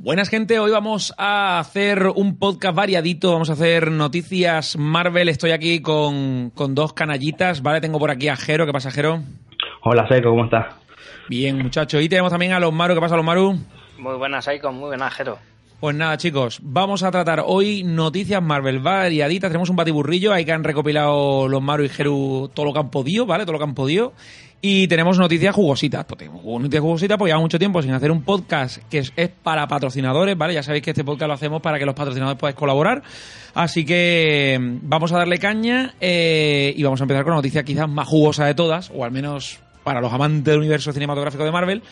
Buenas gente, hoy vamos a hacer un podcast variadito, vamos a hacer noticias Marvel, estoy aquí con, con dos canallitas, ¿vale? Tengo por aquí a Jero, ¿qué pasa Jero? Hola Seco, ¿cómo estás? Bien muchachos, y tenemos también a los Maru, ¿qué pasa los Maru? Muy buenas, Icon, muy buenas, Jero. Pues nada, chicos, vamos a tratar hoy noticias Marvel variaditas. Tenemos un batiburrillo, ahí que han recopilado los Maru y Geru todo lo que han podido, ¿vale? Todo lo que han podido. Y tenemos noticias jugositas. Pues tenemos noticias jugositas porque llevamos mucho tiempo sin hacer un podcast que es, es para patrocinadores, ¿vale? Ya sabéis que este podcast lo hacemos para que los patrocinadores podáis colaborar. Así que mm, vamos a darle caña eh, y vamos a empezar con la noticia quizás más jugosa de todas, o al menos para los amantes del universo cinematográfico de Marvel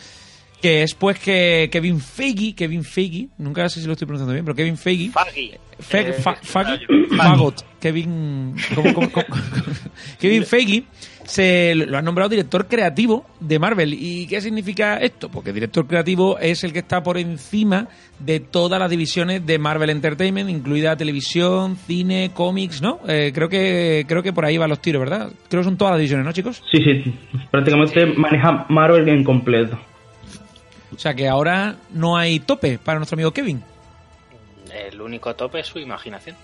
que es pues que Kevin Feige, Kevin Feige, nunca sé si lo estoy pronunciando bien, pero Kevin Feige, Faggy. Fe- Eh, Fa- Fag- Faggy. Fagot, Kevin, ¿cómo- cómo- cómo? Kevin Feige se lo han nombrado director creativo de Marvel. ¿Y qué significa esto? Porque director creativo es el que está por encima de todas las divisiones de Marvel Entertainment, incluida televisión, cine, cómics, ¿no? Eh, creo que creo que por ahí van los tiros, ¿verdad? Creo que son todas las divisiones, ¿no, chicos? Sí, sí, prácticamente maneja Marvel en completo. O sea que ahora no hay tope para nuestro amigo Kevin. El único tope es su imaginación.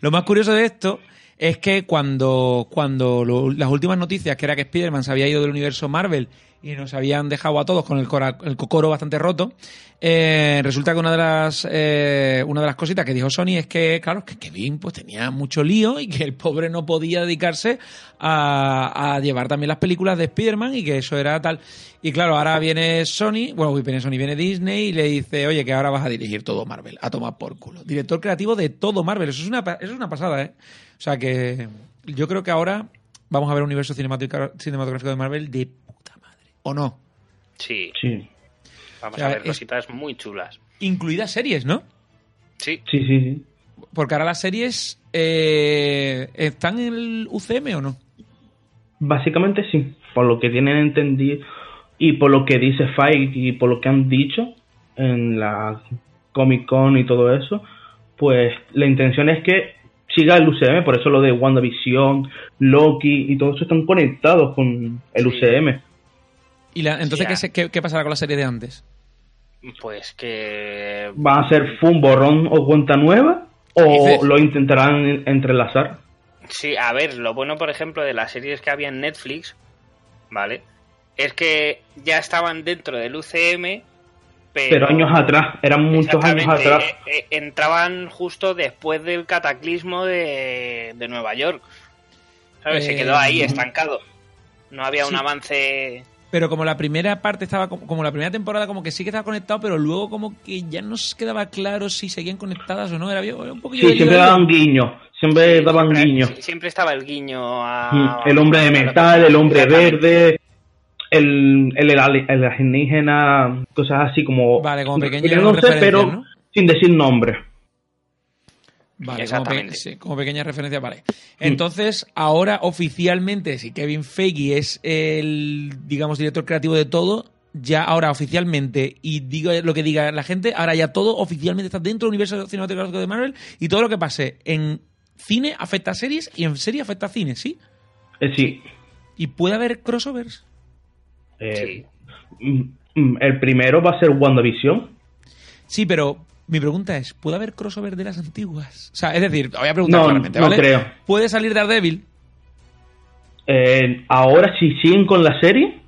Lo más curioso de esto es que cuando, cuando lo- las últimas noticias, que era que Spider-Man se había ido del universo Marvel y nos habían dejado a todos con el, cora- el cocoro bastante roto, eh, resulta que una de, las, eh, una de las cositas que dijo Sony es que, claro, que Kevin pues, tenía mucho lío y que el pobre no podía dedicarse a, a llevar también las películas de Spider-Man y que eso era tal. Y claro, ahora viene Sony, bueno, viene Sony, viene Disney y le dice, oye, que ahora vas a dirigir todo Marvel, a tomar por culo. Director creativo de todo Marvel, eso es una, pa- eso es una pasada, ¿eh? O sea que yo creo que ahora vamos a ver un universo cinematográfico cinematográfico de Marvel de puta madre. ¿O no? Sí, Sí, vamos O sea, a ver es- cositas muy chulas. Incluidas series, ¿no? Sí, sí, sí. sí. Porque ahora las series eh, están en el UCM o no. Básicamente sí, por lo que tienen entendido y por lo que dice Fight y por lo que han dicho en la Comic Con y todo eso, pues la intención es que siga el UCM, por eso lo de WandaVision, Loki y todo eso están conectados con el Sí. UCM. Y la- entonces, Ya. ¿qué, se- qué- qué pasará con la serie de antes? pues que... ¿Van a ser un borrón o cuenta nueva? ¿O Dices. lo intentarán en- entrelazar? Sí, a ver, lo bueno, por ejemplo, de las series que había en Netflix, ¿vale? Es que ya estaban dentro del UCM, Pero años atrás, eran muchos años Eh, Exactamente, atrás. eh, eh, entraban justo después del cataclismo de, de Nueva York. ¿Sabes? Eh, Se quedó ahí estancado. No había sí. un Eh, avance. Pero como la primera parte estaba, como, como la primera temporada, como que sí que estaba conectado, pero luego como que ya no se quedaba claro si seguían conectadas o no. Era, bien- era un poquillo Sí, de lío, siempre ¿no? daban guiño, siempre daban eh, siempre, guiño. sí, siempre estaba el guiño a. Mm, El hombre de a lo que- metal, el hombre Exactamente. verde, el, el, el- el alienígena, cosas así como... Vale, como pequeñas refiriéndose, referencias, pero ¿no? sin decir nombre. Vale, como, pe- Exactamente. sí, como pequeña referencia, vale. Mm. Entonces, ahora oficialmente, si Kevin Feige es el, digamos, director creativo de todo, ya ahora oficialmente, y digo lo que diga la gente, ahora ya todo oficialmente está dentro del universo cinematográfico de Marvel y todo lo que pase en cine afecta a series y en serie afecta a cine, ¿sí? Eh, sí, Y puede haber crossovers. eh, Sí. mm, mm, el primero va a ser WandaVision. Sí, pero mi pregunta es, ¿puede haber crossover de las antiguas? O sea, es decir, voy a preguntar No, claramente, no ¿vale? creo. ¿Puede salir Daredevil? Eh, ahora, si siguen con la serie,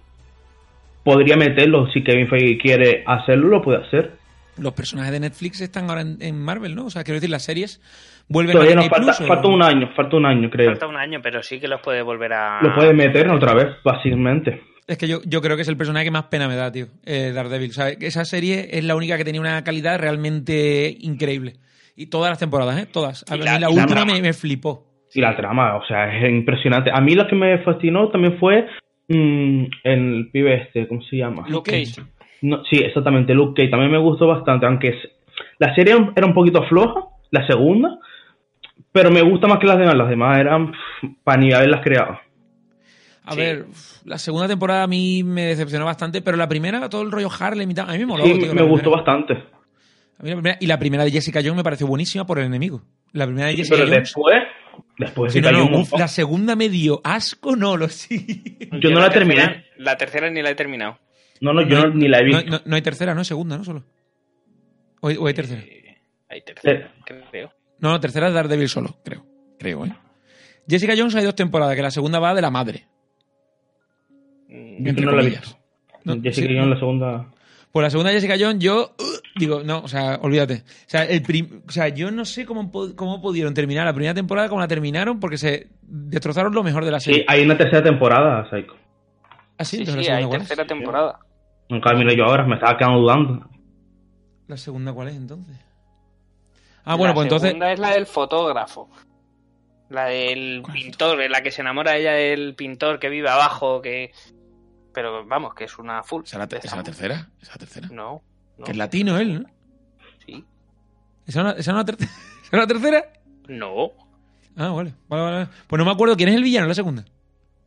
podría meterlo. Si Kevin Feige quiere hacerlo, lo puede hacer. los personajes de Netflix están ahora en, en Marvel, ¿no? O sea, quiero decir, las series vuelven Todavía a nos Disney falta, Plus, ¿o? falta un año, falta un año, creo. Falta un año, pero sí que los puede volver a. Lo puede meter otra vez, fácilmente. Es que yo, yo creo que es el personaje que más pena me da, tío, eh, Daredevil. O sea, que esa serie es la única que tenía una calidad realmente increíble. Y todas las temporadas, ¿eh? Todas. A Y mí la- la, y la última trama. me, me flipó. Y la trama, o sea, es impresionante. A mí lo que me fascinó también fue Mm, el pibe este, ¿cómo se llama? Luke Cage. No, sí, exactamente, Luke Cage. También me gustó bastante, aunque es- la serie era un poquito floja, la segunda, pero me gusta más que las demás. Las demás eran para ni haberlas creado. A Sí. ver, uf, la segunda temporada a mí me decepcionó bastante, pero la primera, todo el rollo Harlem y tal, a mí me moló. Sí, tío, me- la me gustó primera. bastante. A mí la primera- y la primera de Jessica Jones me pareció buenísima por el enemigo. La primera de Jessica Pero Jones. después, después Sí, se no, cayó no, un uf, montón. la segunda me dio asco, no lo sí. Yo no la terminé. tercera- la tercera ni la he terminado. No, no, yo no- ni la he No, visto. no- no hay tercera, no hay segunda, ¿no? Solo. O hay, o hay tercera. Eh, hay tercera, creo. No, no, tercera es Daredevil solo, creo. Creo, ¿eh? Jessica Jones hay dos temporadas, que la segunda va de la madre. Mm, Yo entre no la he comillas. visto. No, Jessica sí, Jones, no. la segunda. Pues la segunda de Jessica Jones, yo uh, digo, no, o sea, olvídate. O sea, el prim- o sea, yo no sé cómo, pu- cómo pudieron terminar la primera temporada como la terminaron porque se destrozaron lo mejor de la Sí, serie. hay una tercera temporada, Psycho. Ah, sí, Sí, entonces sí, la hay segunda cuál es? tercera temporada. Nunca la miré yo ahora, me estaba quedando dudando. ¿La segunda cuál es entonces? Ah, bueno, la pues entonces segunda es la del fotógrafo. La del ¿Cuál pintor, en la que se enamora ella del pintor que vive abajo, que... Pero vamos, que es una full. ¿Esa es la, te- Esa- esa es la tercera? ¿Esa es la tercera? No, no. Que es latino él, ¿no? Sí. ¿Esa no, esa no es la tercera? ¿Esa no es la tercera? No. Ah, vale. Vale, vale, vale. Pues no me acuerdo quién es el villano en la segunda.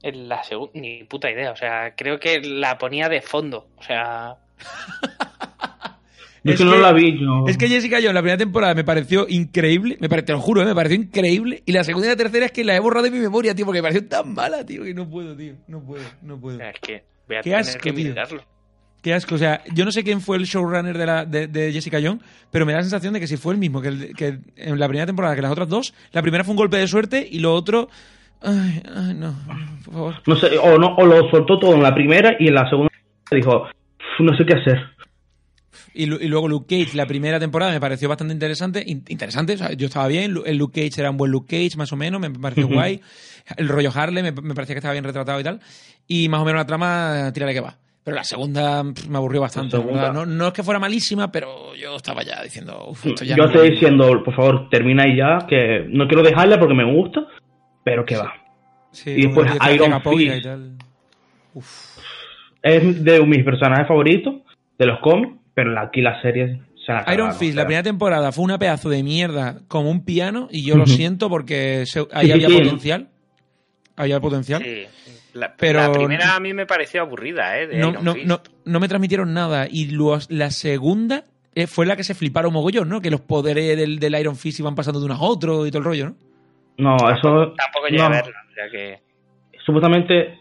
En la segunda, ni puta idea. O sea, creo que la ponía de fondo. O sea, Yo Es que no que- la vi, yo. Es que Jessica Jones, la primera temporada me pareció increíble, me pare- te lo juro, ¿eh? me pareció increíble. Y la segunda y la tercera es que la he borrado de mi memoria, tío, porque me pareció tan mala, tío, que no puedo, tío. No puedo, no puedo. es que voy a Qué tener asco, que tío. mirarlo. Qué asco, o sea, yo no sé quién fue el showrunner de, la, de, de Jessica Jones, pero me da la sensación de que si fue el mismo que, el- que en la primera temporada que las otras dos. La primera fue un golpe de suerte y lo otro. Ay, ay, no, no, por favor. No sé, o, no, o lo soltó todo en la primera y en la segunda dijo, "Uf, no sé qué hacer. Y, lu- y luego Luke Cage, la primera temporada me pareció bastante interesante. in- interesante, o sea, yo estaba bien. Lu- El Luke Cage era un buen Luke Cage, más o menos, me pareció Ujú. guay. El rollo Harley me, me parecía que estaba bien retratado y tal. Y más o menos la trama, tírale que va. Pero la segunda pff, me aburrió bastante. la segunda. verdad. No, no es que fuera malísima, pero yo estaba ya diciendo, "Uf, esto ya Yo no- estoy diciendo, por favor, termina ahí ya, que no quiero dejarla porque me gusta, pero que va. Sí, y como después decía, Iron Capoeira Fist. y tal. Uf. Es de mis personajes favoritos de los cómics, pero la- aquí la serie se la Iron cagaron, Fist, o la sea. primera temporada fue una pedazo de mierda como un piano y yo lo Ujú. siento porque se- ahí sí, había sí. potencial. Había potencial. Sí. La, Pero- la primera a mí me pareció aburrida, ¿eh? De no, Iron no, Fist. no, no me transmitieron nada. Y lo- la segunda eh, fue la que se fliparon mogollón, ¿no? Que los poderes del, del Iron Fist iban pasando de unos a otros y todo el rollo, ¿no? No, eso Tampoco llegué no. a verla. O sea que... supuestamente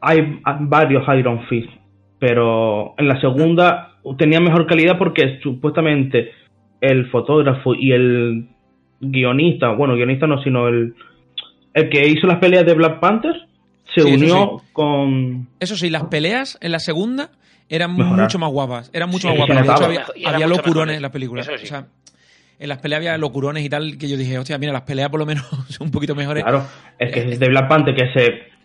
hay a- varios Iron Fist, pero en la segunda tenía mejor calidad porque supuestamente el fotógrafo y el guionista, bueno, guionista no, sino el, el que hizo las peleas de Black Panther, se Sí, eso unió con... Eso sí, las peleas en la segunda eran Mejorar. mucho más guapas. Eran mucho Sí, más guapas. De se hecho, notaba. había, Y eran había mucho locurones mejores. en las películas. Eso sí. O sea, en las peleas había locurones y tal que yo dije, hostia, mira, las peleas por lo menos son un poquito mejores. Claro, el Eh, que es de Black Panther que se,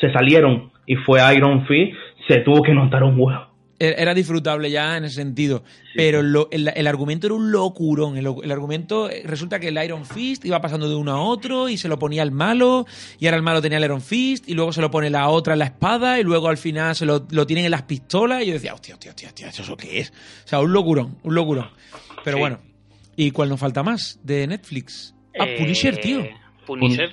se salieron y fue Iron Fist, se tuvo que notar un huevo. Era era disfrutable ya en ese sentido. Pero lo- el, el argumento era un locurón. El, lo- el argumento eh, resulta que el Iron Fist iba pasando de uno a otro y se lo ponía el malo. Y ahora el malo tenía el Iron Fist y luego se lo pone la otra en la espada y luego al final se lo, lo tienen en las pistolas. Y yo decía, hostia, hostia, hostia, hostia, ¿eso qué es? O sea, un locurón, un locurón. Pero Sí. bueno. ¿Y cuál nos falta más de Netflix? Ah, Eh, Punisher, tío. Punisher,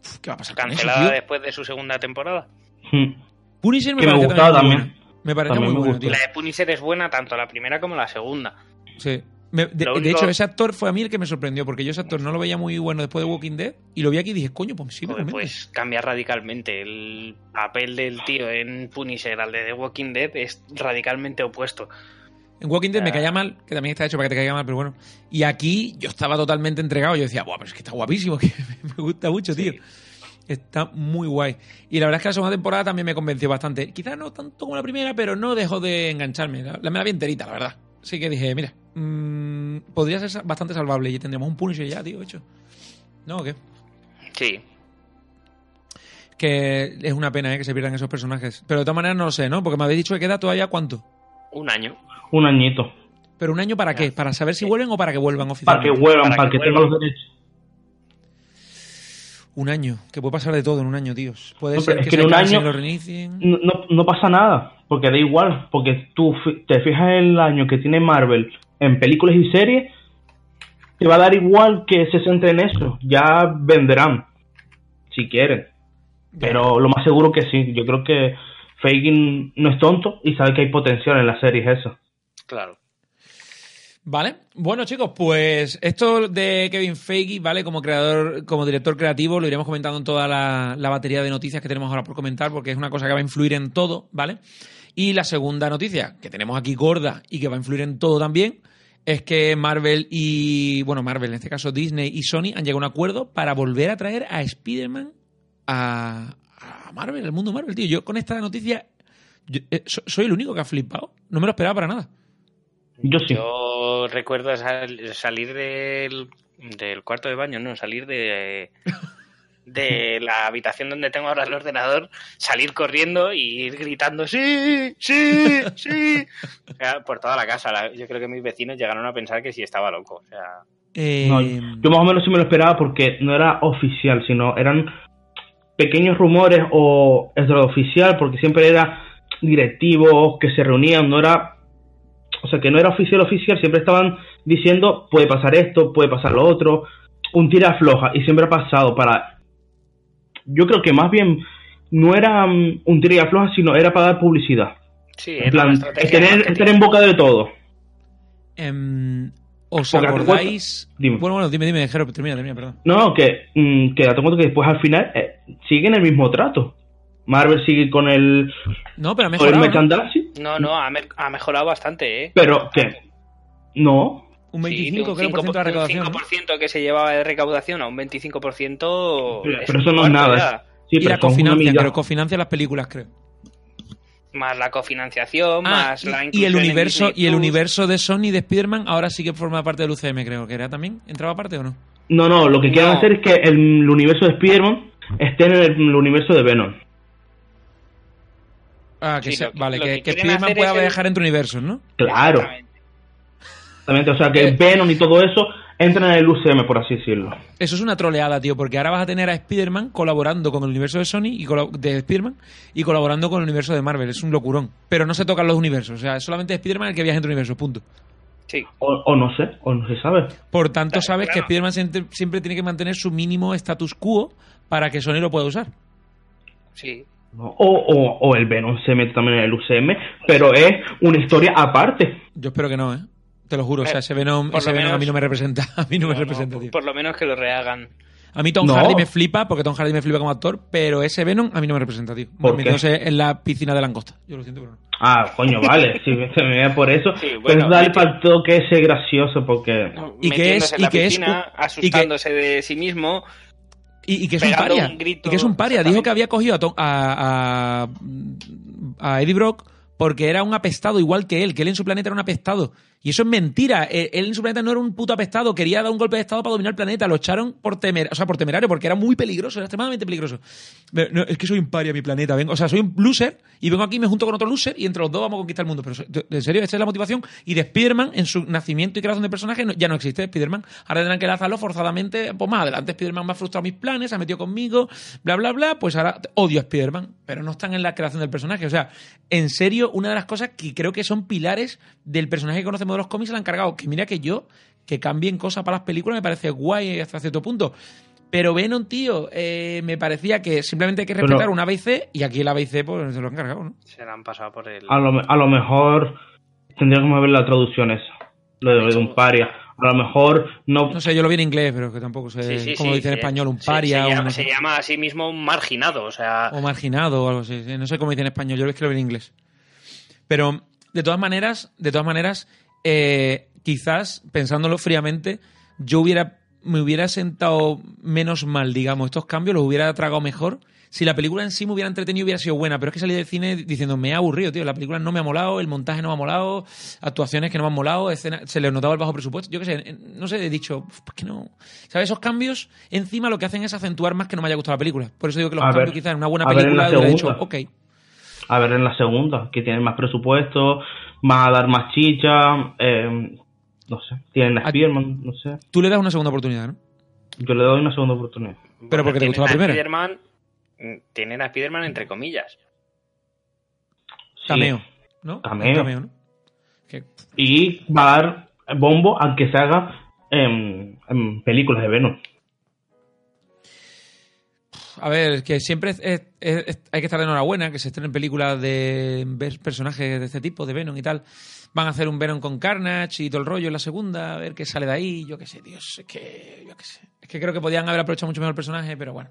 Uf, ¿Qué va a pasar con eso, cancelada tío? después de su segunda temporada. Hmm. Punisher me que me parecía gustaba muy también. buena. Me parecía También muy me buena, gustó. tío. La de Punisher es buena tanto la primera como la segunda. Sí. Me- de, Lo de único- hecho, ese actor fue a mí el que me sorprendió, porque yo ese actor no lo veía muy bueno después de Walking Dead, y lo vi aquí y dije, coño, pues sí, Joder, realmente. pues cambia radicalmente. El papel del tío en Punisher al de The Walking Dead es radicalmente opuesto. En Walking Dead me Ah. caía mal, que también está hecho para que te caiga mal, pero bueno. Y aquí yo estaba totalmente entregado, yo decía, Buah, pero es que está guapísimo, que me gusta mucho, tío. Está muy guay. Y la verdad es que la segunda temporada también me convenció bastante. Quizás no tanto como la primera, pero no dejó de engancharme. La, la- me la vi enterita, la verdad. Así que dije, mira, mm, podría ser sa- bastante salvable y tendríamos un Punisher ya, tío, hecho. ¿No o qué? Sí, que es una pena ¿eh? que se pierdan esos personajes. Pero de todas maneras no lo sé, ¿no? Porque me habéis dicho que queda todavía cuánto. un año. Un añito. ¿Pero un año para qué? ¿Para saber si vuelven o para que vuelvan Para que oficialmente? vuelvan, Para para, que que, tengan vuelvan. los derechos. Un año, que puede pasar de todo en un año, tíos. Puede No, ser pero que, es que en se un cansen, año- lo reinicien. No, no- no pasa nada, porque da igual, porque tú fi- te fijas en el año que tiene Marvel en películas y series, te va a dar igual que se centre en eso, ya venderán, si quieren, pero lo más seguro que sí, yo creo que Fagin no es tonto y sabe que hay potencial en las series eso. Claro. Vale, bueno chicos, pues esto de Kevin Feige, ¿vale? Como creador, como director creativo, lo iremos comentando en toda la, la batería de noticias que tenemos ahora por comentar, porque es una cosa que va a influir en todo, ¿vale? Y la segunda noticia, que tenemos aquí gorda y que va a influir en todo también, es que Marvel y, bueno, Marvel, en este caso Disney y Sony, han llegado a un acuerdo para volver a traer a Spider-Man a, a Marvel, al mundo Marvel, tío. Yo con esta noticia, yo, eh, so- soy el único que ha flipado, no me lo esperaba para nada. Yo sí. Yo recuerdo sal- salir del, del cuarto de baño, no, salir de, de la habitación donde tengo ahora el ordenador, salir corriendo y ir gritando, sí, sí, sí, O sea, por toda la casa. La- Yo creo que mis vecinos llegaron a pensar que sí estaba loco. O sea, Eh, No, yo más o menos sí me lo esperaba porque no era oficial, sino eran pequeños rumores o oficial, porque siempre era directivos que se reunían, no era, o sea, que no era oficial oficial, siempre estaban diciendo puede pasar esto, puede pasar lo otro, un tira floja y siempre ha pasado para, yo creo que más bien no era mm, un tira floja, sino era para dar publicidad, sí, en era una plan, estrategia de tener- marketing. estar en boca de todo. Em, ¿Os Porque date acordáis? cuenta- dime. Bueno, bueno, dime, dime, Jero, termina, termina, perdón. No, no, que, mm, que date cuenta que después al final eh, siguen el mismo trato. Marvel sigue con el, No, pero ha con el mejorado. ¿no? merchandising, No, no, ha, mer- ha mejorado bastante, ¿eh? pero que no, Un Sí, 25, de creo, un por ciento de la recaudación. ¿no? 5% que se llevaba de recaudación a un 25%. pero, es pero un eso no es cuarto nada. ya. Sí, Y pero la eso es una cofinancia, miga. pero cofinancia las películas, creo. Más la cofinanciación, Ah, más y- y, la el inclusión en universo Disney y el Plus. universo de Sony de Spider-Man ahora sí que forma parte del UCM, creo que era también. ¿Entraba aparte o no? No, no, lo que quieren No. hacer es que el, el universo de Spider-Man esté en el, el universo de Venom. Ah, que Sí, se- lo que- vale, lo que, que que quieren Spider-Man hacer pueda es el- viajar entre universos, ¿no? Claro, Exactamente. exactamente. O sea, que Eh. Venom y todo eso entran en el UCM, por así decirlo. Eso es una troleada, tío, porque ahora vas a tener a Spider-Man colaborando con el universo de Sony y colab- de Spider-Man y colaborando con el universo de Marvel. Es un locurón. Pero no se tocan los universos. O sea, es solamente Spider-Man el que viaja entre universos, punto. Sí, O, o no sé, o no se sabe. Por tanto, sabes que claro. Spider-Man siempre, siempre tiene que mantener su mínimo status quo para que Sony lo pueda usar. sí. ¿no? O, o, o el Venom se mete también en el UCM, pero es una historia aparte. Yo espero que no, ¿eh? Te lo juro, o sea, Hombre, ese Venom, por ese lo Venom a mí menos- no me representa. A mí no, me No, no, representa, tío. por, por lo menos que lo rehagan. A mí Tom No. Hardy me flipa, porque Tom Hardy me flipa como actor, pero ese Venom a mí no me representa, tío. ¿Por qué? Metiéndose en la piscina de langosta. Yo lo siento, pero no. Ah, coño, vale, si me- se me ve por eso. Sí, bueno, pero dale mete- para que ese gracioso, porque. ¿Y qué Metiéndose es- en y la qué es piscina, un- y qué- asustándose de sí mismo. Y, y que es un Pegando paria. un grito, y que es un paria. Dijo exactamente. que había cogido a, Tom- a, a- a Eddie Brock porque era un apestado igual que él, que él en su planeta era un apestado. Y eso es mentira. Eh, Él en su planeta no era un puto apestado. Quería dar un golpe de estado para dominar el planeta. Lo echaron por, temer, o sea, por temerario porque era muy peligroso, era extremadamente peligroso. Pero, no, es que soy un paria mi planeta. Vengo, o sea, soy un loser y vengo aquí, me junto con otro loser y entre los dos vamos a conquistar el mundo. Pero en serio, esa es la motivación. Y de Spider-Man, en su nacimiento y creación de personaje, no- ya no existe Spider-Man. Ahora tendrán que lanzarlo forzadamente. Pues más adelante, Spider-Man me ha frustrado mis planes, se ha metido conmigo, bla, bla, bla. Pues ahora te- odio a Spider-Man. Pero no están en la creación del personaje. O sea, en serio, una de las cosas que creo que son pilares del personaje que conocemos de los cómics se la han cargado. Que mira que yo, que cambien cosas para las películas, me parece guay hasta cierto punto. Pero Venom, tío, eh, me parecía que simplemente hay que Pero- respetar una A, B y C, y aquí el A, B y C, pues se lo han cargado, ¿no? Se la han pasado por el. Ah, A lo, a lo mejor tendríamos que ver la traducción esa, lo de, de un paria. A lo mejor no. No sé, yo lo vi en inglés, pero que tampoco sé Sí, sí, cómo sí, dice en sí. español, un Se- paria Se, o, llama, no se sé, llama a sí mismo un marginado. O sea, o marginado o algo así. sí, No sé cómo dice en español, yo es que lo vi en inglés. Pero, de todas maneras, de todas maneras, eh, quizás, pensándolo fríamente, yo hubiera me hubiera sentado menos mal, digamos, estos cambios, los hubiera tragado mejor. Si la película en sí me hubiera entretenido, hubiera sido buena, pero es que salí del cine diciendo, me ha aburrido, tío, la película no me ha molado, el montaje no me ha molado, actuaciones que no me han molado, escena- se le notaba el bajo presupuesto, yo qué sé, eh, no sé, he dicho, "Uf, ¿por qué no? ¿Sabes? Esos cambios encima lo que hacen es acentuar más que no me haya gustado la película. Por eso digo que los A ver, cambios quizás en una buena a ver, en película la hubiera dicho, segunda. ok, A ver en la segunda, que tienen más presupuesto, van a dar más chicha. eh, no sé, tienen a A- Spiderman, no sé. tú le das una segunda oportunidad, ¿no? Yo le doy una segunda oportunidad. Pero porque te gustó la tienen a primera. Spiderman- mm, tienen a Spider-Man entre comillas. Sí. Cameo, ¿no? Cameo. Un ¿no? Que- Y va a dar bombo a que se haga en, en películas de Venom. a ver, que siempre es- es- es- hay que estar de enhorabuena que se estrenen películas de ver personajes de este tipo, de Venom y tal. Van a hacer un Venom con Carnage y todo el rollo en la segunda, a ver qué sale de ahí. Yo qué sé, Dios, es que, yo qué sé. Es que creo que podían haber aprovechado mucho mejor el personaje, pero bueno.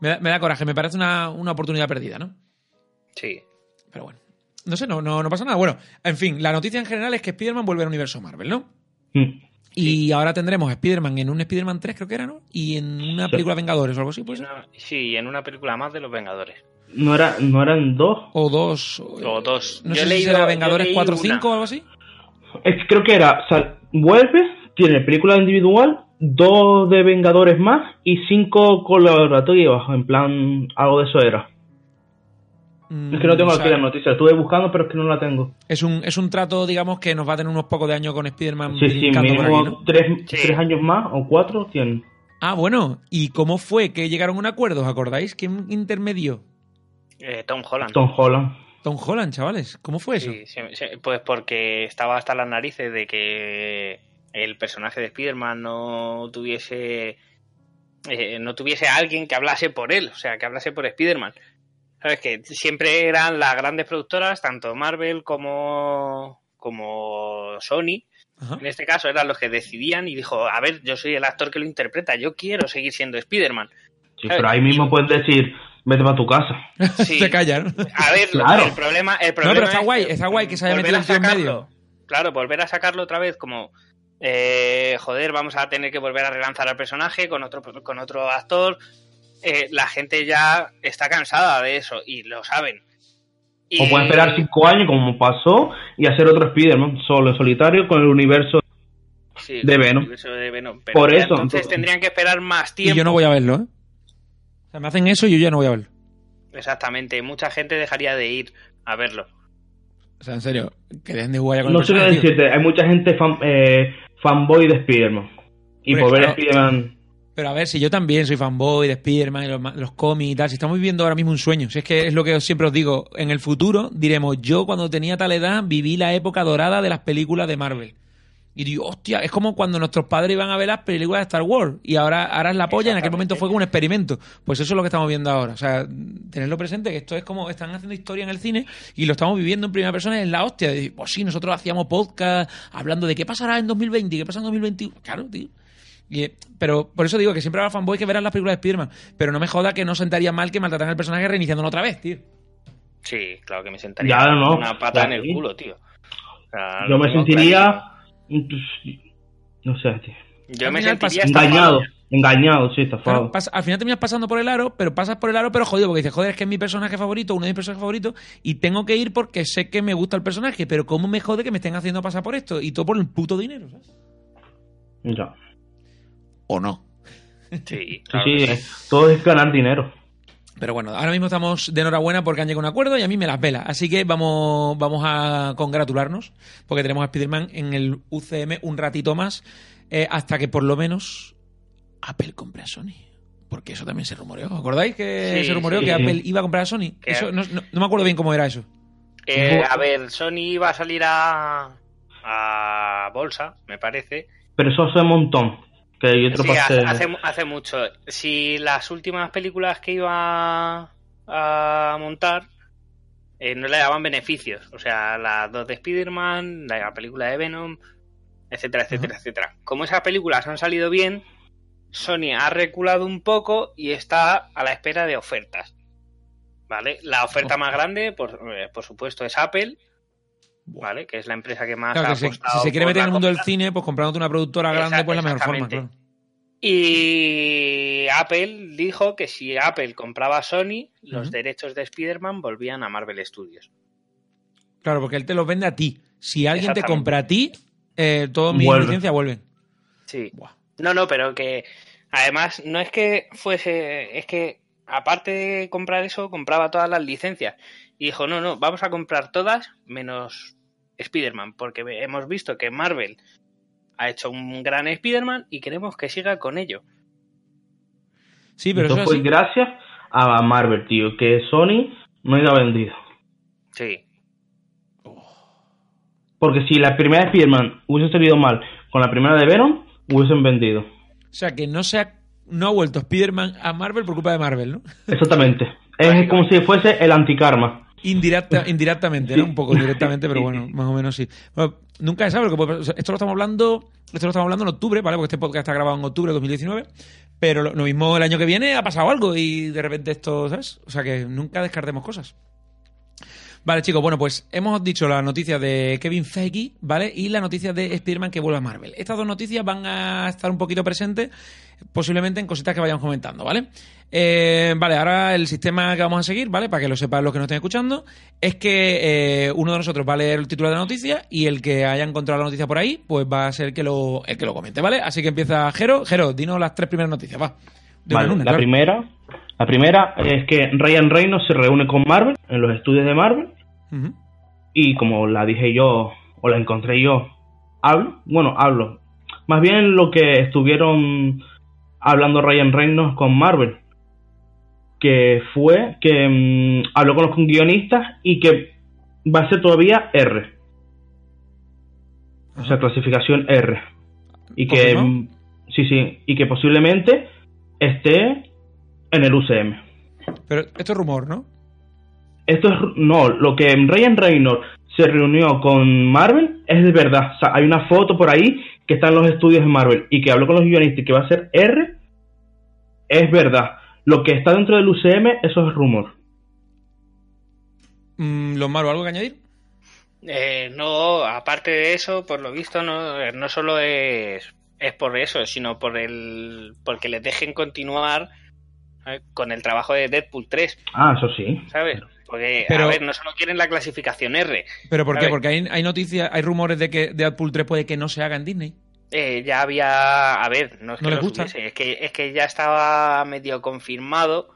Me da, me da coraje, me parece una, una oportunidad perdida, ¿no? Sí. Pero bueno. No sé, no, no, no pasa nada. Bueno, en fin, la noticia en general es que Spider-Man vuelve al universo Marvel, ¿no? Mm. Y ahora tendremos a Spider-Man en un Spider-Man 3, creo que era, ¿no? Y en una película Vengadores o algo así, Y pues. una- sí, en una película más de los Vengadores. No, era, no eran dos. O dos. O, O dos. No sé Yo he si leído- será yo Vengadores leí 4 o una. 5 o algo así. Es- creo que era, o sea, vuelve, tiene película individual, dos de Vengadores más y cinco colaborativas, en plan, algo de eso era. Mm, Es que no tengo o sea, aquí la noticia, estuve buscando, pero es que no la tengo. es un, es un trato, digamos, que nos va a tener unos pocos de años con Spider-Man Sí, sí, brincando por mínimo aquí, ¿no? tres, Sí. tres años más o cuatro tienen. Ah, bueno. ¿Y cómo fue que llegaron a un acuerdo? ¿Os acordáis? ¿Quién intermedió? Eh, Tom Holland. Tom Holland. Tom Holland, chavales. ¿Cómo fue eso? Sí, sí, sí, pues porque estaba hasta las narices de que el personaje de Spider-Man no tuviese eh, no tuviese a alguien que hablase por él, o sea, que hablase por Spider-Man. Sabes que siempre eran las grandes productoras, tanto Marvel como como Sony, Ajá. en este caso eran los que decidían y dijo, a ver, yo soy el actor que lo interpreta, yo quiero seguir siendo Spider-Man. Sí, Eh, pero ahí mismo puedes decir, vete para tu casa. Sí. Se callan. ¿no? A ver, Claro. el problema, el pero problema está es guay, que, está guay que se haya mm, metido volver a el tío en sacarlo. Claro, volver a sacarlo otra vez como eh, joder, vamos a tener que volver a relanzar al personaje con otro con otro actor. Eh, la gente ya está cansada de eso y lo saben. Y- O pueden esperar cinco años, como pasó, y hacer otro Spider-Man solo, en solitario, con el universo. sí, de Venom. universo de Venom, pero Por ya eso, Entonces entonces- tendrían que esperar más Y tiempo. yo no voy a verlo, ¿eh? O sea, me hacen eso y yo ya no voy a verlo. Exactamente, mucha gente dejaría de ir a verlo. O sea, en serio, que dejen de jugar ya con No el sé qué personaje, tío. decirte, hay mucha gente fan- eh, fanboy de Spider-Man. Y Hombre, por ver a Pues claro. Spider-Man. Pero a ver, si yo también soy fanboy de Spider-Man y los, ma- los cómics y tal, si estamos viviendo ahora mismo un sueño, si es que es lo que os- siempre os digo, en el futuro diremos, yo cuando tenía tal edad viví la época dorada de las películas de Marvel. Y digo, hostia, es como cuando nuestros padres iban a ver las películas de Star Wars y ahora, ahora es la polla, en aquel momento fue como un experimento. Pues eso es lo que estamos viendo ahora. O sea, tenerlo presente, que esto es como están haciendo historia en el cine y lo estamos viviendo en primera persona, es la hostia. Y, pues sí, nosotros hacíamos podcast hablando de qué pasará en 2020 y qué pasa en 2021. Claro, tío. Y, eh, pero por eso digo que siempre habrá fanboy que verán las películas de Spider-Man. Pero no me joda que no sentaría mal que maltrataran al personaje reiniciándolo otra vez, tío. Sí, claro que me sentaría Ya, no, una pata en claro. el culo, tío. O sea, Yo lo me tengo sentiría. clarísimo. No sé, tío. Yo Al me final sentiría pasa- estafado. Engañado, engañado, sí, Claro, estafado. pasa- al final terminas pasando por el aro, pero pasas por el aro, pero jodido, porque dices, joder, es que es mi personaje favorito, uno de mis personajes favoritos, y tengo que ir porque sé que me gusta el personaje, pero ¿cómo me jode que me estén haciendo pasar por esto? Y todo por el puto dinero, ¿sabes? Ya. O no. Sí, Sí, claro sí, que sí. eh, todo es ganar dinero. Pero bueno, ahora mismo estamos de enhorabuena porque han llegado a un acuerdo y a mí me las vela. Así que vamos, vamos a congratularnos porque tenemos a Spider-Man en el UCM un ratito más eh, hasta que por lo menos Apple compre a Sony. Porque eso también se rumoreó. ¿Os acordáis que Sí, se rumoreó sí, que sí. Apple iba a comprar a Sony? Que- Eso, no, no- no me acuerdo bien cómo era eso. Eh, a ver, Sony va a salir a, a bolsa, me parece. Pero eso hace un montón. Que hay otro Sí, hace, pastel. hace, hace mucho. Si las últimas películas que iba a montar eh, no le daban beneficios, o sea, las dos de Spider-Man, la película de Venom, etcétera, etcétera, etcétera. Como esas películas han salido bien, Sony ha reculado un poco y está a la espera de ofertas. ¿Vale? La Oh. oferta más grande, por, eh, por supuesto, es Apple, ¿vale? Que es la empresa que más Claro, ha que se- si apostado se quiere por meter la en el mundo del compra. cine, pues comprándote una productora grande, Exacto, pues la mejor forma, claro. exactamente. Y Apple dijo que si Apple compraba a Sony, los Ujú. derechos de Spider-Man volvían a Marvel Studios. Claro, porque él te los vende a ti. Si alguien te Exactamente. compra a ti, eh, todas mis Vuelve. licencias vuelven. Sí. Buah. No, no, pero que además no es que fuese, es que aparte de comprar eso, compraba todas las licencias. Y dijo, no, no, vamos a comprar todas menos Spider-Man, porque hemos visto que Marvel ha hecho un gran Spider-Man y queremos que siga con ello. Sí, pero Entonces pues, eso fue es así. gracias a Marvel, tío, que Sony no iba vendido. Sí. Porque si la primera de Spider-Man hubiese salido mal con la primera de Venom, hubiesen vendido. O sea, que no se ha, no ha vuelto Spider-Man a Marvel por culpa de Marvel, ¿no? Exactamente. Es como si fuese el antikarma. Indirecta, indirectamente, ¿no? Un poco directamente, pero bueno, más o menos sí. Bueno, nunca se sabe lo que puede pasar. O sea, Esto lo estamos hablando, esto lo estamos hablando en octubre, ¿vale? Porque este podcast está grabado en octubre de 2019. Pero lo, lo mismo el año que viene ha pasado algo y de repente esto, ¿sabes? O sea que nunca descartemos cosas. Vale, chicos, bueno, pues hemos dicho la noticia de Kevin Feige, ¿vale? Y la noticia de Spider-Man que vuelve a Marvel. Estas dos noticias van a estar un poquito presentes, posiblemente en cositas que vayamos comentando, ¿vale? Eh, vale, ahora el sistema que vamos a seguir, ¿vale? Para que lo sepan los que nos estén escuchando, es que eh, uno de nosotros va a leer el título de la noticia y el que haya encontrado la noticia por ahí, pues va a ser el que lo, el que lo comente, ¿vale? Así que empieza Jero. Jero, dinos las tres primeras noticias, va. De Vale, una en una, la claro. primera, la primera es que Ryan Reynolds se reúne con Marvel en los estudios de Marvel Ujú. y como la dije yo o la encontré yo, hablo, bueno, hablo. Más bien lo que estuvieron hablando Ryan Reynolds con Marvel, que fue que mm, habló con los guionistas y que va a ser todavía R. O sea, clasificación R. Y que ¿Confirmado? mm, sí, sí, y que posiblemente esté en el UCM. Pero esto es rumor, ¿no? Esto es. No, lo que Ryan Reynolds se reunió con Marvel es de verdad. O sea, hay una foto por ahí que está en los estudios de Marvel y que habló con los guionistas y que va a ser R. Es verdad. Lo que está dentro del UCM, eso es rumor. Mm, ¿Los Maru, algo que añadir? Eh, no, aparte de eso, por lo visto, no, no solo es, es por eso, sino por el porque les dejen continuar eh, con el trabajo de Deadpool 3, Ah, eso sí. ¿sabes? Porque, Pero- a ver, no solo quieren la clasificación R, ¿Pero por A qué? ver. Porque hay, hay noticias, hay rumores de que Deadpool 3 puede que no se haga en Disney. Eh, ya había. A ver, no es ¿No que les lo gusta? supiese, es que, es que ya estaba medio confirmado.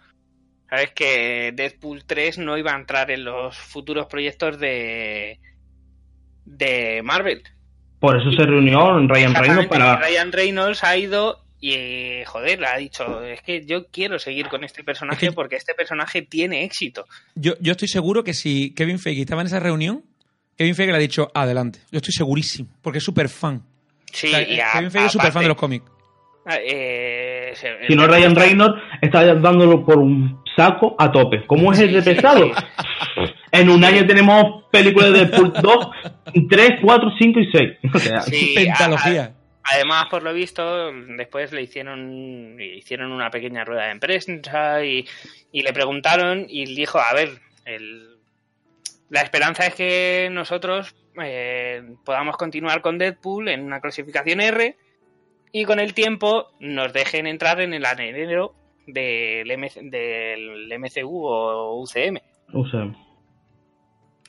¿Sabes? Que Deadpool 3 no iba a entrar en los futuros proyectos de. de Marvel. Por eso se reunió Ryan Reynolds Exactamente, para. que Ryan Reynolds ha ido y, eh, joder, ha dicho: es que yo quiero seguir con este personaje Es que- porque este personaje tiene éxito. Yo, yo estoy seguro que si Kevin Feige estaba en esa reunión, Kevin Feige le ha dicho adelante. Yo estoy segurísimo, porque es súper fan. Sí, O sea, y eh, a- Kevin Feige es súper fan aparte, de los cómics. eh, se- Si no, Ryan Reynolds está dándolo por un saco a tope. ¿Cómo es el de Sí, sí, pesado? En un año tenemos películas de Deadpool 2, 3, 4, 5 y 6. O sea, Sí, a- Pentalogía. Además, por lo visto, después le hicieron, hicieron una pequeña rueda de prensa y, y le preguntaron y dijo, a ver, el- la esperanza es que nosotros eh, podamos continuar con Deadpool en una clasificación R y con el tiempo nos dejen entrar en el anhelo del, MC del MCU o UCM. o sea,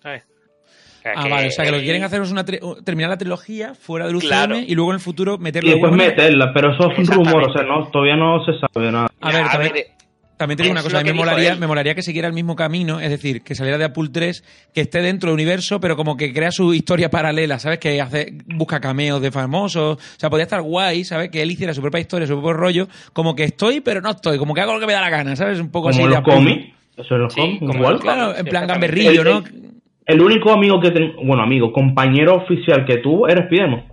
¿sabes? O sea, Ah, vale, o sea que lo que él- quieren hacer es una tri- terminar la trilogía fuera del UCM Claro. y luego en el futuro meterlo Y después meterla, pero eso es un Exactamente. rumor, o sea, no, todavía no se sabe nada. A ver, Ya, también, también te digo es una cosa, lo a mí me que dijo molaría, él. me molaría que siguiera el mismo camino, es decir, que saliera de Apple 3, que esté dentro del universo, pero como que crea su historia paralela, ¿sabes? Que hace, busca cameos de famosos, o sea, podría estar guay, ¿sabes? Que él hiciera su propia historia, su propio rollo, como que estoy, pero no estoy, como que hago lo que me da la gana, ¿sabes? Un poco Como así. de los Apple. cómics, eso es los Sí, cómics, como igual. los Claro, en Exactamente. Eh, plan gamberrillo, ¿no? El único amigo que ten... bueno, amigo, compañero oficial que tuvo era Spiderman.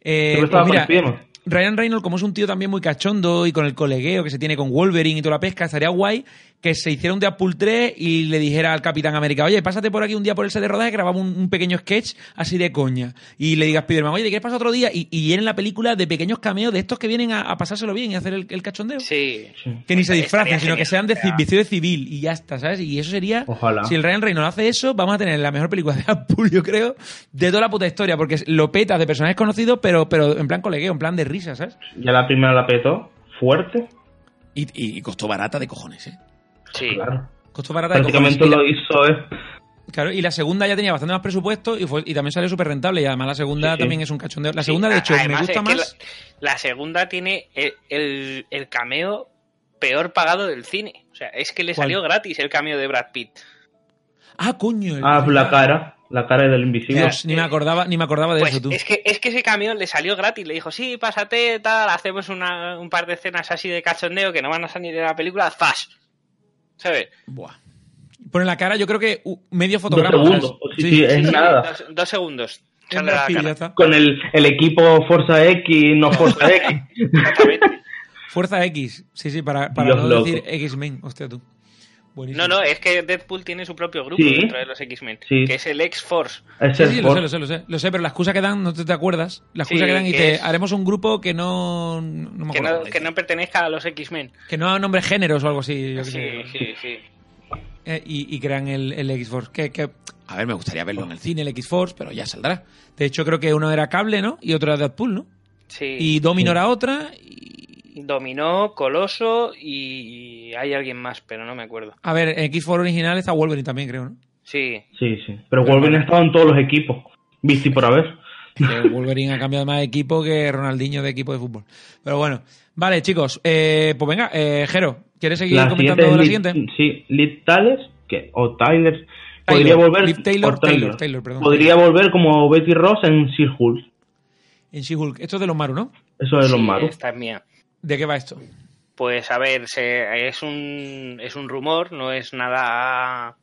Eh, Siempre pues estaba con mira, Spiderman. Ryan Reynolds, como es un tío también muy cachondo y con el colegueo que se tiene con Wolverine y toda la pesca, estaría guay que se hiciera un Deadpool 3 y le dijera al Capitán América, oye, pásate por aquí un día por el set de rodaje, grabamos un, un pequeño sketch así de coña. Y le diga a Spiderman, oye, ¿te quieres pasar otro día? Y, y en la película de pequeños cameos de estos que vienen a, a pasárselo bien y hacer el, el cachondeo. Sí, Que ni se Estaría disfracen, sino que genial, sean de o sea. ci- vestido de civil y ya está, ¿sabes? Y eso sería. Ojalá. Si el Ryan Reynolds hace eso, vamos a tener la mejor película de Apple, yo creo, de toda la puta historia, porque lo petas de personajes conocidos, pero, pero en plan colegueo, en plan de risa, ¿sabes? Ya la primera la petó, fuerte, Y, y- y costó barata de cojones, ¿eh? sí. claro. Costó barata de cojones. Prácticamente Y la- lo hizo, eh. Claro, y la segunda ya tenía bastante más presupuesto y, fue, y también salió súper rentable. Y además la segunda Sí, sí. también es un cachondeo. La Sí, segunda, de a- hecho, me además gusta es que más. La, la segunda tiene el, el- el cameo peor pagado del cine. O sea, es que le ¿Cuál? salió gratis el cameo de Brad Pitt. Ah, coño. el- Ah, la cara. La cara del invisible. Dios, ni me acordaba, ni me acordaba de Pues eso, tú. es que, es que ese camión le salió gratis, le dijo, sí, pásate, tal, hacemos una- un par de escenas así de cachondeo que no van a salir de la película, ¡zas! ¿Sabes? Buah. Pone la cara, yo creo que uh, medio Dos fotograma. segundos. pues ¿sabes? Sí, eh. sí, es Sí, nada. Dos, dos segundos. Es Sale la Brad Pitt, ya cara. está. Con el, el equipo Forza X, no Forza X. Exactamente. Fuerza X. Sí, sí, para, para Dios no loco. decir X-Men. Hostia, tú. Buenísimo. No, no, es que Deadpool tiene su propio grupo Sí. dentro de los X-Men, Sí. que es el X-Force. Es Sí, el sí, lo sé, Forza. lo sé, lo sé. Lo sé, pero la excusa que dan, no te, te acuerdas. La excusa Sí, que dan y que te es- haremos un grupo que no. No me Que acuerdo. no, que no pertenezca a los X-Men. Que no nombre géneros o algo así. yo qué Sí, sé. sí, sí. Eh, y, y crean el, el X-Force. Que, que, a ver, me gustaría verlo en el cine, el X-Force, pero ya saldrá. De hecho, creo que uno era cable, ¿no? Y otro era Deadpool, ¿no? Sí. Y Domino era otra. Y... Dominó, Coloso y hay alguien más, pero no me acuerdo. A ver, en X-Force original está Wolverine también, creo, ¿no? Sí, Sí, sí. Pero Wolverine ha estado en todos los equipos. Viste por haber. Que Wolverine ha cambiado más de equipo que Ronaldinho de equipo de fútbol. Pero bueno, vale, chicos. eh, pues venga, eh, Jero, ¿quieres seguir La comentando siguiente la es Liv- siguiente? Sí, Liv Tales, que, o Tyler. podría volver. Liv Taylor, o Taylor. Taylor, Taylor, perdón. Podría volver como Betty Ross en Sir Hulk. En She-Hulk. Esto es de los Maru, ¿no? Eso es lo sí, malo. esta es mía. ¿De qué va esto? Pues a ver, se- es, un, es un rumor, no es nada...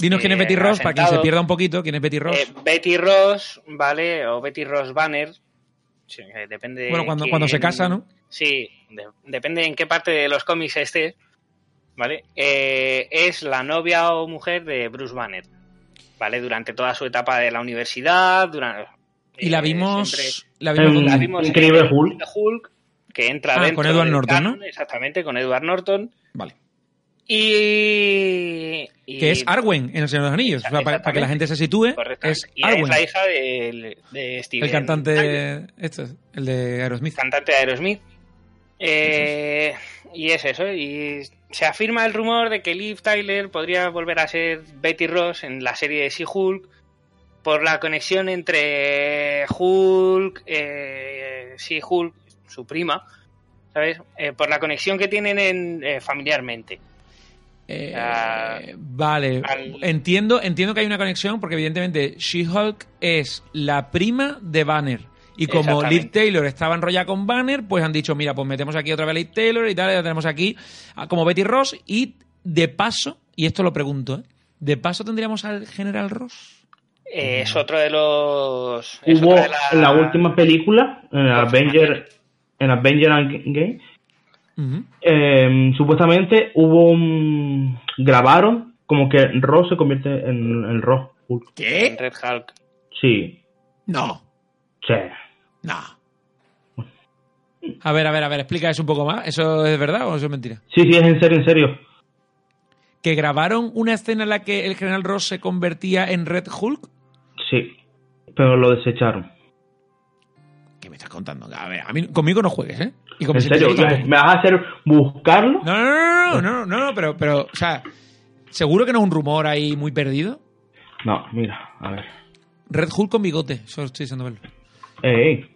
Dinos quién es Eh, Betty Ross, para quien se asentado. pierda un poquito, quién es Betty Ross. Eh, Betty Ross, ¿vale? O Betty Ross Banner. Sí, eh, depende bueno, cuando, quién- cuando se casa, ¿no? Sí, de- depende en qué parte de los cómics estés, ¿vale? Eh, es la novia o mujer de Bruce Banner, ¿vale? Durante toda su etapa de la universidad, durante... Y la eh, vimos. siempre- La vimos En- la donde- vimos Mm, Increíble en Hulk. Hulk, que entra Ah, dentro con Edward del Norton, ¿no? Exactamente, con Edward Norton. Vale. Y... y- Que es Arwen en El Señor de los Anillos. O sea, para, para que la gente se sitúe, Correcto. es y es Arwen, la hija del- de, Steven el Tyler, cantante. Esto, el de Aerosmith. cantante de Aerosmith. Eh, Y es eso. Y se afirma el rumor de que Liv Tyler podría volver a ser Betty Ross en la serie de She-Hulk por la conexión entre Hulk, eh, She-Hulk, su prima, ¿sabes? Eh, por la conexión que tienen en, eh, familiarmente. Eh, Ah, vale, al- entiendo, entiendo que hay una conexión porque evidentemente She-Hulk es la prima de Banner. Y como Liv Exactamente. Taylor estaba enrollada con Banner, pues han dicho, mira, pues metemos aquí otra vez a Liv Taylor y tal, ya tenemos aquí a- como Betty Ross. Y de paso, y esto lo pregunto, ¿eh? ¿de paso tendríamos al General Ross? Eh, es otro de los... es Hubo otra de en la última película, en Avenger, en Avenger Endgame, Ujú. eh, supuestamente hubo un... grabaron como que Ross se convierte en, en Ross Hulk. en Red Hulk. Sí, No, sí. no. A ver, a ver, a ver, explica eso un poco más. ¿Eso es verdad o eso es mentira? Sí, sí, es en serio, en serio. ¿Que grabaron una escena en la que el General Ross se convertía en Red Hulk? Sí, pero lo desecharon. ¿Qué me estás contando? A ver, a mí, conmigo no juegues, ¿eh? Y con En mis serio, sentimientos ¿me tampoco. me vas a hacer buscarlo? No, no, no, no, no, no, no, pero, pero, o sea, seguro que no es un rumor ahí muy perdido. No, mira, a ver. Red Hulk con bigote, eso estoy diciendo. verlo. Ey,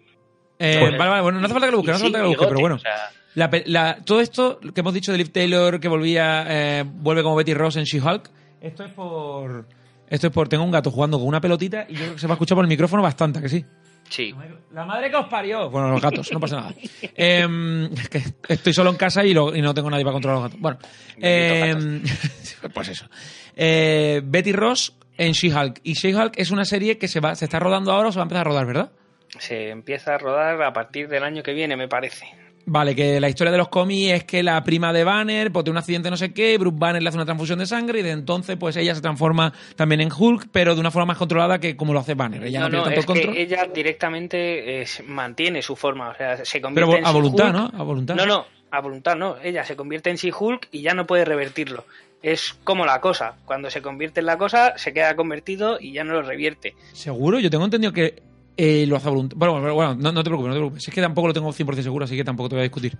Eh, Joder. vale, vale, bueno, no hace falta que lo busque, no hace Y falta que lo sí, busque, pero bigote, bueno. o sea, La pe- la- todo esto que hemos dicho de Liv Taylor, que volvía, eh, vuelve como Betty Ross en She-Hulk, esto es por. Esto es por. Tengo un gato jugando con una pelotita y yo creo que se va a escuchar por el micrófono bastante, ¿a que sí. sí. La madre que os parió. Bueno, los gatos, no pasa nada. Em, es que estoy solo en casa y, lo- y no tengo nadie para controlar los gatos. Bueno, em, pues eso. Eh, Betty Ross en She-Hulk. Y She-Hulk es una serie que se, va, se está rodando ahora o se va a empezar a rodar, ¿verdad? Se empieza a rodar a partir del año que viene, me parece. Vale, que la historia de los cómics es que la prima de Banner pues, tiene un accidente no sé qué, Bruce Banner le hace una transfusión de sangre y de entonces pues ella se transforma también en Hulk, pero de una forma más controlada que como lo hace Banner. Ella no, no, pierde no, tanto es el control. que ella directamente eh, se- mantiene su forma, o sea, se Pero convierte vo- en a voluntad, ¿no? She-Hulk. A voluntad. No, no, a voluntad no. Ella se convierte en She-Hulk y ya no puede revertirlo. Es como la cosa. Cuando se convierte en la cosa, se queda convertido y ya no lo revierte. ¿Seguro? Yo tengo entendido que eh, lo hace a voluntad. Bueno, bueno, bueno, no, no te preocupes, no te preocupes. Es que tampoco lo tengo 100% seguro, así que tampoco te voy a discutir.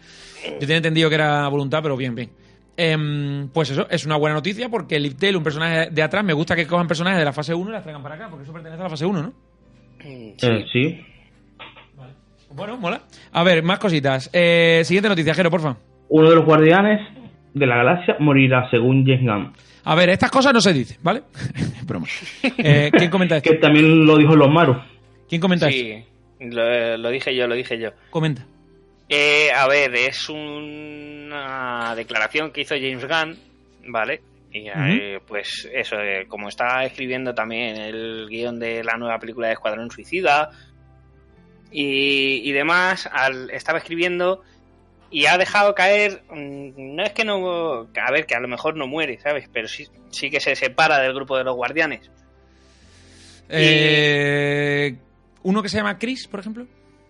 Yo tenía entendido que era a voluntad, pero bien, bien. Em, pues eso, es una buena noticia porque Liv Taylor, un personaje de atrás, me gusta que cojan personajes de la fase 1 y las traigan para acá, porque eso pertenece a la fase 1, ¿no? Mm, sí. eh, sí. Bueno, mola. A ver, más cositas. Eh, siguiente noticia, Jero, porfa. Uno de los guardianes de la galaxia morirá según James Gunn. A ver, estas cosas no se dicen, ¿vale? Broma. Eh, ¿Quién comenta esto? Que también lo dijo Lomaro. ¿Quién comenta esto? Sí, lo, eh, lo dije yo, lo dije yo. Comenta. Eh, a ver, es una declaración que hizo James Gunn, ¿vale? Y eh, pues eso, eh, como está escribiendo también el guión de la nueva película de Escuadrón Suicida y, y demás, al, estaba escribiendo y ha dejado caer, mm, no es que no, a ver, que a lo mejor no muere, ¿sabes? Pero sí, sí que se separa del grupo de los guardianes. Eh, uno que se llama Chris, por ejemplo.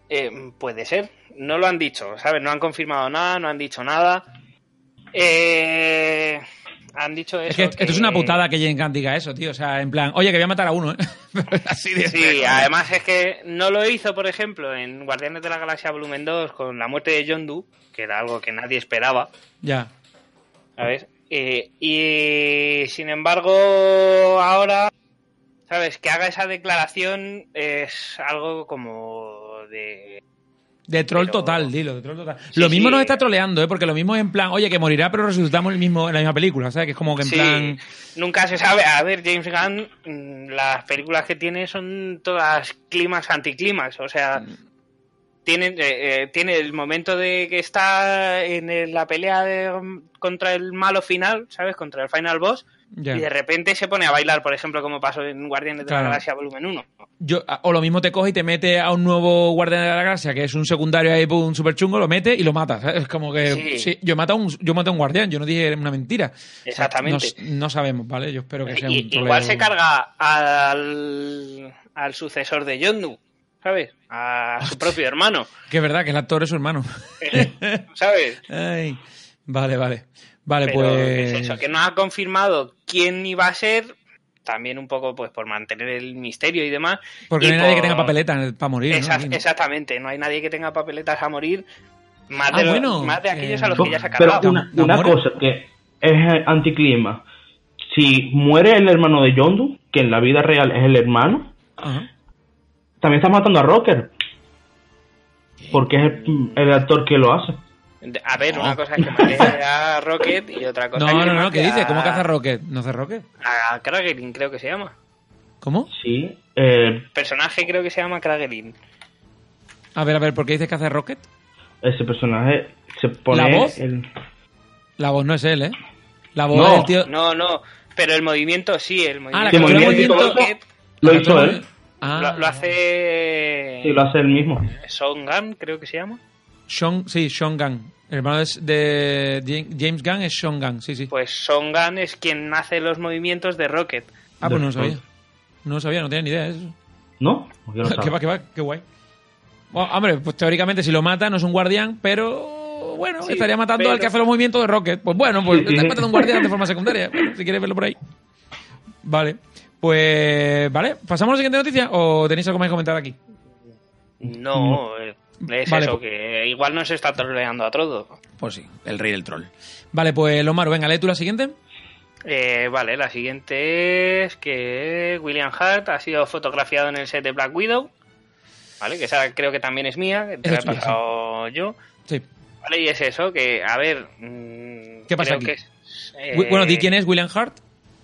Eh, puede ser. No lo han dicho, ¿sabes? No han confirmado nada, no han dicho nada. Eh, han dicho eso. Es que esto que- es una putada que Jane Gunn diga eso, tío. O sea, en plan, oye, que voy a matar a uno, ¿eh? Así de. Sí, además es que no lo hizo, por ejemplo, en Guardianes de la Galaxia Volumen 2 con la muerte de Yondu, que era algo que nadie esperaba, Ya. ¿sabes? Eh, y sin embargo, ahora, ¿sabes? Que haga esa declaración es algo como de. De troll Pero- total, dilo, de troll total. Sí, lo mismo sí. nos está troleando, ¿eh? Porque lo mismo es en plan, oye, que morirá, pero resucitamos el mismo, en la misma película, ¿sabes? Que es como que en Sí, plan. nunca se sabe. A ver, James Gunn, mm, las películas que tiene son todas climas anticlimas. O sea, Mm. tienen, eh, eh, tiene el momento de que está en el- la pelea de- mm, contra el malo final, ¿sabes? Contra el final boss. ya. Y de repente se pone a bailar, por ejemplo, como pasó en Guardianes de Claro. la Galaxia Volumen 1. Yo- a- o lo mismo te coge y te mete a un nuevo guardián de la gracia, que es un secundario ahí, pues, un super chungo, lo mete y lo mata. ¿sabes? Es como que. Sí. sí, yo mato a un, yo mato a un guardián, yo no dije una mentira. Exactamente. O sea, no, no sabemos, ¿vale? Yo espero que sea Y- un troleo. igual se carga al, al sucesor de Yondu, ¿sabes? A su propio hermano, Que es verdad que el actor es su hermano. ¿sabes? Ay, vale, vale. Vale, Pero pues. es eso, que no ha confirmado quién iba a ser, también un poco pues por mantener el misterio y demás. Porque y no hay nadie que por- tenga papeleta para morir. ¿no? Esa- Aquí, ¿no? Exactamente, no hay nadie que tenga papeletas a morir, más, Ah, de, los- bueno, más de aquellos eh, a los que ya se ha Pero cargado. una, Tam- una Tamora. cosa que es anticlima. Si muere el hermano de Yondu, que en la vida real es el hermano, Ajá. también está matando a Rocker. Porque es el, el actor que lo hace. A ver, una cosa es que mate a Rocket y otra cosa Oh. No, es que no, no, mate ¿qué dice? a- ¿Cómo que hace Rocket? ¿No hace Rocket? A Kragelin, creo que se llama. ¿Cómo? Sí. eh, Personaje creo que se llama Kragelin. A ver, a ver, ¿por qué dices que hace Rocket? ese personaje se pone. ¿La voz? el- La voz no es él, ¿eh? La voz No, del tío. No, no, pero el movimiento sí, el movimiento. Ah, la captura de movimiento- Rocket lo La hizo otra- él. Ah, lo, lo hace... Sí, lo hace él mismo. Son Gunn, creo que se llama. Sean, sí, Sean Gunn. El hermano es de Jam- James Gunn es Sean Gunn, sí, sí. Pues Son Gunn es quien hace los movimientos de Rocket. ah, pues no lo sabía. No lo sabía, no tenía ni idea de eso. ¿No? ¿Por qué no qué sabe? va, qué va, qué guay. Bueno, hombre, pues teóricamente si lo mata no es un guardián, pero bueno, Sí, estaría matando pero- al que hace los movimientos de Rocket. Pues bueno, pues Sí, estás sí. matando a un guardián de forma secundaria, bueno, si quieres verlo por ahí. Vale. Pues vale, ¿pasamos a la siguiente noticia o tenéis algo más que comentar aquí? No, eh, es Vale, eso, pues- que igual no se está troleando a todo. Pues sí, el rey del troll. Vale, pues Lomaro, venga, lee tú la siguiente. Eh, vale, la siguiente es que William Hart ha sido fotografiado en el set de Black Widow. Vale, que esa creo que también es mía, que Esa te la he es tuya, sí. pasado yo. Sí. Vale, y es eso, que, a ver. mm, ¿Qué pasa creo aquí? que es, eh, Wi- Bueno, di quién es William Hart.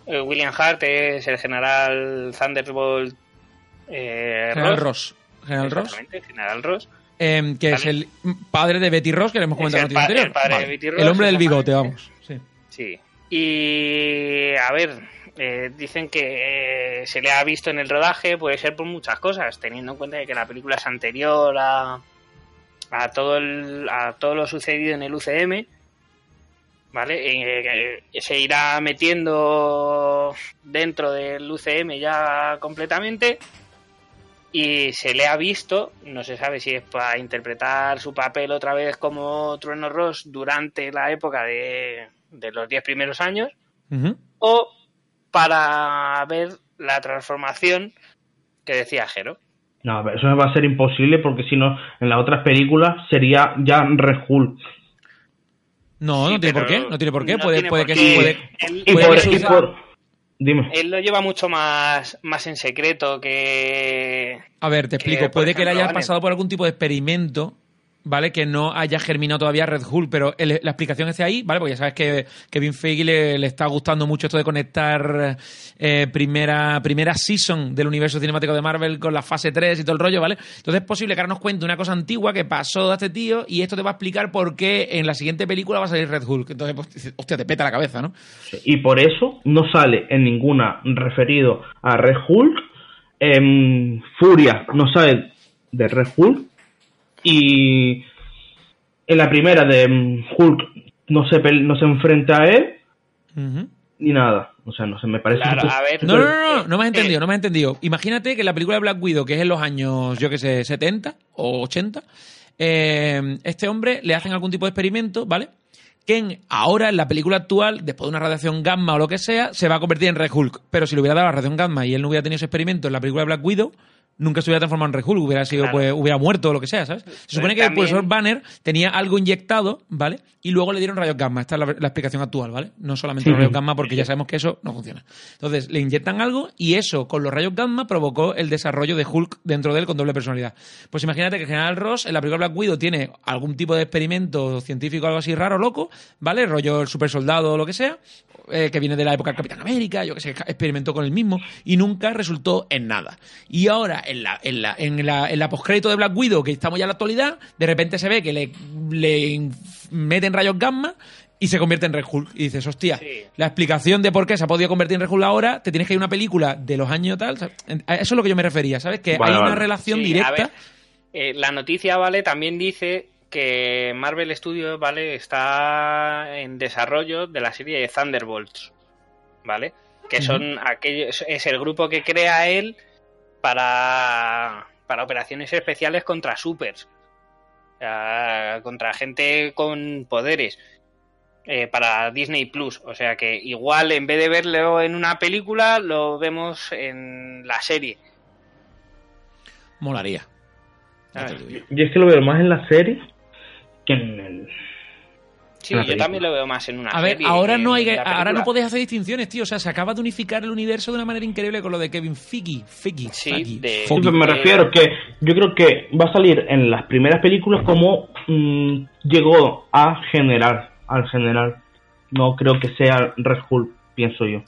eh, William Hart es el general Thunderbolt. eh, General Ross. Ross. General Ross. Exactamente, General Ross. em, que es el padre de Betty Ross, que le hemos Es comentado en el la noticia pa- el anterior. padre de Vale. Betty Ross, El hombre del bigote, exactamente. vamos. Sí. Sí. Y a ver, eh, dicen que eh, se le ha visto en el rodaje, puede ser por muchas cosas, teniendo en cuenta de que la película es anterior a, a todo el, a todo lo sucedido en el UCM. ¿Vale? Eh, eh, se irá metiendo dentro del UCM ya completamente. Y se le ha visto, no se sabe si es para interpretar su papel otra vez como Trueno Ross durante la época de, de los 10 primeros años Ujú. o para ver la transformación que decía Jero. No, pero eso va a ser imposible porque si no, en las otras películas sería ya Rehul. No, Sí, no tiene por pero qué. No tiene por qué. no puede, tiene puede por que qué. sí, puede- Él- Y Puede por, que y suceda- por- Dime. Él lo lleva mucho más, más en secreto que... A ver, te que, explico. por Puede que le ejemplo, haya vale. pasado por algún tipo de experimento ¿vale? Que no haya germinado todavía Red Hulk, pero el- la explicación está ahí, ¿vale? Porque ya sabes que, que Vin Feige le, le está gustando mucho esto de conectar eh, primera, primera season del universo cinemático de Marvel con la fase 3 y todo el rollo, ¿vale? Entonces es posible que ahora nos cuente una cosa antigua que pasó a este tío y esto te va a explicar por qué en la siguiente película va a salir Red Hulk. Entonces, pues, dices, hostia, te peta la cabeza, ¿no? Y por eso no sale en ninguna referido a Red Hulk. Em, Furia no sale de Red Hulk. Y en la primera de em, Hulk no se, pel- no se enfrenta a él Ujú. ni nada. O sea, no se me parece. Claro, que- a ver. No, no, no, Eh, no, no me has entendido, no me has entendido. Imagínate que la película de Black Widow, que es en los años, yo qué sé, 70 o 80, eh, este hombre le hacen algún tipo de experimento, ¿vale? Que en- ahora, en la película actual, después de una radiación gamma o lo que sea, se va a convertir en Red Hulk. Pero si le hubiera dado la radiación gamma y él no hubiera tenido ese experimento en la película de Black Widow, nunca se hubiera transformado en Red Hulk, hubiera, sido, Claro. pues, hubiera muerto o lo que sea, ¿sabes? Se supone que el También- profesor Banner tenía algo inyectado, ¿vale? Y luego le dieron rayos gamma. Esta es la, la explicación actual, ¿vale? No solamente los Sí. rayos gamma, porque ya sabemos que eso no funciona. Entonces, le inyectan algo y eso, con los rayos gamma, provocó el desarrollo de Hulk dentro de él con doble personalidad. Pues imagínate que General Ross en la película Black Widow tiene algún tipo de experimento científico, algo así raro, loco, ¿vale? Rollo el super soldado o lo que sea, eh, que viene de la época del Capitán América, yo que sé, experimentó con el mismo y nunca resultó en nada. Y ahora, en la, en la, en la, en la postcrédito de Black Widow, que estamos ya en la actualidad, de repente se ve que le, le inf- meten rayos gamma y se convierte en Red Hulk. Y dices, hostia, Sí. la explicación de por qué se ha podido convertir en Red Hulk ahora, te tienes que ir a una película de los años tal. ¿sabes? A Eso es lo que yo me refería, ¿sabes? Que Vale, hay una vale. relación Sí, a directa. ver, eh, la noticia, ¿vale? También dice que Marvel Studios, ¿vale? Está en desarrollo de la serie de Thunderbolts, ¿vale? Que son aquellos, es el grupo que crea él para, para operaciones especiales contra supers, o sea, contra gente con poderes. eh, para Disney Plus, o sea que igual en vez de verlo en una película, lo vemos en la serie. Molaría. Ya Ah, te lo digo yo. Yo es que lo veo más en la serie que en el. Sí, Una yo película. también lo veo más en una A ver, serie ahora que no hay en que- la ahora no película. podéis hacer distinciones, tío. O sea, se acaba de unificar el universo de una manera increíble con lo de Kevin Feige. Feige. Sí, Feige, de- Feige. Sí, pero me refiero que yo creo que va a salir en las primeras películas como mm, llegó a general, al general. No creo que sea Red Hulk, pienso yo.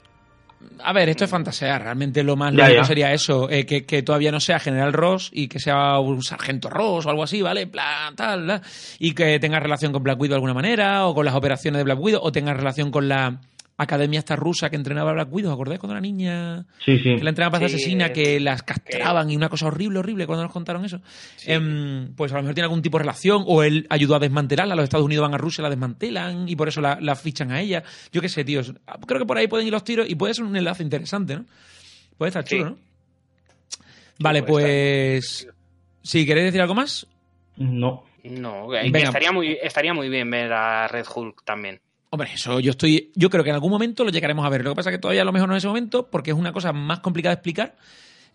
A ver, esto es fantasear. Realmente lo más Ya, lógico ya. sería eso, eh, que, que todavía no sea General Ross y que sea un Sargento Ross o algo así, ¿vale? Plan, tal, bla. Y que tenga relación con Black Widow de alguna manera o con las operaciones de Black Widow o tenga relación con la academia esta rusa que entrenaba a Black Widow. ¿Os ¿Acordáis cuando era niña? Sí, sí. que la entraban para Sí, asesina, eh, que las castraban y una cosa horrible, horrible cuando nos contaron eso. Em, pues a lo mejor tiene algún tipo de relación, o él ayudó a desmantelarla, los Estados Unidos van a Rusia, la desmantelan y por eso la, la fichan a ella. Yo qué sé, tíos. Creo que por ahí pueden ir los tiros y puede ser un enlace interesante, ¿no? Puede estar Sí. chulo, ¿no? Vale, puede pues. Si queréis decir algo más, No. No, eh, que Venga. estaría muy, estaría muy bien ver a Red Hulk también. Hombre, eso yo estoy. Yo creo que en algún momento lo llegaremos a ver. Lo que pasa es que todavía a lo mejor no es ese momento, porque es una cosa más complicada de explicar.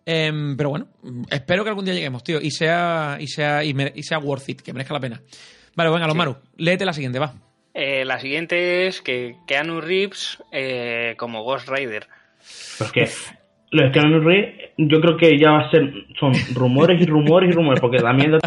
Em, pero bueno, mm, espero que algún día lleguemos, tío. Y sea, y sea, y, mere- y sea worth it, que merezca la pena. Vale, venga, los Maru, léete la siguiente, va. Eh, la siguiente es que Keanu Reeves eh, como Ghost Rider. Porque lo de Keanu Reeves, yo creo que ya va a ser. Son rumores y rumores y rumores. Porque la mierda.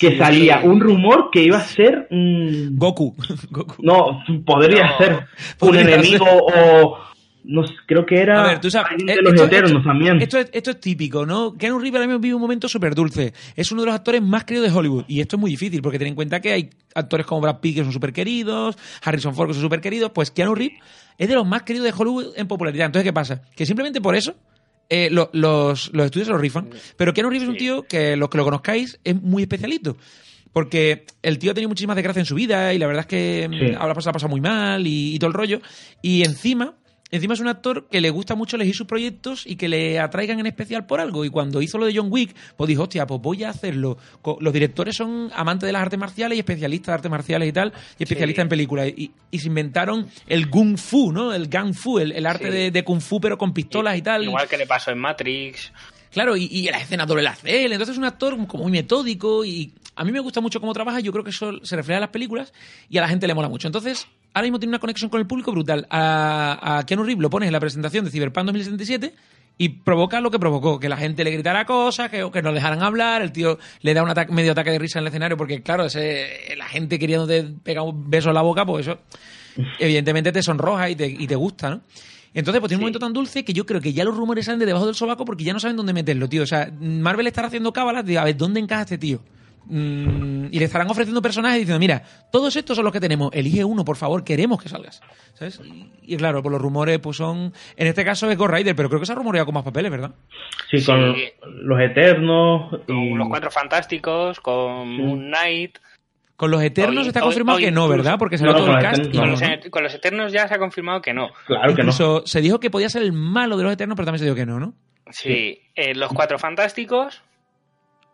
Que salía un rumor que iba a ser. mm, Goku. Goku. no, podría No. ser un Podría enemigo o. No sé, creo que era. A ver, tú sabes. alguien eh, de los esto- eternos esto- también. Esto es, esto es típico, ¿no? Keanu Reeves ahora mismo vive un momento súper dulce. Es uno de los actores más queridos de Hollywood. Y esto es muy difícil, porque ten en cuenta que hay actores como Brad Pitt que son súper queridos, Harrison Ford que son súper queridos. Pues Keanu Reeves es de los más queridos de Hollywood en popularidad. Entonces, ¿qué pasa? Que simplemente por eso. eh, lo- los, los estudios se lo rifan. Pero Keanu Reeves es un tío que los que lo conozcáis es muy especialito. Porque el tío ha tenido muchísimas desgracias en su vida y la verdad es que mm, Sí. ahora pasa- la pasa muy mal y, y todo el rollo. Y encima, encima es un actor que le gusta mucho elegir sus proyectos y que le atraigan en especial por algo. Y cuando hizo lo de John Wick, pues dijo, hostia, pues voy a hacerlo. Co- Los directores son amantes de las artes marciales y especialistas de artes marciales y tal, y especialistas en películas. Y, y se inventaron el Kung Fu, ¿no? El Gang Fu, el, el arte Sí. de, de Kung Fu pero con pistolas y tal. Igual que le pasó en Matrix. Claro, y, y las escenas doble las de él. Entonces es un actor como muy metódico y a mí me gusta mucho cómo trabaja. Yo creo que eso se refleja en las películas y a la gente le mola mucho. Entonces, ahora mismo tiene una conexión con el público brutal. A, a Keanu Reeves lo pones en la presentación de Cyberpunk 2077 y provoca lo que provocó, que la gente le gritara cosas, que, que no dejaran hablar, el tío le da un ataque, medio ataque de risa en el escenario, porque claro, ese, la gente queriéndote pegar un beso en la boca, pues eso evidentemente te sonroja y te, y te gusta, ¿no? Entonces, pues tiene un Sí. momento tan dulce que yo creo que ya los rumores salen de debajo del sobaco porque ya no saben dónde meterlo, tío. O sea, Marvel estará haciendo cábalas de a ver dónde encaja este tío. Mm, y le estarán ofreciendo personajes diciendo, mira, todos estos son los que tenemos, elige uno, por favor, queremos que salgas. ¿Sabes? Y, y claro, pues los rumores pues son. En este caso es Ghost Rider, pero creo que se ha rumoreado con más papeles, ¿verdad? Sí, con Sí. los Eternos. Y... Mm. Con los Cuatro Fantásticos, con Moon Knight. Con los Eternos Hoy- está hoy- confirmado hoy que no, incluso- ¿verdad? Porque No, salió no, todo el con cast. Eternos y no, Con no, los, ¿no? con los Eternos ya se ha confirmado que no. Claro que no. Incluso se dijo que podía ser el malo de los Eternos, pero también se dijo que no, ¿no? Sí, eh, los Cuatro Fantásticos.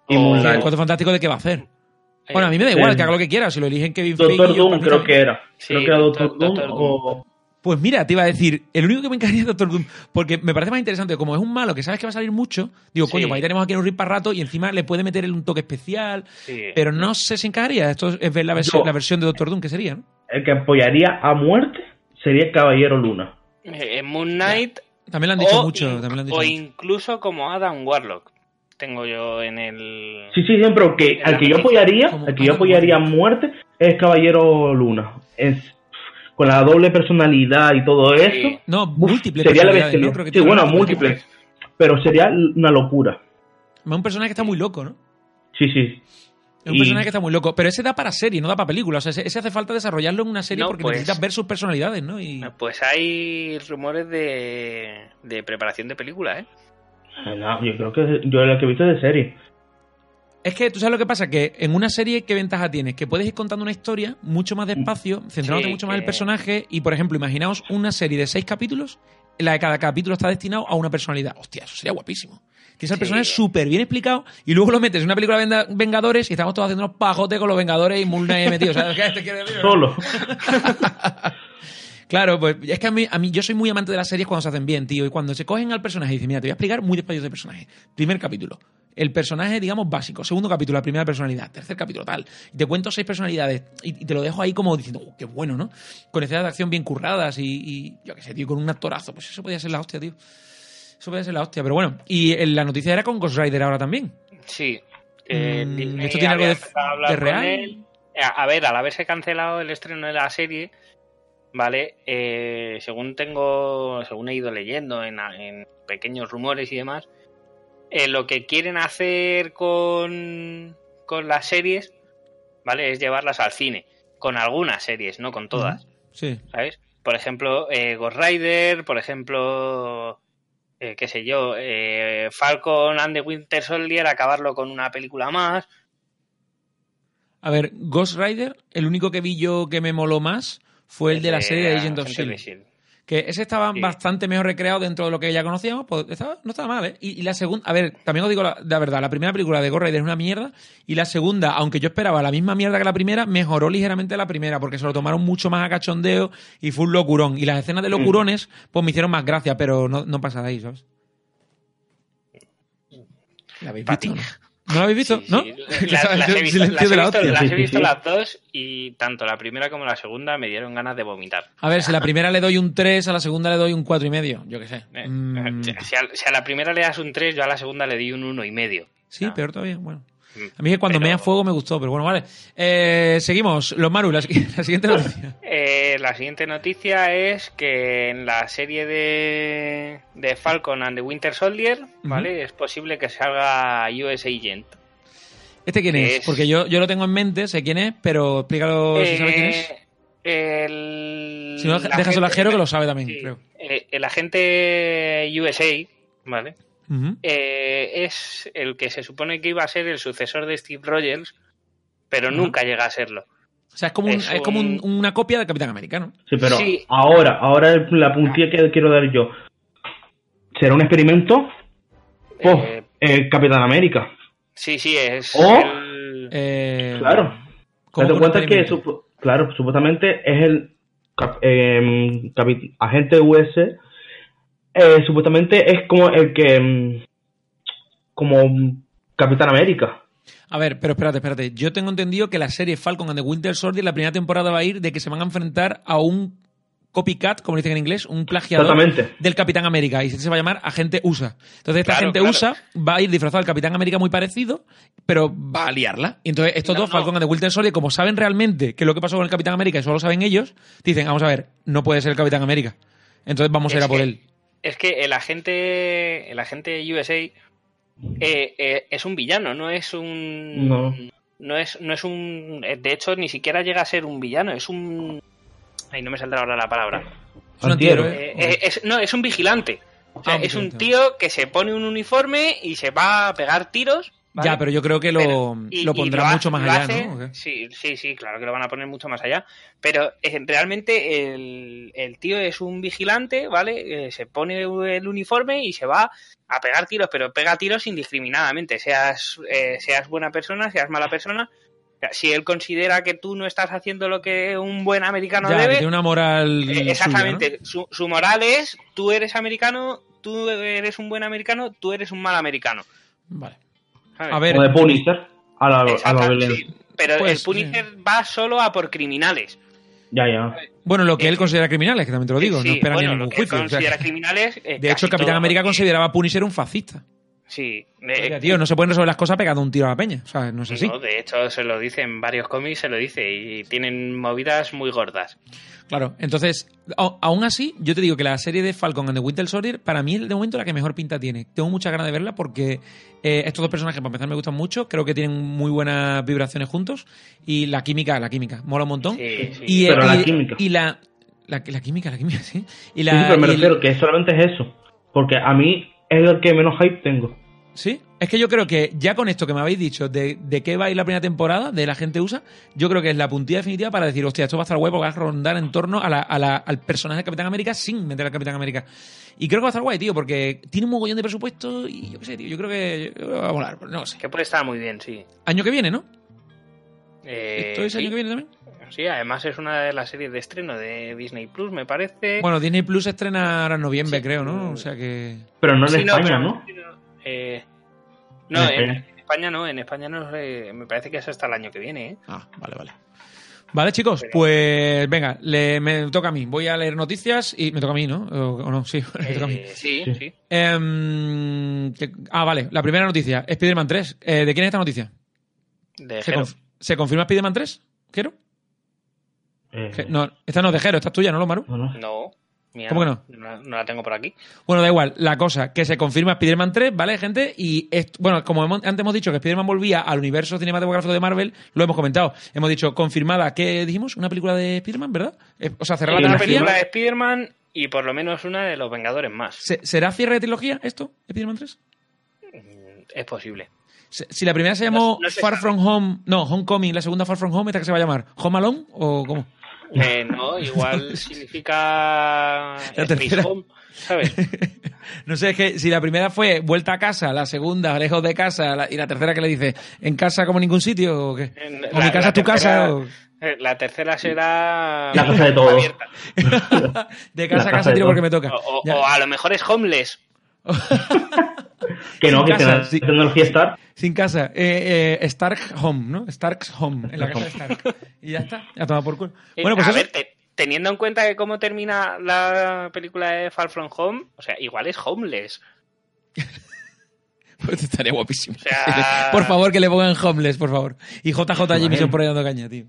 Y o- Moon Y Claro. el cuarto fantástico de qué va a hacer. eh, Bueno, a mí me da igual, Sí. que haga lo que quiera. Si lo eligen Kevin Feige... Doctor yo Doom participo. creo que era. Sí, Creo que era Doctor, Doctor- Doom, Doctor Doom. o... Pues mira, te iba a decir, el único que me encantaría es Doctor Doom, porque me parece más interesante, como es un malo que sabes que va a salir mucho, digo, Sí. coño, pues ahí tenemos aquí un rip para rato y encima le puede meter el- un toque especial, sí. pero no sé si encajaría. Esto es ver la, vers- Yo- la versión de Doctor Doom que sería, ¿no? El que apoyaría a muerte sería Caballero Luna. Eh, Moon Knight. También lo han dicho o mucho, in- también lo han dicho o mucho. incluso como Adam Warlock. Tengo yo en el. Sí, sí, siempre que al que yo apoyaría, Como al que yo Adam apoyaría a Warlock. muerte es Caballero Luna. Es con la doble personalidad y todo eso. No, Uf, múltiples sería la personalidades, bestia. ¿no? Creo que Sí, tiene bueno, una- múltiples. Pero sería una locura. Un personaje que está muy loco, ¿no? Sí, sí. Es un Y- personaje que está muy loco, pero ese da para serie, no da para película. O sea, ese, ese hace falta desarrollarlo en una serie No, porque pues- necesitas ver sus personalidades, ¿no? Y... Pues hay rumores de, de preparación de película, ¿eh? No, yo creo que yo la que he visto es de serie. Es que tú sabes lo que pasa, que en una serie, ¿qué ventaja tienes? Que puedes ir contando una historia mucho más despacio, centrándote Mm, Sí, mucho más en el que- personaje. Y, por ejemplo, imaginaos una serie de seis capítulos, en la de cada capítulo está destinado a una personalidad. Hostia, eso sería guapísimo. Tienes al Sí. personaje súper bien explicado y luego lo metes en una película de Vengadores y estamos todos haciendo unos pajotes con los Vengadores y Moon Knight metidos. ¿Sabes qué te quiero decir? Solo. Claro, pues es que a mí, a mí yo soy muy amante de las series cuando se hacen bien, tío. Y cuando se cogen al personaje y dicen, mira, te voy a explicar muy despacio ese personaje. Primer capítulo. El personaje, digamos, básico. Segundo capítulo, la primera personalidad. Tercer capítulo, tal. Y te cuento seis personalidades y, y te lo dejo ahí como diciendo, "Oh, qué bueno, ¿no? Con escenas de acción bien curradas y, y yo qué sé, tío, con un actorazo. Pues eso podía ser la hostia, tío. Eso podía ser la hostia. Pero bueno, y eh, la noticia era con Ghost Rider ahora también. Sí. Eh, Mm, Disney ¿esto tiene algo había de- empezado a hablar de con real? él. Eh, A, a ver, al haberse cancelado el estreno de la serie, ¿vale? Eh, según tengo, según he ido leyendo en, a- en pequeños rumores y demás, eh, lo que quieren hacer con, con las series, ¿vale? Es llevarlas al cine. Con algunas series, no con todas. Sí. ¿sabes? Por ejemplo, eh, Ghost Rider, por ejemplo, eh, qué sé yo, eh, Falcon and the Winter Soldier, acabarlo con una película más. A ver, Ghost Rider, el único que vi yo que me moló más fue el de Eh, la serie de Agent of Agente Shield. de S.H.I.E.L.D.. Que ese estaba Sí. bastante mejor recreado dentro de lo que ya conocíamos, pues estaba- no estaba mal, ¿eh? Y, y la segunda, a ver, también os digo la, la verdad, la primera película de Ghost Rider es una mierda, y la segunda, aunque yo esperaba la misma mierda que la primera, mejoró ligeramente la primera, porque se lo tomaron mucho más a cachondeo y fue un locurón. Y las escenas Mm. de locurones, pues me hicieron más gracia, pero no, no pasa de ahí, ¿sabes? ¿La habéis Pati. visto? o ¿No, ¿No la habéis visto? Sí, sí, ¿no? la- Que sabes, Las he yo- visto- silencio las he de la visto- hostia. las Sí, he sí, visto sí. las dos y tanto la primera como la segunda me dieron ganas de vomitar. A ver, si la primera le doy un 3, a la segunda le doy un 4,5, y medio, yo qué sé. Eh, Mm. Si, a, si a la primera le das un 3, yo a la segunda le di un uno y medio. Sí, Ah. peor todavía. Bueno. Mm. A mí es que cuando Pero- mea fuego me gustó, pero bueno, vale. Eh, seguimos. Los Maru, la, si- la siguiente noticia. Eh, la siguiente noticia es que en la serie de, de Falcon and the Winter Soldier, ¿vale? Es posible que salga US Agent. ¿Este quién es? Es- Porque yo, yo lo tengo en mente, sé quién es, pero explícalo si sabes quién es. Eh, el- Si no, la dejas el gente- ajero que lo sabe también, sí, creo. eh, el agente USA, ¿vale? Ujú. Eh, es el que se supone que iba a ser el sucesor de Steve Rogers, pero Ajá. nunca llega a serlo. O sea, es como, un- es es como un- un- una copia de Capitán Americano. Sí, pero Sí. ahora, ahora la puntilla que quiero dar yo. ¿Será un experimento? Oh, Eh, eh, Capitán América. sí, sí, es. Oh. el- Eh, Claro. como Date un cuenta que, experimento. supo- claro, supuestamente es el cap- em, capi- agente US. eh, supuestamente es como el que. em, como mm, Capitán América. A ver, pero espérate, espérate. Yo tengo entendido que la serie Falcon and the Winter Soldier, la primera temporada va a ir de que se van a enfrentar a un copycat, como dicen en inglés, un plagiador Exactamente. del Capitán América. Y se va a llamar Agente USA. Entonces, esta Claro, gente claro. USA va a ir disfrazado al Capitán América muy parecido, pero va a liarla. Y entonces, estos No, dos, no. Falcon and the Winter Soldier, como saben realmente que lo que pasó con el Capitán América y solo lo saben ellos, dicen, vamos a ver, no puede ser el Capitán América. Entonces, vamos a ir Es a por que- él. Es que el agente, el agente USA eh, eh, es un villano, no es un. No. no es, no es un. eh, De hecho, ni siquiera llega a ser un villano, es un. Ay, no me saldrá ahora la palabra. Es un Antihéroe. antihéroe. Eh, eh, es- no, es un vigilante. O sea, Ah, un es un vigilante. tío que se pone un uniforme y se va a pegar tiros. ¿vale? Ya, pero yo creo que lo, Pero- y- lo y pondrá ha- mucho más lo allá, hace- ¿no? ¿O qué? Sí, sí, sí, claro que lo van a poner mucho más allá. Pero eh, realmente el, el tío es un vigilante, ¿vale? Eh, se pone el uniforme y se va a pegar tiros, pero pega tiros indiscriminadamente. Seas, eh, seas buena persona, seas mala persona. O sea, Si él considera que tú no estás haciendo lo que un buen americano Ya, que debe, tiene una moral. eh, suya, ¿no? Exactamente. su, su moral es, tú eres americano, tú eres un buen americano, tú eres un mal americano. Vale. ¿sabes? A ver. Como de Punisher a la, a la Exacta- violencia. Eh, sí, pero Pues, el Punisher va solo a por criminales. Ya, ya. Bueno, lo que él considera criminales, que también te lo digo, eh, Sí, no espera bueno, ni lo ningún que juicio. o sea, considera criminales. eh, de hecho, casi el Capitán todo- América consideraba a Punisher un fascista. Sí, O eh, sea, tío, no se pueden resolver las cosas pegando un tiro a la peña. O sea, no es así. no, de hecho, se lo dice en varios cómics, se lo dice, y tienen movidas muy gordas. Claro, entonces, a- aún así, yo te digo que la serie de Falcon and the Winter Soldier, para mí, de momento, la que mejor pinta tiene. Tengo muchas ganas de verla porque eh, estos dos personajes, para empezar, me gustan mucho. Creo que tienen muy buenas vibraciones juntos. Y la química, la química, mola un montón. Sí, sí. Y, eh, Pero la y- química. y la, la, la química, la química, sí. Y Sí, sí, la, pero me y el- refiero que solamente es eso. Porque a mí es el que menos hype tengo. Sí, es que yo creo que ya con esto que me habéis dicho de, de qué va a ir la primera temporada de la gente USA, yo creo que es la puntilla definitiva para decir, hostia, esto va a estar guay porque va a rondar en torno a la- a la- al personaje de Capitán América sin meter al Capitán América. Y creo que va a estar guay, tío, porque tiene un mogollón de presupuesto y yo qué sé, tío, yo creo que, yo creo que va a volar, no lo sé. Que puede estar muy bien, sí. Año que viene, ¿no? Eh, ¿Esto es sí, año que viene también? sí, además es una de las series de estreno de Disney Plus, me parece. Bueno, Disney Plus se estrena ahora en noviembre, Sí. creo, ¿no? O sea que... Pero no en Sí, España, pero- ¿no? Eh, no, En en, España. en España no, en España no, eh, me parece que es hasta el año que viene. ¿eh? Ah, vale, vale. Vale, chicos, pues venga, le, me toca a mí. Voy a leer noticias y me toca a mí, ¿no? O, o no, sí, me toca a mí. Eh, sí, Sí. sí, Em, que- ah, vale, la primera noticia, Spider-Man 3. Eh, ¿De quién es esta noticia? De ¿Se, Hero. conf- se confirma Spider-Man 3? ¿Quiero? Eh, No, esta no es de Jero, esta es tuya, ¿no, Lomaru? no, no. No. mira, ¿Cómo que no? la- no la tengo por aquí. Bueno, da igual, la cosa, que se confirma Spider-Man 3, ¿vale, gente? Y, est- bueno, como hemos- antes hemos dicho que Spider-Man volvía al universo cinematográfico de Marvel, lo hemos comentado. Hemos dicho, confirmada, ¿qué dijimos? Una película de Spider-Man, ¿verdad? Eh, o sea, cerrar Y la una trilogía. película de Spider-Man y por lo menos una de los Vengadores más. ¿Se- ¿Será cierre de trilogía esto, Spider-Man 3? Mm, Es posible. Se- Si la primera se llamó No- no se Far sabe. From Home, no, Homecoming, la segunda Far From Home, ¿esta que se va a llamar? ¿Home Alone o cómo? Eh, no, igual significa Space tercera. Home, ¿sabes? No sé, es que si la primera fue vuelta a casa, la segunda lejos de casa la- y la tercera que le dice en casa como ningún sitio o qué. En- O mi la- casa la es tu casa. tercera- o- Eh, La tercera será La casa de todos. abierta. De casa a casa casa de tiro todo. porque me toca. O, o- Ya. o a lo mejor es homeless. Que no, en que casa, la sí. tecnología Star. Sin casa. Eh, eh, Stark Home, ¿no? Stark's Home, en la casa de Stark. Y ya está, ya tomado por culo. Eh, Bueno, pues a eso. ver, te- teniendo en cuenta que cómo termina la película de Far From Home, o sea, igual es homeless. Pues estaría guapísimo. sea- Por favor, que le pongan Homeless, por favor. Y JJ Jameson Imagínate. por ahí dando caña, tío.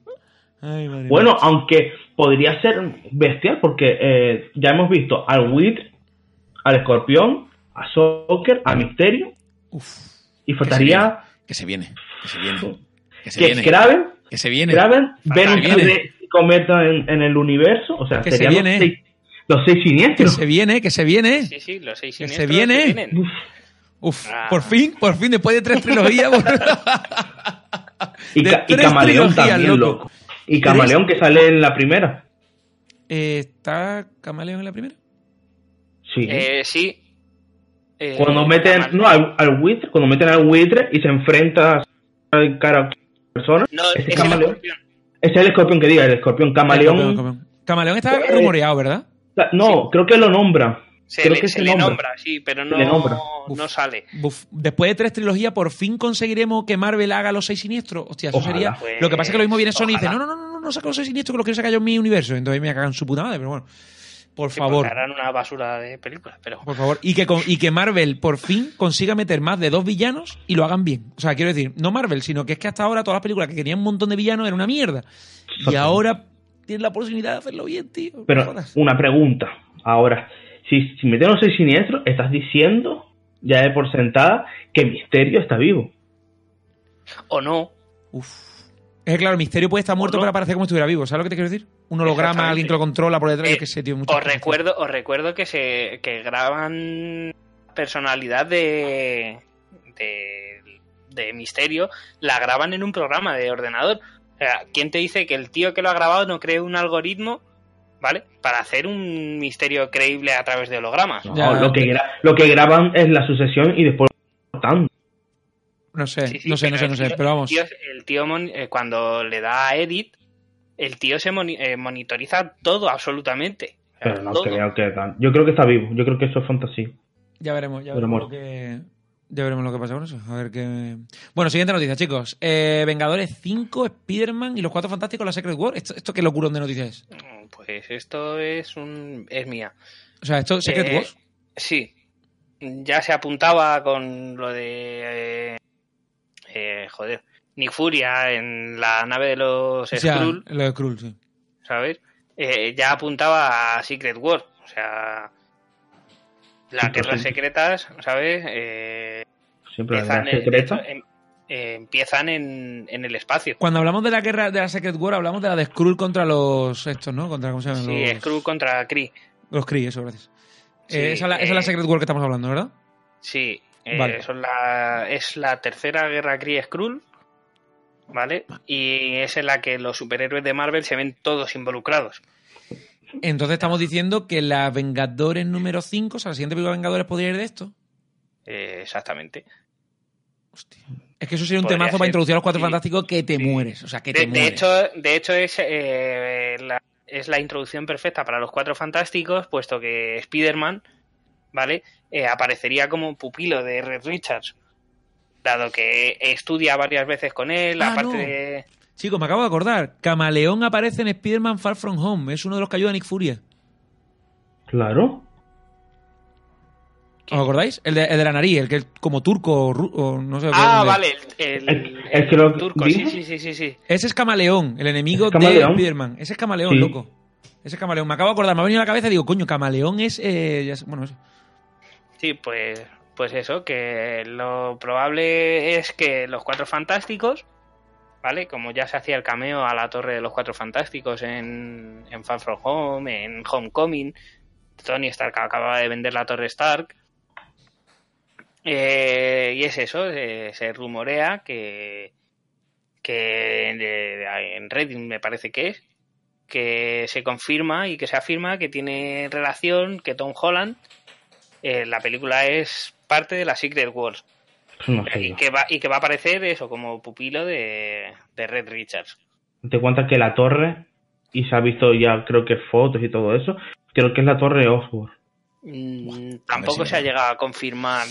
Ay, madre Bueno, mía. aunque podría ser bestial, porque eh, ya hemos visto al Wit, al Escorpión, a Soccer, a Misterio, Uf, y faltaría Que se viene, que se viene. Que se que viene. Kraven, Que se viene. Kraven, Falta Venom que viene. se cometa en, en el universo. O sea, Que se serían los viene. seis- los seis que siniestros. se viene, que se viene. Sí, sí, los seis Que se siniestros viene. que vienen. Uf, Ah. por fin, por fin, después de tres trilogías. Y, de ca- y tres Camaleón trilogías, también, loco. loco. Y Camaleón que sale en la primera. Eh, ¿Está Camaleón en la primera? Sí. Eh, sí. Eh, cuando meten Camaleón. no, al, al buitre, cuando meten al buitre y se enfrenta al cara a persona, No, es, es el camaleón. escorpión. Ese es el escorpión que diga, el escorpión camaleón. Pues, Camaleón, Camaleón. Camaleón está rumoreado, ¿verdad? No, creo que lo nombra. Se creo le, que se le nombra, sí, pero no, le nombra. no Uf. sale. Buf, después de tres trilogías, por fin conseguiremos que Marvel haga los seis siniestros. Hostia, eso Ojalá. sería. Pues, lo que pasa es que lo mismo viene Sony y dice: ojalá. No, no, no, no, no saca los seis siniestros que los quiero sacar yo en mi universo. Entonces me cagan su puta madre, pero bueno. Por Sí, favor. pues, porque harán una basura de películas, pero Por favor. Y que, con- y que Marvel por fin consiga meter más de dos villanos y lo hagan bien. O sea, quiero decir, no Marvel, sino que es que hasta ahora todas las películas que tenían un montón de villanos eran una mierda. Y ahora tienen la oportunidad de hacerlo bien, tío. No Pero jodas. una pregunta. Ahora, si, si metieron seis siniestros, estás diciendo, ya de por sentada, que Misterio está vivo. o no. Uf. Es que, claro, el misterio puede estar muerto, no. pero aparece como si estuviera vivo. ¿Sabes lo que te quiero decir? Un holograma, Exactamente. alguien que lo controla por detrás, Eh, yo qué sé, tío. muchas Os cosas. recuerdo, os recuerdo que se que graban personalidad de, de de misterio, la graban en un programa de ordenador. O sea, ¿quién te dice que el tío que lo ha grabado no cree un algoritmo, ¿vale? Para hacer un misterio creíble a través de hologramas. No, Ya. lo, que gra- lo que graban es la sucesión y después lo cortan. No sé, Sí, sí, no sé, pero no sé, el no sé. tío- Pero vamos. tío- el tío, mon- eh, cuando le da a edit, el tío se moni- eh, monitoriza todo absolutamente. O sea, Pero no todo. creo que tan- Yo creo que está vivo. Yo creo que eso es fantasía. Ya veremos, ya Pero veremos lo muerto. que. Ya veremos lo que pasa con eso. A ver qué. Bueno, siguiente noticia, chicos. Eh, Vengadores 5, Spider-Man y los Cuatro Fantásticos, la Secret War. ¿Esto, esto qué locurón de noticias es? Mm, Pues esto es un es mía. O sea, esto, Secret Eh, War. Sí. Ya se apuntaba con lo de eh, eh, joder, Nick Furia en la nave de los O sea, Skrull, lo de Skrull, sí. ¿sabes? Eh, ya apuntaba a Secret War, o sea, las guerras 100%. secretas, ¿sabes? Eh, Siempre la empiezan, verdad en, secreta. en- eh, empiezan en, en el espacio. Cuando hablamos de la guerra de la Secret War, hablamos de la de Skrull contra los. Estos, ¿no? Contra, ¿cómo se llaman? Sí, los, Skrull contra Kree. Los Kree, eso, gracias. Sí, Eh, esa, es la, esa es la eh, Secret War que estamos hablando, ¿verdad? Sí, eh, Vale. son la- es la tercera guerra Kree-Skrull, ¿vale? Y es en la que los superhéroes de Marvel se ven todos involucrados. Entonces estamos diciendo que la Vengadores número 5, o sea, la siguiente película de Vengadores podría ir de esto. Eh, exactamente. Es que eso sería un Podría temazo para ser. introducir a los Cuatro Sí, Fantásticos que te sí. mueres. O sea, que te De, de mueres. hecho, de hecho es, eh, la, es la introducción perfecta para los Cuatro Fantásticos, puesto que Spider-Man, ¿vale? Eh, aparecería como pupilo de Red Richards, dado que estudia varias veces con él, Ah, aparte no. de... Chicos, me acabo de acordar. Camaleón aparece en Spider-Man Far From Home. Es uno de los que ayuda a Nick Furia. Claro. ¿Os acordáis? El de, el de la nariz, el que es como turco o, ru- o no sé. Ah, dónde. vale, el, el- Es- es que lo el turco, sí, dijo. sí, sí, sí, sí. Ese es Camaleón, el enemigo ¿Ese es Camaleón? de Spider-Man. Ese es Camaleón, Sí. loco. Ese es Camaleón. Me acabo de acordar. Me ha venido a la cabeza y digo, coño, Camaleón es... eh, ya sé- bueno, eso. Sí, pues, pues eso, que lo probable es que los Cuatro Fantásticos, ¿vale? Como ya se hacía el cameo a la torre de los Cuatro Fantásticos en, en Far From Home, en Homecoming, Tony Stark acababa de vender la torre Stark. Eh, y es eso, eh, se rumorea que, que en- en Reddit me parece que es, que se confirma y que se afirma que tiene relación que Tom Holland eh, la película es parte de la Secret Wars Pues no sé y yo. que va y que va a aparecer eso como pupilo de, de Red Richards Te cuentas que la torre, y se ha visto ya, creo que fotos y todo eso, creo que es la torre Osborn. Mm, a tampoco ver si se ha llegado a confirmar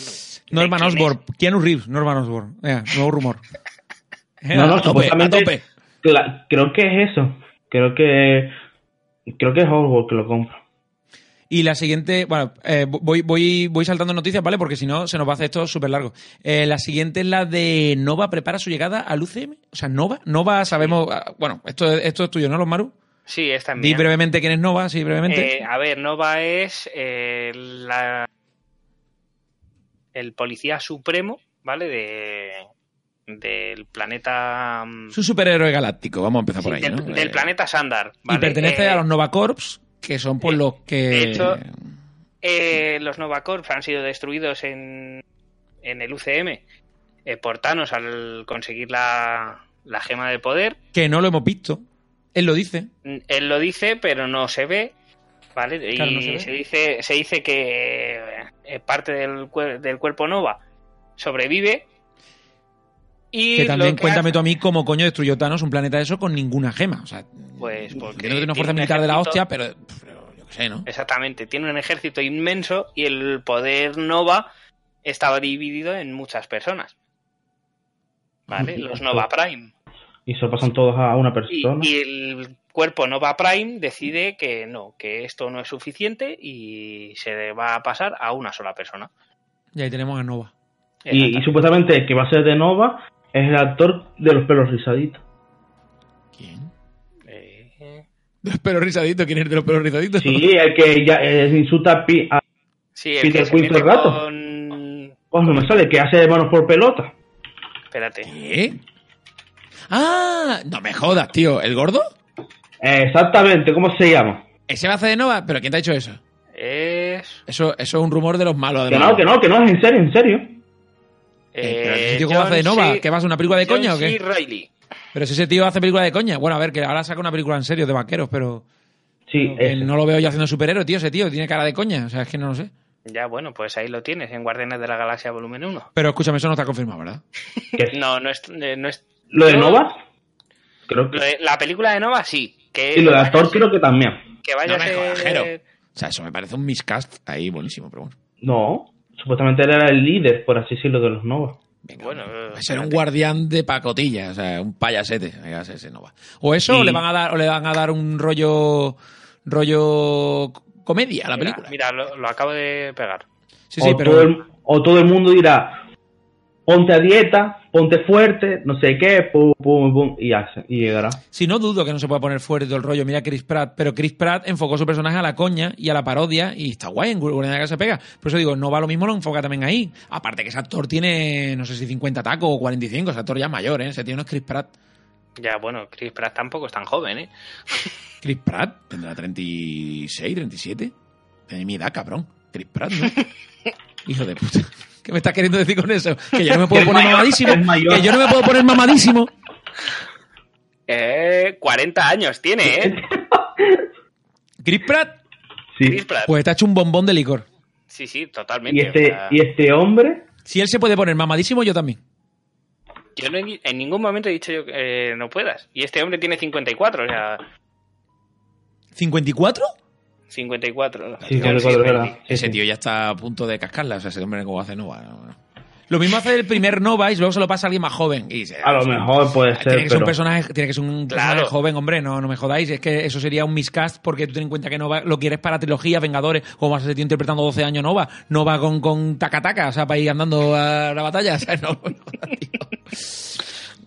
Norman quién es. Osborn. Keanu Reeves, Norman Osborn. Venga, nuevo rumor. No, no, A tope, a supuestamente- tope. Cla- creo que es eso. Creo que. Creo que es Osborn que lo compra. Y la siguiente, bueno, eh, voy, voy, voy saltando noticias, ¿vale? Porque si no, se nos va a hacer esto súper largo. Eh, la siguiente es la de Nova prepara su llegada al UCM. O sea, Nova, Nova sabemos, ah, bueno, esto, esto es tuyo, ¿no, los Maru? sí esta es Di mía. brevemente quién es Nova, sí, brevemente. Eh, a ver Nova es eh, la el policía supremo vale de del planeta mm, es un superhéroe galáctico, vamos a empezar Está sí, por ahí, del, ¿no? del Eh, planeta Sandar Y pertenece Eh, a los Nova Corps, que son por eh, los que... de hecho- Eh, los Nova Corps han sido destruidos en, en el UCM eh, por Thanos al conseguir la, la gema de poder. que no lo hemos visto. Él lo dice. Mm, Él lo dice, pero no se ve. ¿Vale? Claro, y no se ve. se, dice, se dice que eh, parte del, cuer- del cuerpo Nova sobrevive. Y Que también lo que cuéntame hace- tú a mí cómo coño destruyó Thanos un planeta de eso con ninguna gema. O sea, Pues entiendo porque que tiene una tiene fuerza un militar de la ejército- hostia, pero, pero yo qué sé, ¿no? Exactamente, tiene un ejército inmenso y el poder Nova estaba dividido en muchas personas. ¿Vale? Los Nova Prime. Y se lo pasan todos a una Y, persona. y el cuerpo Nova Prime decide que no, que esto no es suficiente y se va a pasar a una sola persona. Y ahí tenemos a Nova. Y, y supuestamente el que va a ser de Nova es el actor de los pelos rizaditos. ¿Quién? Eh, De los pelos rizaditos. ¿Quién es el de los pelos rizaditos? Sí, el que ya eh, insulta a, Pi- a- sí, el Peter que se Quill mete todo el rato. con... oh, no me sale, que hace manos por pelota. Espérate. ¿Eh? ¿Qué? ¡Ah! No me jodas, tío. ¿El gordo? Eh, exactamente, ¿cómo se llama? ¿Ese va a hacer de Nova? ¿Pero quién te ha hecho eso? Es... Eso, eso es un rumor de los malos, Que además. no, que no, que no, es en serio, en serio. Eh, pero eh, ese tío cómo John hace de Nova, C. ¿qué va a ser una película de John coña o qué? C. Reilly. Pero si ese tío hace película de coña, bueno, a ver, que ahora saca una película en serio de vaqueros, pero Sí, que ese. no lo veo yo haciendo superhéroe, tío, ese tío tiene cara de coña, o sea, es que no lo sé. Ya, bueno, pues ahí lo tienes, en Guardianes de la Galaxia Volumen 1. Pero escúchame, eso no está confirmado, ¿verdad? Que- No, no es... eh, No es ¿Lo de no, Nova? Creo lo que. de- la película de Nova Eh, sí. Que Y lo de vaya a actor ser- creo que también. que vaya No me a jodas, ser... Jero. O sea, eso me parece un miscast ahí buenísimo, pero bueno. No, supuestamente él era el líder, por así decirlo, de los Nova. Venga, Bueno, hombre. va a ser espérate. un guardián de pacotilla, o sea, un payasete. Ahí va a ser ese Nova. O eso, Sí. o le van a dar, o le van a dar un rollo rollo comedia a la Mira, película. Mira, lo, lo acabo de pegar. Sí, sí, o, pero todo el, o todo el mundo dirá, ponte a dieta, ponte fuerte, no sé qué, pum, pum, pum, y, hace, y llegará. si no dudo que no se pueda poner fuerte todo el rollo, mira a Chris Pratt, pero Chris Pratt enfocó su personaje a la coña y a la parodia y está guay en Guardianes de la Casa Pega. Por eso digo, no va lo mismo, lo enfoca también ahí. Aparte que ese actor tiene, no sé si 50 tacos o 45, ese actor ya es mayor, ¿eh? Ese tío no es Chris Pratt. Ya, bueno, Chris Pratt tampoco es tan joven, ¿eh? Chris Pratt tendrá 36, 37. Tiene mi edad, cabrón. Chris Pratt, ¿no? Hijo de puta. ¿Qué me estás queriendo decir con eso? Que yo no me puedo Es poner mayor, mamadísimo. es mayor. Que yo no me puedo poner mamadísimo. Eh, 40 años tiene, ¿eh? Chris Pratt, Sí. Chris Pratt. pues te ha hecho un bombón de licor. Sí, sí, totalmente. Y o este, sea, y este hombre, Si él se puede poner mamadísimo, yo también. Yo no he- en ningún momento he dicho yo que eh, no puedas. Y este hombre tiene 54, o sea, ¿54? 54. Sí, John C. 54 Reilly. era. Sí, Ese sí. tío ya está a punto de cascarla. O sea, ese hombre como hace Nova. no, no. Lo mismo hace el primer Nova y luego se lo pasa a alguien más joven. Y se- a lo mejor puede ser, tiene que ser pero un personaje, tiene que ser un personaje Claro. joven, hombre, no, no me jodáis. Es que eso sería un miscast porque tú ten en cuenta que Nova lo quieres para trilogía, Vengadores, como vas a ser tío interpretando 12 años Nova. Nova con, con taca-taca, o sea, para ir andando a la batalla.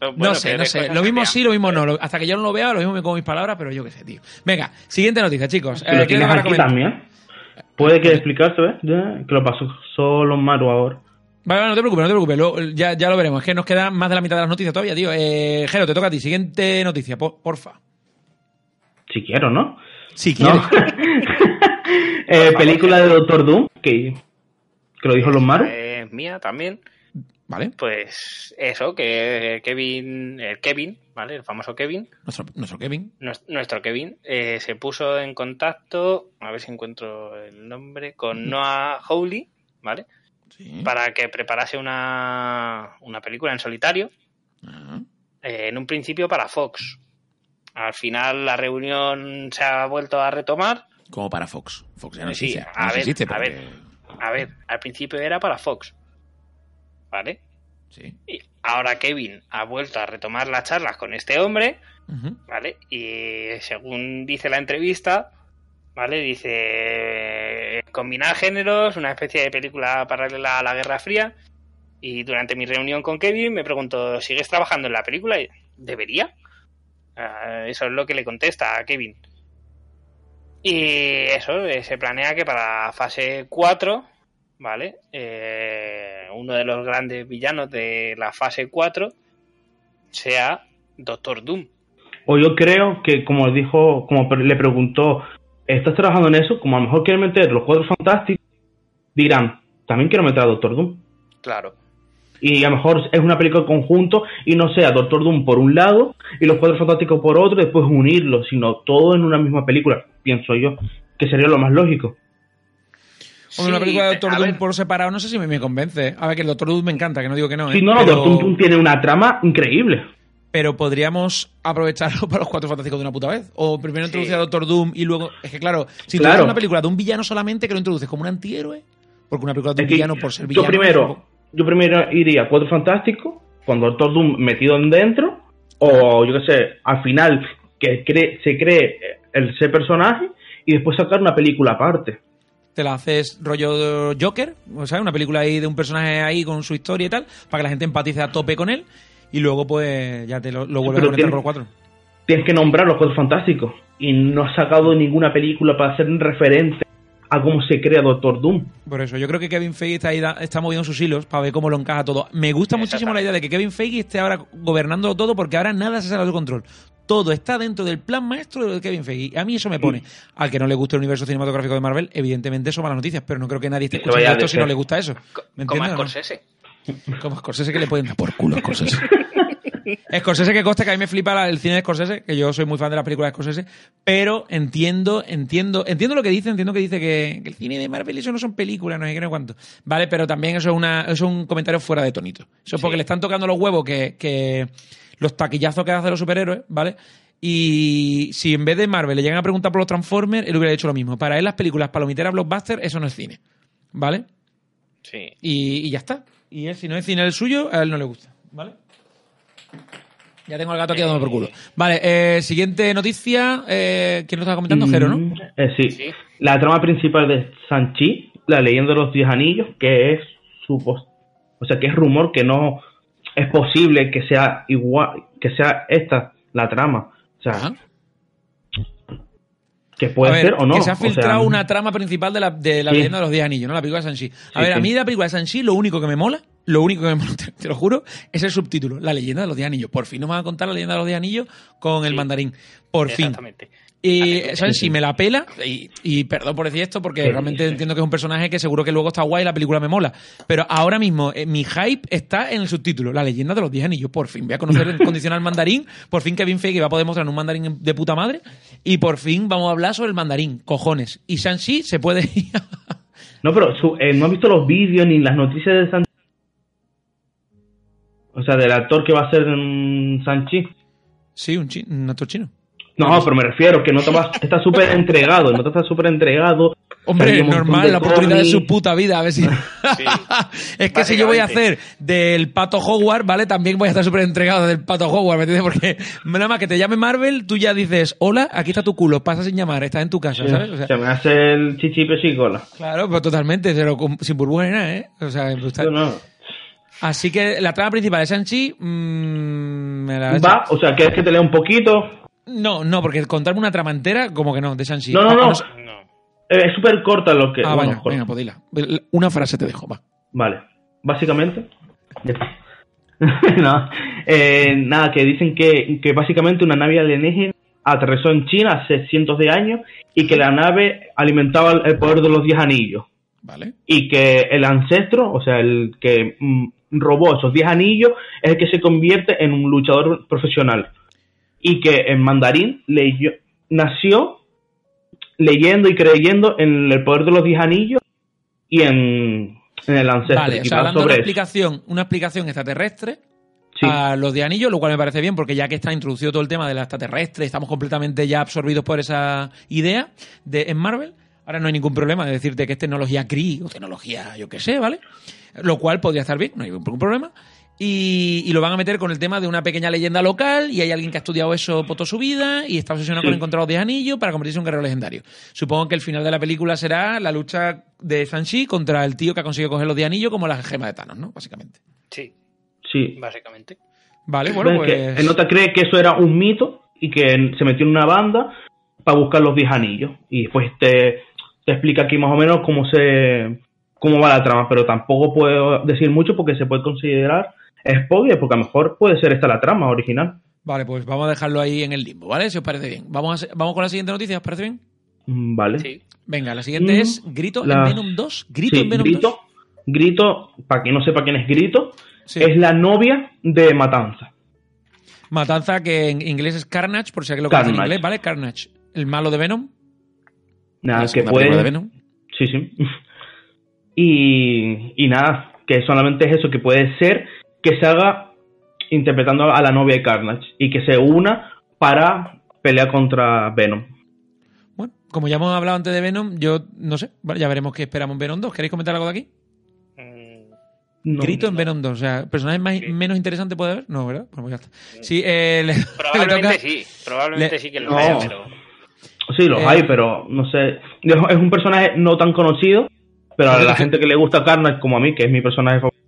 O sea, no, no, tío. Bueno, no sé, que no de sé. cosas Lo mismo cambian. sí, lo mismo no. Lo- Hasta que yo no lo vea, lo mismo me como mis palabras, pero yo qué sé, tío. Venga, siguiente noticia, chicos. lo Eh, ¿quién la tienes va a aquí comentar? también. Puede Eh, que explicarse, ¿ves? Ya, Que lo pasó solo Maru ahora. Vale, vale, no te preocupes, no te preocupes. Luego, ya, ya lo veremos. Es que nos queda más de la mitad de las noticias todavía, tío. Eh, Jero, te toca a ti. Siguiente noticia, por- porfa. Si quiero, ¿no? Si quieres. No. Eh, película de Doctor Doom, que, que lo dijo los Maru. Eh, mía también. ¿Vale? Pues eso, que Kevin, el Kevin, ¿vale? El famoso Kevin, Nuestro, nuestro Kevin. nues- nuestro Kevin, eh, se puso en contacto, a ver si encuentro el nombre, con Noah Hawley, ¿vale? Sí. Para que preparase una, una película en solitario, Ah. Ajá. eh, en un principio para Fox. Al final la reunión se ha vuelto a retomar. Como para Fox. Fox ya no Sí, existe. a no ver, existe, a porque- ver. A ver, al principio era para Fox, ¿vale? Sí. Y ahora Kevin ha vuelto a retomar las charlas con este hombre Ujú. ¿vale? Y según dice la entrevista, ¿vale? Dice, combinar géneros, una especie de película paralela a la Guerra Fría. Y durante mi reunión con Kevin me preguntó, ¿sigues trabajando en la película? Y, ¿Debería? Ah, eso es lo que le contesta a Kevin. Y eso, eh, se planea que para fase 4, ¿vale? Eh, uno de los grandes villanos de la fase 4 sea Doctor Doom. O yo creo que, como dijo, como pre- le preguntó, ¿estás trabajando en eso? Como a lo mejor quieren meter los cuatro fantásticos, dirán, también quiero meter a Doctor Doom. Claro. Y a lo mejor es una película conjunto y no sea Doctor Doom por un lado y los cuatro fantásticos por otro y después unirlos, sino todo en una misma película, pienso yo, que sería lo más lógico. Hombre, una película de Doctor a Doom ver, por separado, no sé si me, me convence. A ver, que el Doctor Doom me encanta, que no digo que no. ¿eh? Si no, no, pero, Doctor Doom tiene una trama increíble. pero podríamos aprovecharlo para los cuatro fantásticos de una puta vez. O primero Sí. introducir a Doctor Doom y luego. Es que claro, si tú Claro. haces una película de un villano solamente que lo introduces como un antihéroe, porque una película de un Es que villano por ser yo villano. primero, yo primero iría a Cuatro Fantásticos con Doctor Doom metido en dentro o yo qué sé, al final que cree- se cree el, ese personaje y después sacar una película aparte. Te la haces rollo Joker, o sea, una película ahí de un personaje ahí con su historia y tal, para que la gente empatice a tope con él. Y luego, pues, ya te lo, lo vuelves a Pero conectar tiene- con los cuatro. Tienes que nombrar los Cuatro Fantásticos y no has sacado ninguna película para hacer referente a cómo se crea Doctor Doom. Por eso, yo creo que Kevin Feige está, ahí da- está moviendo sus hilos para ver cómo lo encaja todo. Me gusta muchísimo la idea de que Kevin Feige esté ahora gobernando todo porque ahora nada se sale de control. Todo está dentro del plan maestro de Kevin Feige. Y A mí eso me pone. Al que no le guste el universo cinematográfico de Marvel, evidentemente eso va a las noticias, pero no creo que nadie esté Que vaya escuchando a esto si no DC. le gusta eso. ¿Me entiendes? Como a o no? Scorsese. Como a Scorsese que le pueden dar por Por culo, cosas. Scorsese que costa que a mí me flipa la- el cine de Scorsese, que yo soy muy fan de las películas de Scorsese, pero entiendo, entiendo, entiendo lo que dice, entiendo que dice que, que el cine de Marvel eso no son películas, no sé qué, no sé cuánto. Vale, pero también eso es una, eso es un comentario fuera de tonito. Eso es porque le están tocando los huevos que, que los taquillazos que hacen los superhéroes, ¿vale? Y si en vez de Marvel le llegan a preguntar por los Transformers, él hubiera hecho lo mismo. Para él las películas palomiteras blockbuster, eso no es cine. ¿Vale? Sí. Y, y ya está. Y él, si no es cine el suyo, a él no le gusta. ¿Vale? Ya tengo al gato aquí dándome por culo. Vale, eh, siguiente noticia. Eh, ¿Quién lo estaba comentando? Jero, ¿no? Mm, eh, sí. Sí. La trama principal de Sanchi, la leyenda de los diez anillos, que es supos- o sea, que es rumor que no es posible que sea igual, que sea esta la trama. O sea, Ajá. que puede A ver, ser o no. Que se ha o sea, mm. filtrado una trama principal de la, de la Sí. leyenda de los 10 anillos, ¿no? La película de Sanchi. A Sí, ver, a sí. mí la película de Sanchi lo único que me mola, lo único que me mola, te, te lo juro, es el subtítulo, La leyenda de los 10 anillos. Por fin nos van a contar la leyenda de los 10 anillos con el Sí. Eh, mandarín. Por fin. Exactamente. Y Sanchi me la pela, y, y perdón por decir esto, porque Sí, realmente sí. entiendo que es un personaje que seguro que luego está guay y la película me mola. Pero ahora mismo eh, mi hype está en el subtítulo, La leyenda de los 10 anillos. Por fin voy a conocer en condicional mandarín, por fin Kevin Feige va a poder mostrar un mandarín de puta madre, y por fin vamos a hablar sobre el mandarín, cojones. Y Sanchi se puede ir a- No, pero su- eh, no has visto los vídeos ni las noticias de Sanchi. O sea, del actor que va a ser mm, Sanchi. Sí, un, chi- un actor chino. No, pero me refiero que no te vas- está súper entregado, no te está súper entregado. Hombre, Hay un montón normal, de la oportunidad de cómics. su puta vida, a ver si... Sí. es que si yo voy a Básicamente. hacer del pato Howard, ¿vale? También voy a estar súper entregado del pato Howard, ¿me entiendes? Porque nada más que te llame Marvel, tú ya dices, hola, aquí está tu culo, pasa sin llamar, estás en tu casa, ¿sabes? O sea, se me hace el chichipe chicola. claro, pero totalmente, pero con- sin burbuja ni nada, ¿eh? O sea, está- No, no. Así que la trama principal de Sanchi... mm, me la- Va, o sea, ¿quieres que te lea un poquito? No, no, porque contarme una trama entera, como que ah, no, de Sanchi. No, no, no. No. Eh, es súper corta lo que... Ah, bueno, venga, corta. venga, pues dila. Una frase te dejo, va. Vale, básicamente... No, eh, nada, que dicen que, que básicamente una nave alienígena aterrizó en China hace cientos de años y que la nave alimentaba el poder de los diez anillos. Vale. y que el ancestro, o sea, el que mm, robó esos 10 anillos, es el que se convierte en un luchador profesional. Y que en mandarín leyó- nació leyendo y creyendo en el poder de los 10 anillos y en, en el ancestro. Vale, o y sea, va hablando de una sobre eso. explicación, una explicación extraterrestre Sí. a los de anillos, lo cual me parece bien, porque ya que está introducido todo el tema de la extraterrestre, estamos completamente ya absorbidos por esa idea de en Marvel. Ahora no hay ningún problema de decirte que es tecnología Kree o tecnología, yo qué sé, ¿vale? Lo cual podría estar bien, no hay ningún problema. Y, y lo van a meter con el tema de una pequeña leyenda local y hay alguien que ha estudiado eso por toda su vida y está obsesionado Sí. con encontrar los 10 anillos para convertirse en un guerrero legendario. Supongo que el final de la película será la lucha de Sanchi contra el tío que ha conseguido coger los 10 anillos como la gema de Thanos, ¿no? Básicamente. Sí, sí. básicamente. Vale, bueno, Ven que pues... el nota cree que eso era un mito y que se metió en una banda para buscar los 10 anillos. Y pues te, te explica aquí más o menos cómo se cómo va la trama, pero tampoco puedo decir mucho porque se puede considerar spoiler, porque a lo mejor puede ser esta la trama original. Vale, pues vamos a dejarlo ahí en el limbo, ¿vale? Si os parece bien. Vamos, a se- vamos con la siguiente noticia, ¿os parece bien? Mm, Vale. Sí. Venga, la siguiente Mm, es Grito la- en Venom 2. Grito Sí, en Venom grito, 2. grito, para quien no sepa quién es Grito, Sí. es la novia de Matanza. Matanza, que en inglés es Carnage, por si alguien lo conoce en Carnage. inglés, ¿vale? Carnage. El malo de Venom. Nada, La que segunda película puede, de Venom. Sí, sí. Y, y nada, que solamente es eso, que puede ser que se haga interpretando a la novia de Carnage y que se una para pelear contra Venom. Bueno, como ya hemos hablado antes de Venom, yo no sé, ¿vale? ya veremos qué esperamos en Venom 2. ¿Queréis comentar algo de aquí? Mm, No, Grito en no. Venom 2. O sea, personaje más, Sí. menos interesante puede haber. No, ¿verdad? Bueno, pues ya está. Sí, eh, le- le toca- Probablemente sí, probablemente le- sí que lo No. haya, pero Sí, los Eh. hay, pero no sé. Es es un personaje no tan conocido, pero a la gente que le gusta Carnage, como a mí, que es mi personaje favorito.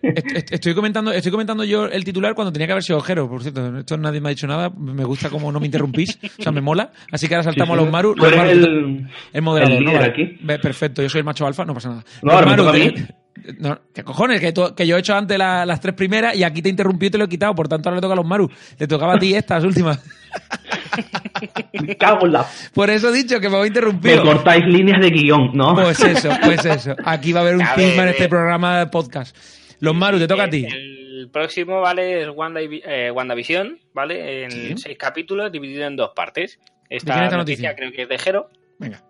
Est- est- Estoy comentando, estoy comentando yo el titular cuando tenía que haber sido Ojero, por cierto. Esto nadie me ha dicho nada. Me gusta como no me interrumpís. O sea, me mola. Así que ahora saltamos a los Maru. Tú Los eres Maru, el... el moderador, el ¿no? líder Vale. aquí. Ve, Perfecto, yo soy el macho alfa, no pasa nada. Pues, No, ahora me toca a te- no, ¿Qué cojones? Que, tú- que yo he hecho antes la- las tres primeras y aquí te he interrumpido y te lo he quitado. Por tanto, ahora le toca a los Maru. Le tocaba a ti estas últimas. Me cago en la... Por eso he dicho que me voy a Me interrumpir. cortáis líneas de guión, ¿no? Pues eso, pues eso. Aquí va a haber un A ver, chisme en eh. este programa de podcast. Los Maru, te toca a ti. El próximo, ¿vale? Es Wanda, eh, WandaVision, ¿vale? En Sí. seis capítulos, dividido en dos partes. Esta quién es noticia, la noticia? creo que es de Jero. Venga.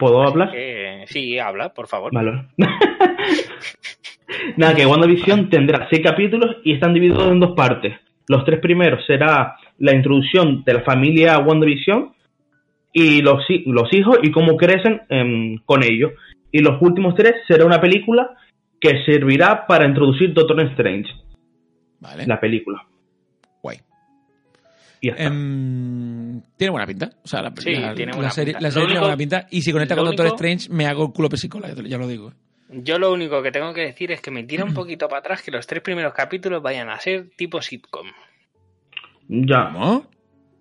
¿Puedo hablar? que- sí, habla, por favor. Vale. Nada, que WandaVision tendrá seis capítulos y están divididos en dos partes. Los tres primeros será la introducción de la familia WandaVision y los, hi- los hijos y cómo crecen em, con ellos. Y los últimos tres será una película que servirá para introducir Doctor Strange, Vale. la película. Guay. Y ya está. Em, Tiene buena pinta. O sea, la, Sí, la- tiene la buena serie, pinta. la Lo serie tiene único- buena pinta. Y si conecta lo con Doctor único- Strange, me hago el culo pesicola, ya te lo- ya lo digo. ¿eh? Yo lo único que tengo que decir es que me tira un poquito para atrás que los tres primeros capítulos vayan a ser tipo sitcom. ya. ¿Cómo?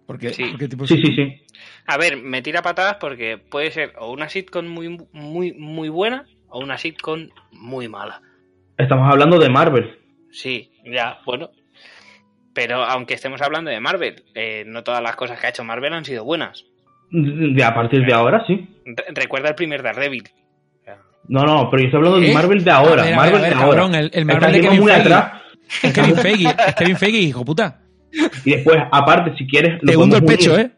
Porque Sí. ¿Por qué tipo Sí, sí, sí. A ver, me tira para atrás porque puede ser o una sitcom muy, muy, muy buena o una sitcom muy mala. Estamos hablando de Marvel. Sí, ya, bueno. Pero aunque estemos hablando de Marvel, eh, no todas las cosas que ha hecho Marvel han sido buenas. De a partir de ahora, sí. Re- recuerda el primer Daredevil. No, no, pero yo estoy hablando ¿Eh? de Marvel de A ahora. ver, a ver, Marvel a ver, de ahora. cabrón, el- el Estás Marvel de yendo Kevin muy Feige. atrás. Es Kevin Feige, es Kevin Feige, hijo puta. Y después, aparte, si quieres, Te hundo el podemos pecho, unir- ¿eh?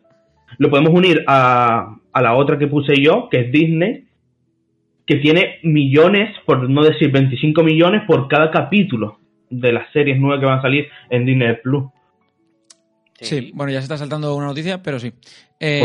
Lo podemos unir a, a la otra que puse yo, que es Disney, que tiene millones, por no decir 25 millones, por cada capítulo de las series nuevas que van a salir en Disney Plus. Sí. bueno, ya se está saltando una noticia, pero sí. Eh,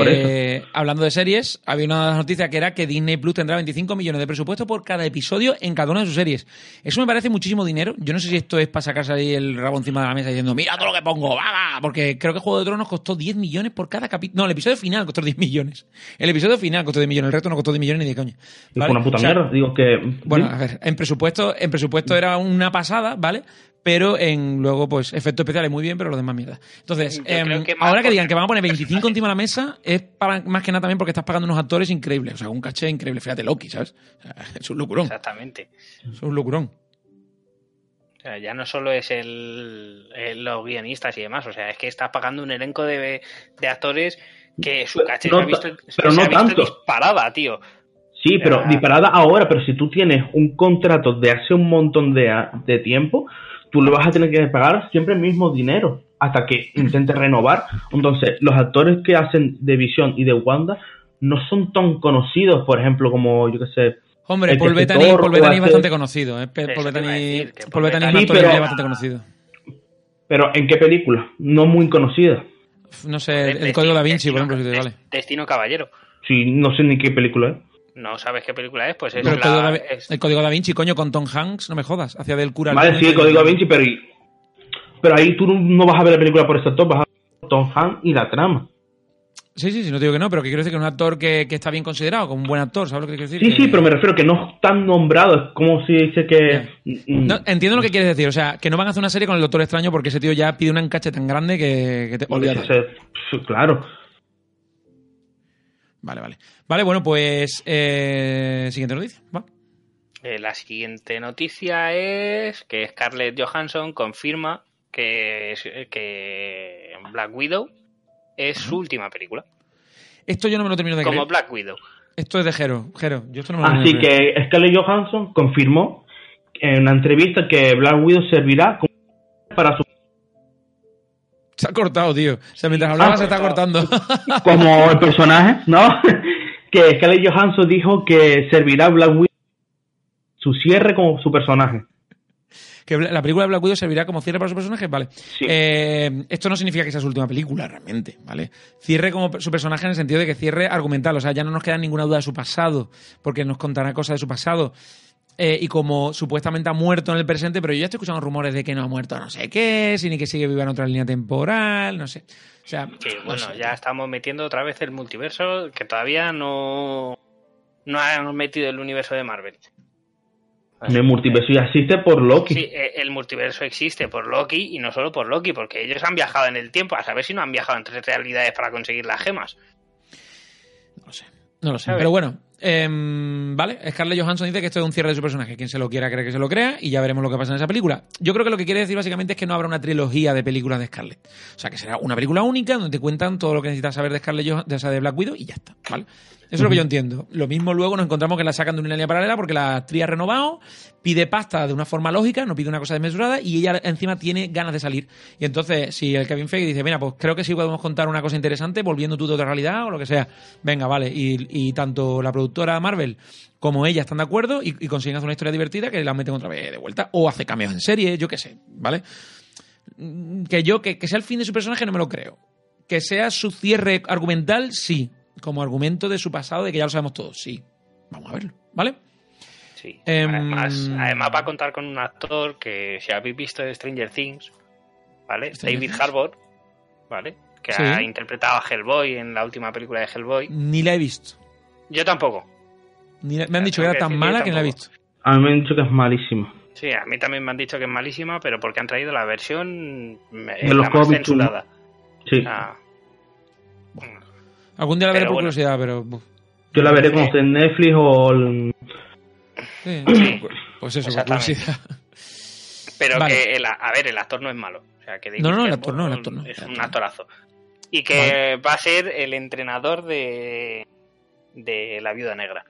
Por hablando de series, había una noticia que era que Disney Plus tendrá 25 millones de presupuesto por cada episodio en cada una de sus series. Eso me parece muchísimo dinero. Yo no sé si esto es para sacarse ahí el rabo encima de la mesa diciendo, mira todo lo que pongo, va, va", porque creo que Juego de Tronos costó 10 millones por cada capítulo. No, el episodio final costó 10 millones. El episodio final costó 10 millones, el resto no costó 10 millones ni de coña. Es ¿Vale? una puta O sea, mierda. Digo que. bueno, ¿sí? a ver, en presupuesto, en presupuesto era una pasada, ¿vale? Pero en luego, pues, efectos especiales muy bien, pero los demás mierda. Entonces, Yo creo em, que más ahora que por- digan que van a poner 25 encima de la mesa, es para, más que nada también porque estás pagando unos actores increíbles. O sea, un caché increíble. Fíjate, Loki, ¿sabes? O sea, es un locurón. Exactamente. Es un locurón. O sea, ya no solo es el, el- los guionistas y demás, o sea, es que estás pagando un elenco de, de actores que su caché No se ha visto, ta- pero se no ha visto tanto. disparada, tío. Sí, pero Ya. disparada ahora, pero si tú tienes un contrato de hace un montón de, a- de tiempo, tú le vas a tener que pagar siempre el mismo dinero hasta que intentes renovar. Entonces, los actores que hacen de Vision y de Wanda no son tan conocidos, por ejemplo, como yo qué sé. Hombre, El Paul que hace Bettany, Thor, Paul o Bettany es hace- bastante conocido. ¿eh? Pe- Eso Paul te iba a Bettany, decir, que Paul Paul Bettany es un Bettany- actor Sí, pero- inglés bastante conocido. Pero ¿en qué película? No muy conocida. No sé, el, Destino- código da Vinci, por Destino- ejemplo, si te vale. Destino Caballero. Sí, no sé ni qué película es. No sabes qué película es, pues es Pero el, la- código da, es- el código da Vinci, coño, con Tom Hanks, no me jodas. Hacia del cura. al Vale, dueño. sí, el código da Vinci, pero, pero ahí tú no- no vas a ver la película por ese actor, vas a ver por Tom Hanks y la trama. Sí, sí, sí, no te digo que no, pero que quiero decir que es un actor que, que está bien considerado, como un buen actor, ¿sabes lo que quiero decir? Sí, Que- sí, pero me refiero que no están nombrados, es como si dice que... mm, No, entiendo lo que quieres decir, o sea, que no van a hacer una serie con el Doctor Extraño porque ese tío ya pide un encache tan grande que, que te Olvídate. olvídate. Sí, claro. Vale, vale. Vale, bueno, pues eh, siguiente noticia, va. eh, la siguiente noticia es que Scarlett Johansson confirma que, es- que Black Widow es su última película. Esto yo no me lo termino de Como creer. Black Widow. Esto es de Jero, Jero, yo esto no me lo Así termino de creer. que Scarlett Johansson confirmó en una entrevista que Black Widow servirá como para su Se ha cortado, tío. O sea, mientras hablaba se está cortando. como el personaje, ¿no? que Scarlett Johansson dijo que servirá Black Widow su cierre como su personaje. que Bla- la película de Black Widow servirá como cierre para su personaje, vale. Sí. Eh, esto no significa que sea su última película, Película, realmente, ¿vale? cierre como pe- su personaje en el sentido de que cierre argumental, o sea, ya no nos queda ninguna duda de su pasado, porque nos contará cosas de su pasado. eh, y como supuestamente ha muerto en el presente, pero yo ya estoy escuchando rumores de que no ha muerto no sé qué, sino que sigue viva en otra línea temporal, no sé. O sea, Que no bueno, sé. ya estamos metiendo otra vez el multiverso que todavía no, no han metido el universo de Marvel. No hay multiverso y asiste por Loki. Sí, eh, el multiverso existe por Loki y no solo por Loki, porque ellos han viajado en el tiempo, a saber si no han viajado en tres realidades para conseguir las gemas. No sé. No lo sé. ¿Sabes? Pero bueno, em, vale. Scarlett Johansson dice que esto es un cierre de su personaje. Quien se lo quiera creer que se lo crea y ya veremos lo que pasa en esa película. Yo creo que lo que quiere decir básicamente es que no habrá una trilogía de películas de Scarlett. O sea, que será una película única donde te cuentan todo lo que necesitas saber de Scarlett Johansson, de, o sea, de Black Widow y ya está, ¿vale? Eso es lo que yo entiendo. Lo mismo luego nos encontramos que la sacan de una línea paralela porque la actriz ha renovado, pide pasta de una forma lógica, no pide una cosa desmesurada y ella encima tiene ganas de salir. Y entonces, si el Kevin Feige dice, mira, pues creo que sí podemos contar una cosa interesante volviendo tú de otra realidad o lo que sea, venga, vale. Y, y tanto la productora Marvel como ella están de acuerdo y, y consiguen hacer una historia divertida que la meten otra vez de vuelta o hace cambios en serie, yo qué sé, ¿vale? Mm, Que yo, que, que sea el fin de su personaje, no me lo creo. Que sea su cierre argumental, sí. Como argumento de su pasado, de que ya lo sabemos todos, sí. Vamos a verlo, ¿vale? Sí. Em, Además, además va a contar con un actor que, si habéis visto Stranger Things, ¿vale? Stranger David Things. Harbour, ¿vale? Que Sí. ha interpretado a Hellboy en la última película de Hellboy. Ni la he visto. Yo tampoco. Ni la- me han Ya, dicho que era tengo tan que decir que mala que ni la he tampoco. visto. A mí me han dicho que es malísimo. Sí, a mí también me han dicho que es malísima, pero porque han traído la versión me- De los la más cómics, censurada. Sí. Ah, Algún día la veré Pero por bueno. curiosidad, pero. buf, Yo la veré como esté en Netflix o en- sí, Sí. Pues eso, por Exactamente. curiosidad. pero Vale. que, el, a ver, el actor no es malo. O sea, que David No, no, el Harbour actor no, el actor no, Es el un actor no. actorazo. Y que va a ser el entrenador de, de la viuda negra.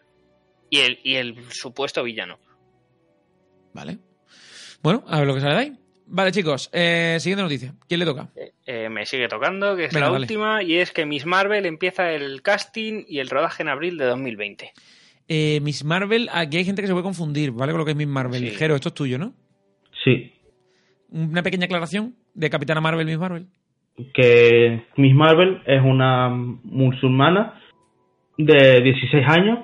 Y el, y el supuesto villano. ¿Vale? Bueno, a ver lo que sale de ahí. Vale, chicos, eh, siguiente noticia. ¿Quién le toca? Eh, me sigue tocando, que es Venga, la vale. última, y es que Miss Marvel empieza el casting y el rodaje en abril de 2020. Eh, Miss Marvel, aquí hay gente que se puede confundir, ¿vale? Con lo que es Miss Marvel. Sí. Jero, esto es tuyo, ¿no? Sí. Una pequeña aclaración de Capitana Marvel, Miss Marvel. Que Miss Marvel es una musulmana de 16 años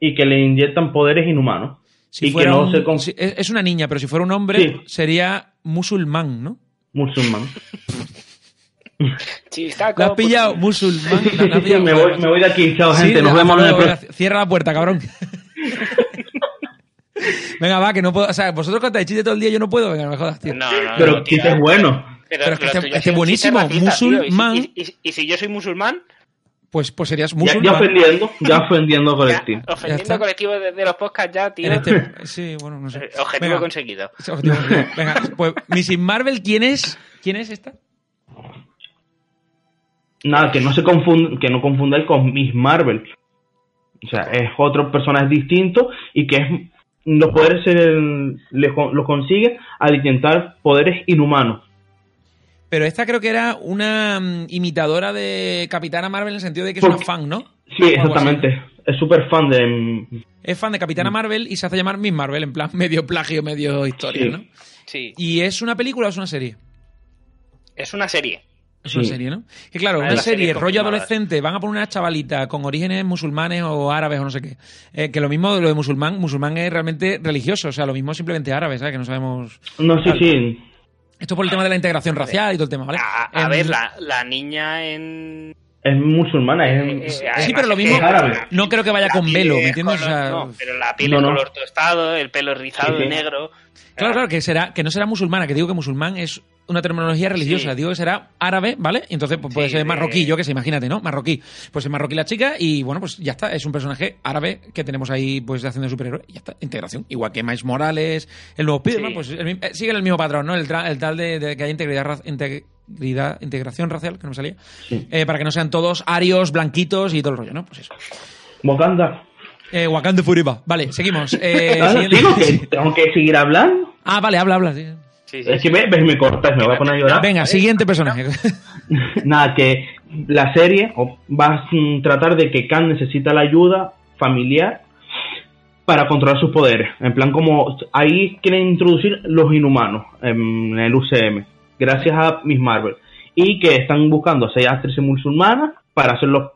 y que le inyectan poderes inhumanos. Si Y que fuera no un- se con- si- es, es una niña, pero si fuera un hombre, Sí. sería musulmán, ¿no? Musulmán. Chistaco, La has pillado, musulmán. la- la has pillado. me, voy, me voy de aquí, chao, Sí, gente. Nos hasta vemos en el luego, próximo. venga, Cierra la puerta, cabrón. Venga, va, que no puedo. O sea, vosotros contáis chiste todo el día, yo no puedo. Venga, no me jodas, tío. No, no, Pero no, tío. quizás es bueno. Pero, Pero es que lo este- tuyo ha este sido un chiste buenísimo, racista, tío, y si- musulmán. Y, y- y si yo soy musulmán, Pues, pues serías Ya, musulmán. ya ofendiendo, ya ofendiendo ya, colectivo. ofendiendo está. al colectivo de, de los podcasts ya, tío. En este- Sí, bueno, no sé. Eh, Objetivo Venga, conseguido. sí, objetivo conseguido. Venga, pues Mrs. Marvel, ¿quién es? ¿Quién es esta? Nada, que no se confunda, que no confundáis con Miss Marvel. O sea, es otro personaje distinto y que es los poderes se le- los consigue al intentar poderes inhumanos. Pero esta creo que era una mm, imitadora de Capitana Marvel en el sentido de que es Porque- una fan, ¿no? Sí, O algo así. exactamente. Es súper fan de mm, Es fan de Capitana Marvel y se hace llamar Miss Marvel, en plan medio plagio, medio historia, Sí. ¿no? Sí, ¿Y es una película o es una serie? es una serie. Es una Sí. serie, ¿no? Que claro, Ah, una la serie, serie rollo confirmada. adolescente, van a poner una chavalita con orígenes musulmanes o árabes o no sé qué. Eh, que lo mismo de lo de musulmán, musulmán es realmente religioso, o sea, lo mismo simplemente árabe, ¿sabes? Que no sabemos. no sé Claro. si Esto por el tema de la integración racial y todo el tema, ¿vale? A, a Em, ver, la, la niña en. es musulmana, eh, es, además sí, pero lo es mismo- que- árabe. No creo que vaya la con piel velo, es ¿me entiendes? O color- sea, no, pero la piel No, es no. color tostado, el pelo rizado, Sí, sí. negro. Eh. Claro, claro, que será, que no será musulmana, que digo que musulmán es una terminología religiosa, Sí. digo que será árabe, ¿vale? Y Entonces pues, puede Sí, eh. ser de- marroquí, yo que sé, imagínate, ¿no? Marroquí. Pues es marroquí la chica y bueno, pues ya está, es un personaje árabe que tenemos ahí pues haciendo superhéroe y ya está, integración. Igual que Miles Morales, el nuevo Spiderman, Sí. pues el mi- eh, siguen el mismo patrón, ¿no? El, tra- el tal de, de que haya integridad, ra- integridad, integración racial, que no me salía, Eh, para que no sean todos arios, blanquitos y todo el rollo, ¿no? Pues eso. Wakanda. Eh, Wakanda Furiba. Vale, seguimos. Eh, Ah, siguiente- sigo, que tengo que seguir hablando. Ah, vale, habla, habla. sí. Sí, sí, Es sí. que me, ves, me cortas, me voy a poner a Ah, llorar. Venga, siguiente personaje. Nada, que la serie o- va a mm, tratar de que Khan necesita la ayuda familiar para controlar sus poderes. En plan, como ahí quieren introducir los inhumanos en el UCM, gracias a Miss Marvel. Y que están buscando seis actrices musulmanas para hacer los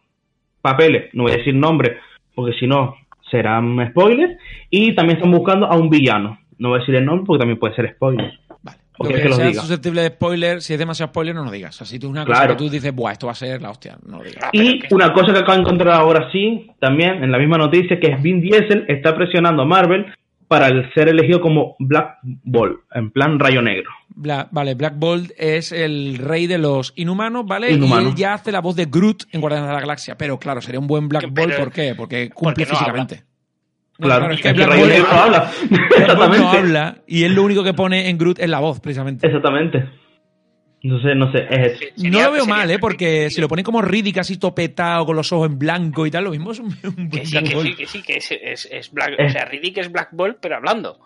papeles. No voy a decir nombre, porque si no, serán spoilers. Y también están buscando a un villano. No voy a decir el nombre porque también puede ser spoiler. Vale. O Lo quieres que, que los sea diga. susceptible de spoiler, si es demasiado spoiler, no lo digas. O sea, si tú una cosa Claro. que tú dices, buah, esto va a ser la hostia, no lo digas. Ah, pero Y que- una cosa que acabo de encontrar ahora sí, también en la misma noticia, que es Vin Diesel está presionando a Marvel para el ser elegido como Black Ball, en plan rayo negro. Bla- vale, Black Bolt es el rey de los inhumanos, ¿vale? Inhumano. Y él ya hace la voz de Groot en Guardianes de la Galaxia. Pero claro, sería un buen Black Que- Bolt, pero- ¿por qué? Porque cumple no físicamente. No, Claro, claro, es es que que Black rayo Ball- negro no habla. Black Bolt no Exactamente. habla y él lo único que pone en Groot es la voz, precisamente. Exactamente. Entonces, no sé, es eso. Sería- no lo veo sería- mal, ¿eh? Porque si lo ponen como Riddick así topetado, con los ojos en blanco y tal, lo mismo es un, un Que buen sí, Black que Bolt. sí, que sí, que es, es, es Black... Eh. O sea, Riddick es Black Ball, pero hablando.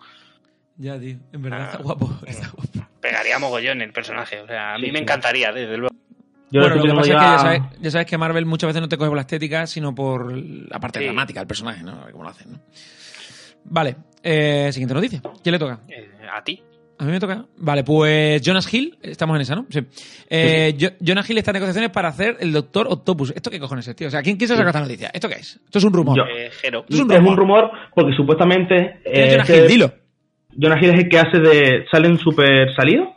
Ya, tío, en verdad Ah. está guapo. está guapo. Pegaría mogollón el personaje. O sea, a mí Sí, me sí. encantaría, desde luego. Yo bueno, lo que estoy pasa es que viendo ya ya- sabes, ya sabes que Marvel muchas veces no te coge por la estética, sino por La la parte Sí. dramática del personaje, ¿no? A ver cómo lo hacen, ¿no? Vale, eh, siguiente noticia. ¿Quién le toca? Eh, a ti. A mí me toca. Vale, pues Jonas Hill, estamos en esa, ¿no? Sí. Eh, Jo- Jonas Hill está en negociaciones para hacer el Doctor Octopus. ¿Esto qué cojones es, tío? O sea, ¿quién quiso sacar esta noticia? ¿Esto qué es? Esto es un rumor. Yo. Eh, Jero. es un es rumor. un rumor porque supuestamente ¿Quién es eh, Jonas ese- Hill? Dilo. Jonah Hill es el que hace de Salen Super Salido.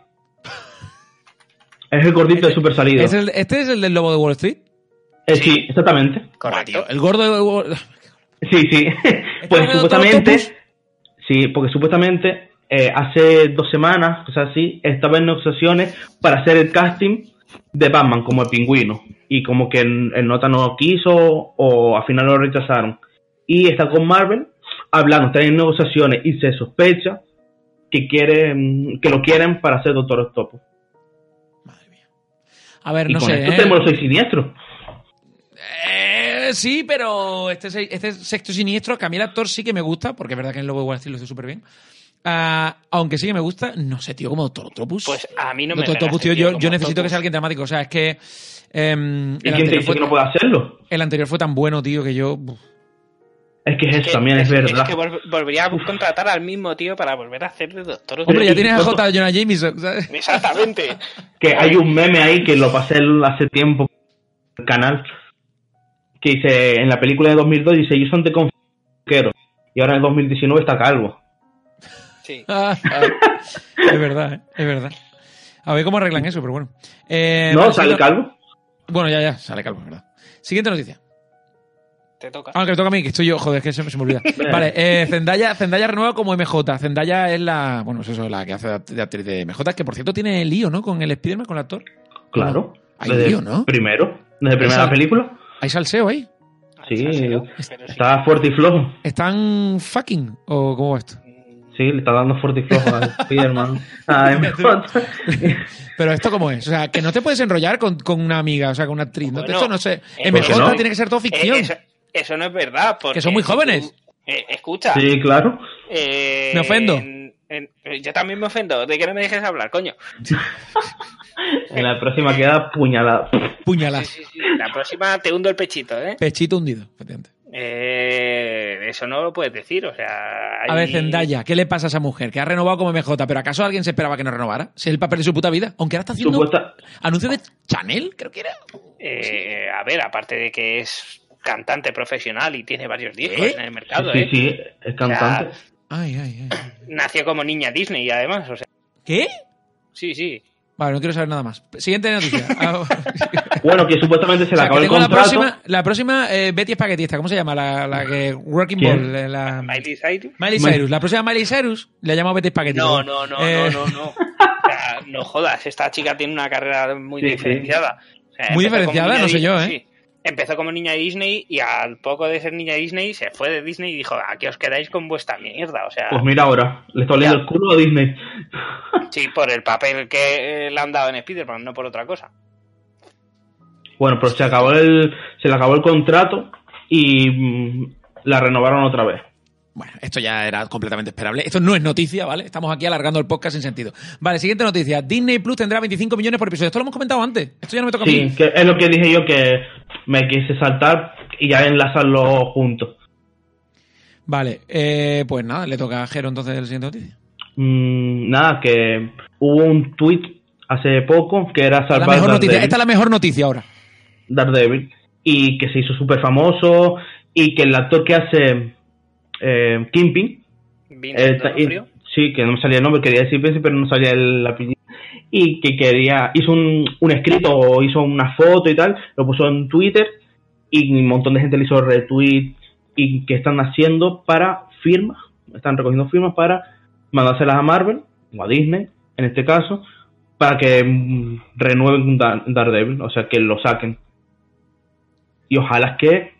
Es el gordito de Super Salido. ¿Es el- ¿Este es el del lobo de Wall Street? Eh, sí, exactamente. Guau, Correcto. tío, el gordo de Wall- Sí, sí. en pues el supuestamente. Doctor Sí, porque supuestamente eh, hace dos semanas, o sea, sí, estaba en negociaciones para hacer el casting de Batman como el pingüino. Y como que el, el nota no quiso o al final lo rechazaron. Y está con Marvel hablando, están en negociaciones y se sospecha que quieren, que lo quieren para hacer Doctor Octopus. Madre mía. A ver, Y no con sé. esto ¿eh? tenemos los seis siniestros. Eh, sí, pero este, se- este sexto siniestro, que a mí el actor sí que me gusta, porque es verdad que en Lobo de Wall Street lo hace súper bien. Ah, aunque sí que me gusta, no sé, tío, como Doctor Octopus. Pues a mí no me Doctor Octopus, pegaste, tío, tío, yo, como yo necesito que Octopus. sea alguien dramático. O sea, es que. em, ¿Y el, quién te anterior dice fue, que no puede hacerlo? el anterior fue tan bueno, tío, que yo. uf. Es que es eso que- también, es, que- verdad. Es que vol- volvería a contratar al mismo tío para volver a hacer de doctor. Hombre, ya y tienes a cuánto- J. Jonah Jameson, ¿sabes? Exactamente. Que hay un meme ahí que lo pasé el- hace tiempo en el canal. Que dice, en la película de 2002, dice, yo son de confiero. Y ahora en el 2019 está calvo. Sí. Ah, es verdad, ¿eh? es verdad. A ver cómo arreglan eso, pero bueno. Eh, ¿No? bueno, ¿Sale siguiente- calvo? Bueno, ya, ya. Sale calvo, es ¿verdad? Siguiente noticia. Te toca. Ah, que me toca a mí, que estoy yo, joder, es que se me, se me olvida. Vale, eh, Zendaya, Zendaya renueva como MJ. Zendaya es la, bueno, es eso, la que hace de act- de actriz de MJ, que por cierto tiene lío, ¿no? Con el Spider-Man, con el actor. Claro. Hay lío, ¿no? Primero. Desde primera Exacto. película. Hay salseo ahí. Sí, Ay, salseo, pero sí. Está fuerte y flojo. ¿Están fucking o cómo va esto? Sí, le está dando fuerte y flojo al Spiderman. Ay, me Pero esto cómo es? O sea, que no te puedes enrollar con, con una amiga, o sea, con una actriz. ¿no? Bueno, esto no sé. eh, MJ ¿por qué no? tiene que ser todo ficción. Eh, eso, eso no es verdad. Porque Que son muy si tú- jóvenes. eh, escucha. Sí, claro. eh, Me ofendo. en- en- eh, yo también me ofendo. ¿De qué no me dejes hablar, coño? En la próxima queda puñalada. Puñalazo. Sí, sí, sí. La próxima te hundo el pechito, ¿eh? Pechito hundido. efectivamente. Eh, Eso no lo puedes decir, o sea... A ver, ahí- Zendaya, ¿qué le pasa a esa mujer? Que ha renovado como MJ, pero ¿acaso alguien se esperaba que no renovara? Si es el papel de su puta vida. Aunque ahora está haciendo Supuesta... anuncio de Chanel, creo que era. Eh, a ver, aparte de que es cantante profesional y tiene varios discos ¿Eh? en el mercado, Sí, ¿eh? sí, es O sea, cantante. Ay, ay, ay. nació como niña Disney, además, o sea, ¿Qué? sí, sí. Vale, no quiero saber nada más. Siguiente noticia. Ah, o sea, Bueno, que supuestamente se le acabó que el tengo la contrato. próxima, la próxima eh, Betty Espaguetista, ¿cómo se llama? La, la que Working ¿Quién? Ball. eh, La, Miley Miley Cyrus. Cyrus. La próxima Miley Cyrus le llamo Betty Espaguetista. No, no, no, Eh, no, no, no. O sea, no jodas, esta chica tiene una carrera muy Sí, sí. diferenciada. O Muy sea, empezó como diferenciada, niña no sé Di- yo, ¿eh? sí. Empezó como niña de Disney y al poco de ser niña de Disney se fue de Disney y dijo, "Ah, aquí os quedáis con vuestra mierda. O sea, Pues mira ahora, le está oliendo Ya. el culo a Disney. sí, por el papel que eh, le han dado en Spider-Man, no por otra cosa. Bueno, pero se acabó el, se le acabó el contrato y mm, la renovaron otra vez. Bueno, esto ya era completamente esperable. Esto no es noticia, ¿vale? Estamos aquí alargando el podcast sin sentido. Vale, siguiente noticia. Disney Plus tendrá 25 millones por episodio. Esto lo hemos comentado antes. Esto ya no me toca a mí. Sí, que es lo que dije yo que me quise saltar y ya enlazarlo juntos. Vale, eh, pues nada, le toca a Jero entonces la siguiente noticia. Mm, nada, que hubo un tweet hace poco que era la salvar mejor noticia. Daredevil, Esta es la mejor noticia ahora. Daredevil, y que se hizo súper famoso y que el actor que hace eh, Kingpin. eh, Vincent ta- y- D'Onofrio. sí, que no me salía el nombre, quería decir Vince, pero no salía el apellido. Y que quería, hizo un, un escrito o hizo una foto y tal, lo puso en Twitter y un montón de gente le hizo retweet y que están haciendo para firmas, están recogiendo firmas para mandárselas a Marvel o a Disney, en este caso, para que mm, renueven Dar- Daredevil, o sea, que lo saquen. Y ojalá que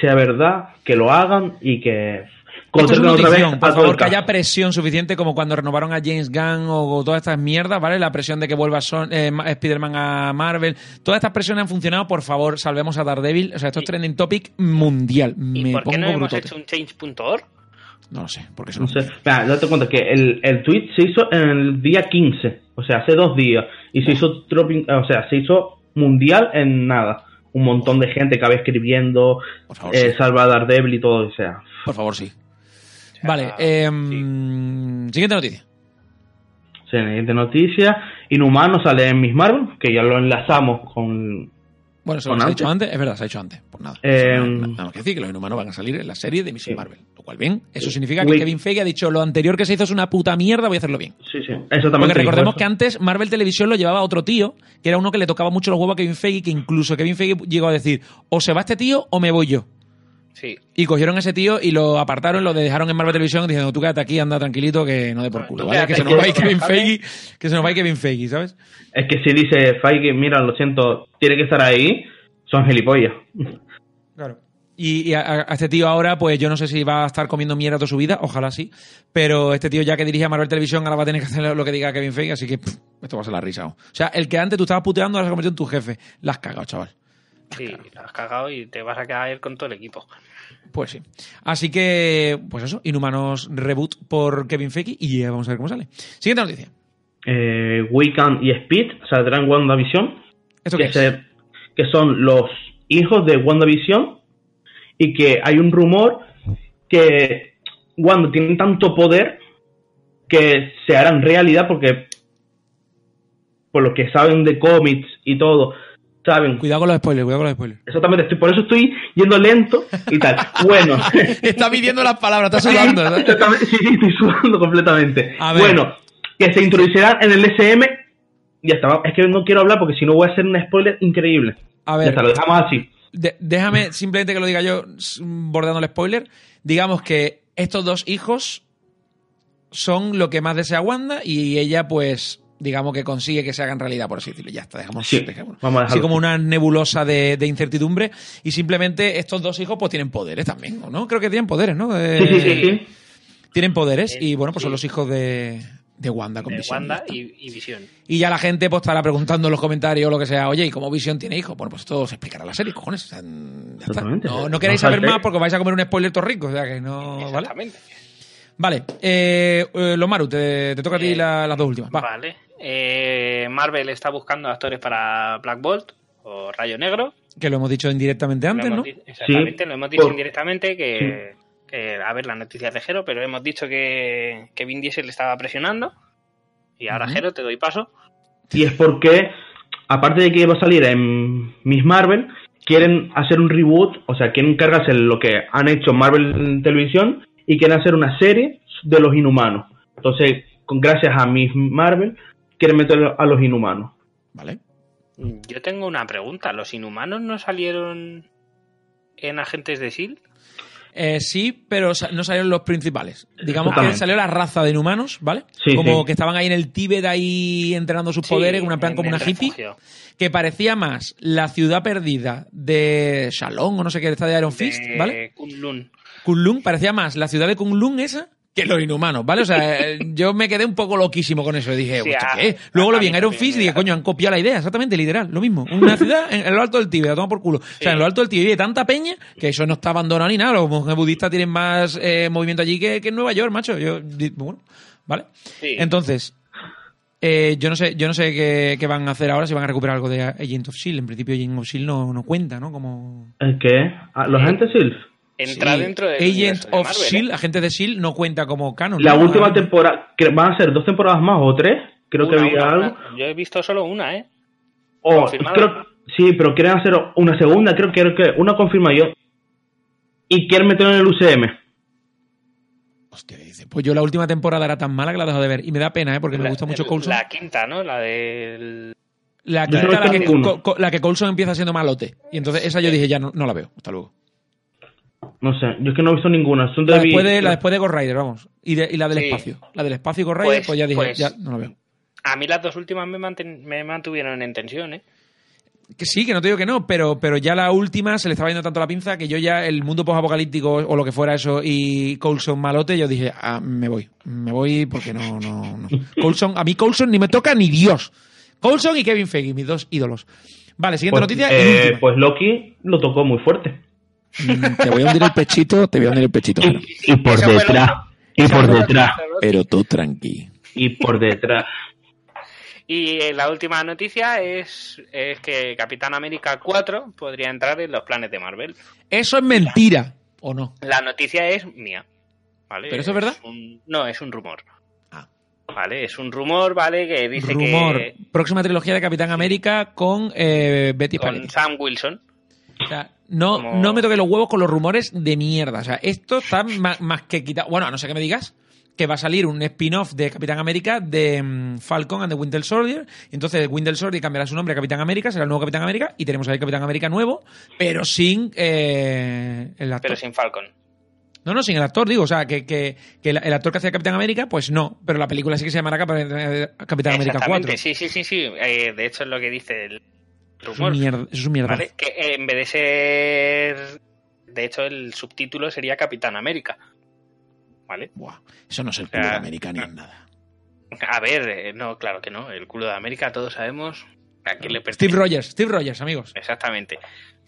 sea verdad, que lo hagan y que Esto es contraten otra vez notición, a por todo el favor, que cast. haya presión suficiente como cuando renovaron a James Gunn o, o todas estas mierdas, ¿vale? La presión de que vuelva Son, eh, Ma- Spider-Man a Marvel. Todas estas presiones han funcionado, por favor, salvemos a Daredevil. O sea, esto es Y- trending topic mundial. ¿Y Me por qué pongo no hemos brutote. hecho un change.org? No lo sé, porque eso No no sé, mira, date cuenta que el, el tweet se hizo en el día 15, o sea, hace dos días, y Ah. se hizo tropi- o sea, se hizo mundial en nada. Un montón de gente que había escribiendo, Por Oh, favor, eh, sí. Salva a Daredevil y todo, o sea. Por favor, sí. Vale, Ah, em, siguiente noticia. Siguiente noticia, Inhumano sale en Miss Marvel, que ya lo enlazamos con... Bueno, se Con lo he antes. dicho antes, es verdad, se ha dicho antes. Pues nada. Eh, Nada nada más que decir que los inhumanos van a salir en la serie de Miss Sí. Marvel. Lo cual, bien, eso significa que Wait. Kevin Feige ha dicho, lo anterior que se hizo es una puta mierda, voy a hacerlo bien. Sí, sí, exactamente. Porque recordemos dijo que eso. antes Marvel Televisión lo llevaba a otro tío, que era uno que le tocaba mucho los huevos a Kevin Feige, que incluso Kevin Feige llegó a decir, o se va este tío o me voy yo. Sí. Y cogieron a ese tío y lo apartaron, lo dejaron en Marvel Televisión diciendo, tú quédate aquí, anda tranquilito, que no de por Tú culo, ¿vale? quédate Que se aquí, nos vaya que Kevin nos acabe. Feige, que se nos vaya Kevin Feige, ¿sabes? Es que si dice Feige, mira, lo siento, tiene que estar ahí, son gilipollas. Claro. Y, y a, a este tío ahora, pues yo no sé si va a estar comiendo mierda toda su vida, ojalá sí, pero este tío ya que dirige a Marvel Televisión ahora va a tener que hacer lo que diga Kevin Feige, así que pff, esto va a ser la risa. O sea, el que antes tú estabas puteando ahora se ha convertido en tu jefe. La has cagado, chaval. Sí, la has cagado y te vas a caer con todo el equipo. Pues sí. Así que, pues eso, Inhumanos Reboot por Kevin Feige y eh, vamos a ver cómo sale. Siguiente noticia. Eh, Wiccan y Speed saldrán en WandaVision. ¿Esto qué que, es? se- que son los hijos de WandaVision y que hay un rumor que Wanda tiene tanto poder que se harán realidad porque por lo que saben de cómics y todo, saben. Cuidado con los spoilers, cuidado con los spoilers. Exactamente, estoy, por eso estoy yendo lento y tal. Bueno, Está midiendo las palabras, está Sí, sudando. ¿sabes? exactamente, sí, sí, estoy sudando completamente. A ver. Bueno, que se introducirán en el SM. Ya está, va- es que no quiero hablar porque si no voy a hacer un spoiler increíble. A Ya ver, está, lo dejamos así. de- déjame simplemente que lo diga yo, s- bordando el spoiler. Digamos que estos dos hijos son lo que más desea Wanda y ella, pues, digamos que consigue que se hagan realidad, por así decirlo. Ya está, dejamos. Sí, dejémoslo. vamos a Así dejarlo. como una nebulosa de, de incertidumbre. Y simplemente estos dos hijos, pues, tienen poderes también, ¿no? Creo que tienen poderes, ¿no? Sí, sí, Eh, sí, sí. Tienen poderes Eh, y bueno, pues son sí. los hijos de, de Wanda con De Visión. Wanda y, y Visión. Y ya la gente pues estará preguntando en los comentarios o lo que sea, oye, ¿y cómo Visión tiene hijos? Bueno, pues esto se explicará en la serie, cojones. O sea, mm, ya está. Totalmente. No, no queréis No saber salte. más porque vais a comer un spoiler todo rico, o sea que no... ¿Vale? Exactamente. Vale, eh, eh, Lomaru, te, te toca a ti Eh, la- las dos últimas. Va. Vale. Eh, Marvel está buscando actores para Black Bolt o Rayo Negro. Que lo hemos dicho indirectamente Lo antes, hemos ¿no? di- Exactamente, lo hemos dicho Por- indirectamente que, que, a ver, la noticia de Jero, pero hemos dicho que, que Vin Diesel estaba presionando. Y ahora, Ujú. Jero, te doy paso. Y es porque, aparte de que va a salir en Miss Marvel, quieren hacer un reboot, o sea, quieren cargarse lo que han hecho Marvel en televisión y quieren hacer una serie de los inhumanos. Entonces, con, gracias a Miss Marvel, quieren meter a los inhumanos. Vale. Yo tengo una pregunta. ¿Los inhumanos no salieron en Agentes de S.H.I.E.L.D.? Eh, sí, pero sa- no salieron los principales. Digamos que Totalmente. salió la raza de inhumanos, ¿vale? Sí, como sí. que estaban ahí en el Tíbet, ahí entrenando sus poderes, Sí, como una plan en como el una hippie. refugio. que parecía más la ciudad perdida de Shalom o no sé qué, esta de Iron Fist, de ¿vale? Kunlun. Kunlun parecía más la ciudad de Kunlun esa que los inhumanos, ¿vale? O sea, eh, yo me quedé un poco loquísimo con eso. Dije, Sí, "¿Esto a- qué es?". Luego a lo mí vi en Iron también Fist y me dije, da- coño, han copiado la idea, exactamente, literal, lo mismo. Una ciudad en en lo alto del Tíbet, la toma por culo. O sea, en lo alto del Tíbet vive tanta peña que eso no está abandonado ni nada. Los monjes budistas tienen más eh, movimiento allí que, que en Nueva York, macho. Yo, di- bueno, ¿vale? Sí. Entonces, eh, yo no sé, yo no sé qué, qué van a hacer ahora, si van a recuperar algo de Agent of Shield. E En principio Agent of Shield no, no cuenta, ¿no? Como ¿El qué? ¿A ¿Los agentes Silf? Entra Sí. dentro de ¿eh? Agent of Shield, E agente de Shield no cuenta como canon. La ¿no? última Ah, temporada, que van a ser dos temporadas más o tres, creo que había algo. Yo he visto solo una, ¿eh? O, Confirmada. creo, sí, pero quieren hacer una segunda, creo, creo que una confirma yo. Y quieren meterlo en el UCM. Hostia, dice, pues yo la última temporada era tan mala que la he dejado de ver. Y me da pena, ¿eh? Porque me gusta mucho Coulson. La quinta, ¿no? La del. La, Yo quinta, solo he la, visto que, ninguno. co- co- la que Coulson empieza siendo malote. Y entonces esa yo dije, ya no, no la veo. Hasta luego. No sé, yo es que no he visto ninguna. Son La de- pues, después de, la después de Ghost Rider, vamos. Y, de- y la del Sí. espacio. La del espacio y Ghost Rider, pues, Pues- ya dije, pues- ya no la veo. A mí las dos últimas me, manten- me mantuvieron en tensión, ¿eh? Que sí, que no te digo que no, pero, pero ya la última se le estaba yendo tanto la pinza que yo ya el mundo posapocalíptico o lo que fuera eso y Coulson malote, yo dije, ah, me voy, me voy porque no, no, no. Coulson, a mí Coulson ni me toca ni Dios. Coulson y Kevin Feige, mis dos ídolos. Vale, siguiente pues, noticia. y eh, última. pues Loki lo tocó muy fuerte. Mm, Te voy a hundir el pechito, te voy a hundir el pechito. Jero. Y por Eso fue lo detrás. Y por detrás. Pero tú tranqui. Y por detrás. Y eh, la última noticia es, es que Capitán América 4 podría entrar en los planes de Marvel. Eso es mentira, ¿o no? La noticia es mía. ¿Vale? ¿Pero eso es verdad? un- no, es un rumor. Ah. Vale, es un rumor, ¿vale? Que dice Rumor. que. Próxima trilogía de Capitán América con eh, Betty Palmer. Con Sam Wilson. O sea, no, Como- no me toques los huevos con los rumores de mierda. O sea, esto está ma- más, que quitado. Bueno, a no sé que me digas que va a salir un spin-off de Capitán América de mm, Falcon and the Winter Soldier. Entonces, Winter Soldier cambiará su nombre a Capitán América, será el nuevo Capitán América y tenemos ahí Capitán América nuevo, pero sin eh, el actor. Pero sin Falcon. No, no, sin el actor, digo. O sea, que, que- que el- el actor que hacía Capitán América, pues no. Pero la película sí que se llamará Cap- Capitán América 4. Exactamente, sí, sí, sí, sí. Eh, de hecho es lo que dice el Eso es un rumor. mierda. eso es un mierda. ¿vale? Que eh, en vez de ser. De hecho, el subtítulo sería Capitán América. ¿Vale? Buah, eso no es el sea, club americano ni nada. A ver, eh, no, claro que no. El culo de América, todos sabemos a quién le pertenece. Steve Rogers, Steve Rogers, amigos. Exactamente.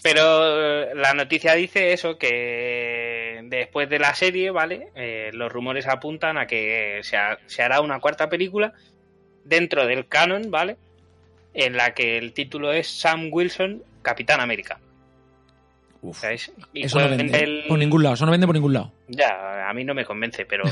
Pero eh, la noticia dice eso, que después de la serie, ¿vale? Eh, los rumores apuntan a que se, ha- se hará una cuarta película dentro del canon, ¿vale? En la que el título es Sam Wilson, Capitán América. Uf, ¿Sabes? Y Eso no cuelguen vende el- por ningún lado, eso no vende por ningún lado. Ya, a mí no me convence, pero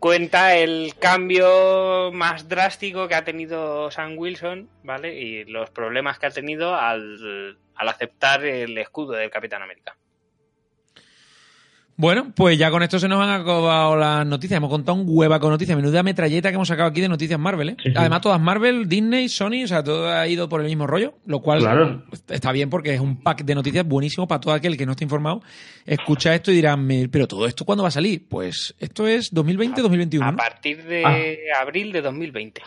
cuenta el cambio más drástico que ha tenido Sam Wilson, ¿vale? Y los problemas que ha tenido al, al aceptar el escudo del Capitán América. Bueno, pues ya con esto se nos han acabado las noticias. Hemos contado un hueva con noticias. Menuda metralleta que hemos sacado aquí de noticias Marvel, ¿eh? Sí, sí. Además, todas Marvel, Disney, Sony, o sea, todo ha ido por el mismo rollo, lo cual Claro. está bien porque es un pack de noticias buenísimo para todo aquel que no esté informado. Escucha esto y dirá, "Me- pero todo esto, ¿cuándo va a salir? Pues esto es Ah, 2020-2021. A partir de Ah. abril de 2020.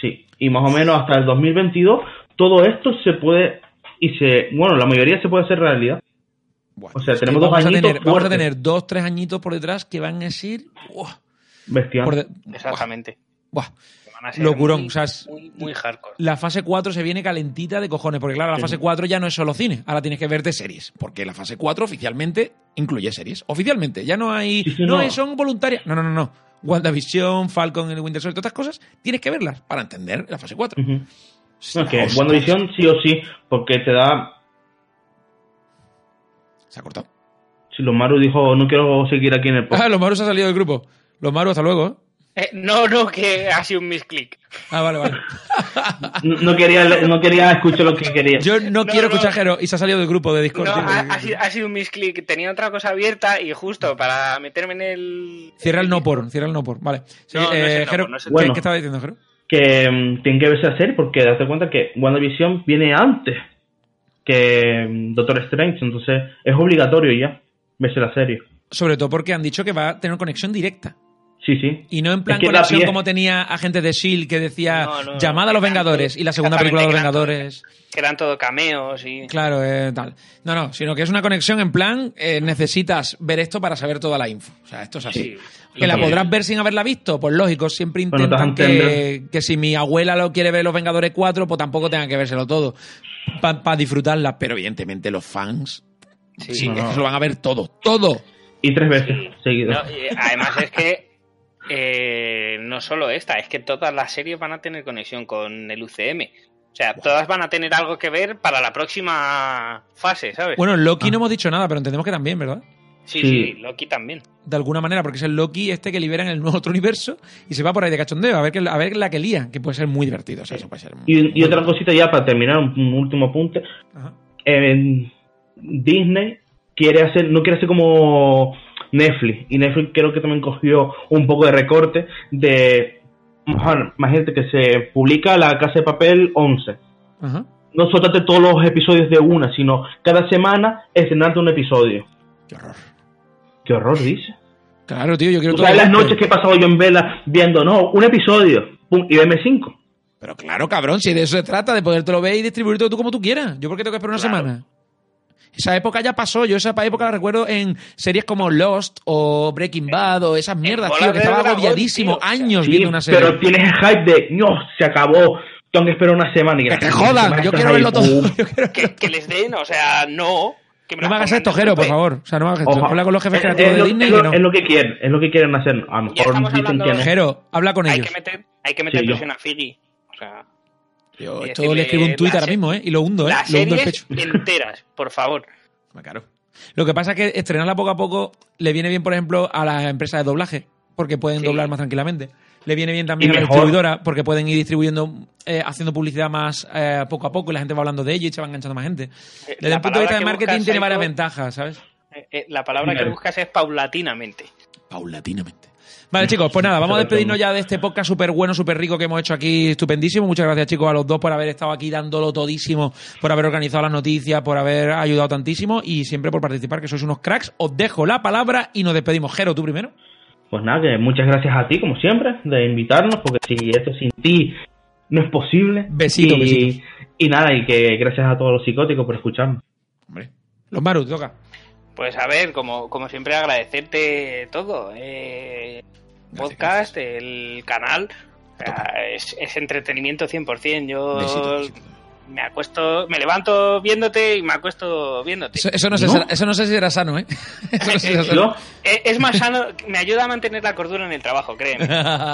Sí. Y más o menos hasta el 2022, todo esto se puede. Y se. Bueno, la mayoría se puede hacer realidad. buah. O sea, tenemos dos vamos, a añitos. tener, vamos a fuertes. tener dos, tres añitos por detrás que van a ser... ¡buah! Bestial. por de- Exactamente. ¡buah! Van a ser Locurón, muy- o sea, es- muy, muy hardcore. la fase 4 se viene calentita de cojones, porque claro, la Sí. fase 4 ya no es solo cine, ahora tienes que verte series. Series, porque la fase 4 oficialmente incluye series. Oficialmente, ya no hay... Sí, sí, no, no. es- son voluntarias. No, no, no, no. WandaVision, Falcon, el Winter Soldier, todas estas cosas, tienes que verlas para entender la fase 4. Ujú. No, que Hostia, WandaVision sí o sí, porque te da. Se ha cortado. Si los Maru dijo, no quiero seguir aquí en el Pues- Ah, podcast. los Maru se ha salido del grupo. Los Maru, hasta luego. ¿eh? Eh, no, no, que ha sido un misclick. Ah, vale, vale. Ah, No, no quería, no quería escuchar lo que quería. Yo no, No, quiero no. escuchar a Jero y se ha salido del grupo de Discord. No, tío. ha, ha sido- ha sido un misclick. Tenía otra cosa abierta y justo para meterme en el... Cierra el no por, cierra el no por. Vale. Sí, eh, No, no es el no Jero, por, no es ¿qué, el no por. qué estaba diciendo, Jero? que mm, tienen que verse la serie porque date cuenta que WandaVision viene antes que mm, Doctor Strange, entonces es obligatorio ya verse la serie. Sobre todo porque han dicho que va a tener conexión directa. Sí, sí. Y no en plan Es que la conexión pie- como tenía Agentes de S.H.I.E.L.D. E que decía No, no, llamada a los Vengadores y la segunda película de los Exactamente, Vengadores. Que eran todo cameos y... Claro, eh, tal. No, no, sino que es una conexión en plan eh, necesitas ver esto para saber toda la info. O sea, esto es así. Sí. ¿Que la También. podrás ver sin haberla visto? Pues lógico, siempre Bueno, intentan te vas que, a entender. que si mi abuela lo quiere ver Los Vengadores 4, pues tampoco tenga que vérselo todo para disfrutarla. Pero Pero evidentemente los fans, Sí. sí, es no. que se lo van a ver todo, todo. Y tres veces Sí. seguido. No, y eh, además es que eh, no solo esta, es que todas las series van a tener conexión con el UCM. O sea, todas van a tener algo que ver para la próxima fase, ¿sabes? bueno, en Loki Ah. no hemos dicho nada, pero entendemos que también, ¿verdad? sí, sí. sí, Loki también. De alguna manera, porque es el Loki este que libera en el nuevo otro universo y se va por ahí de cachondeo a ver, que, a ver la que lía, que puede ser muy divertido. O o sea, sea, eso puede ser muy Y, y otra bueno. cosita ya para terminar, un, un último apunte. eso- ajá. En Disney quiere hacer, no quiere hacer como Netflix. Y Netflix creo que también cogió un poco de recorte de. Mejor, Imagínate que se publica La Casa de Papel 11. Ajá. No soltarte todos los episodios de una, sino cada semana estrenarte un episodio. Qué horror. Qué horror, dice. Claro, tío, yo quiero Tú sabes todo las esto. noches que he pasado yo en vela viendo, no, un episodio, pum, y verme cinco. Pero Claro, claro, cabrón, si de eso se trata, de podértelo ver y distribuirlo tú como tú quieras. Yo porque tengo que esperar una semana. Esa época ya pasó, yo esa época la recuerdo en series como Lost o Breaking Bad o esas mierdas, Eh, Bola tío, que de estaba Dragón, agobiadísimo, tío, o sea, años Sí, viendo una serie. Pero tienes el hype de, no, se acabó, tengo que esperar una semana. Y que te gracias, una jodan, semana yo estás quiero ahí, verlo todo. pum. Yo quiero- Que, que les den, o sea, no. Que No la me hagas pongan esto, de Jero, por golpe. favor. O sea, no me hagas esto. Ojalá. Habla con los jefes Es- es creativos de Eh, lo- Disney es que lo, no. es lo que quieren, es lo que quieren hacer. A lo mejor estamos dicen hablando que no. de- Jero, habla con Hay ellos. que meter, hay que meter Sí, yo. presión a Figgy. O sea, yo, Eh. y esto- Esto le escribo un la tuit ahora se- mismo, ¿eh? Y lo hundo, ¿eh? las Lo hundo el series pecho. enteras, por favor. me caro. Lo que pasa es que estrenarla poco a poco le viene bien, por ejemplo, a las empresas de doblaje, porque pueden Sí. doblar más tranquilamente. Le viene bien también Y a la mejor. distribuidora, porque pueden ir distribuyendo, eh, haciendo publicidad más eh, poco a poco y la gente va hablando de ello y se va enganchando más gente. Eh, Desde la el punto de palabra vista de que marketing buscas, tiene Saiko, varias ventajas, ¿sabes? eh, eh, la palabra que Claro. buscas es paulatinamente. Paulatinamente. Vale, chicos, pues nada, vamos a Sobre todo. despedirnos ya de este podcast súper bueno, súper rico que hemos hecho aquí, estupendísimo. Muchas gracias, chicos, a los dos por haber estado aquí dándolo todísimo, por haber organizado las noticias, por haber ayudado tantísimo y siempre por participar, que sois unos cracks. Os dejo la palabra y nos despedimos. Jero, tú primero. Pues nada, que muchas gracias a ti, como siempre, de invitarnos, porque si esto sin ti no es posible. Besito, y, besito. Y nada, y que gracias a todos los psicóticos por escucharme. Hombre. Los Maru, te toca. Pues a ver, como, como siempre, agradecerte todo. Eh, Gracias, podcast, el canal. o sea, Es, es entretenimiento 100%. Yo Besito, eh. besito. me acuesto, me levanto viénté y me acuesto viéndote. Eso, eso no sé, ¿No? será- eso no sé si era sano, ¿eh? Eso no sé si era Yo, sano. Es, Eh, es más sano, me ayuda a mantener la cordura en el trabajo, créeme.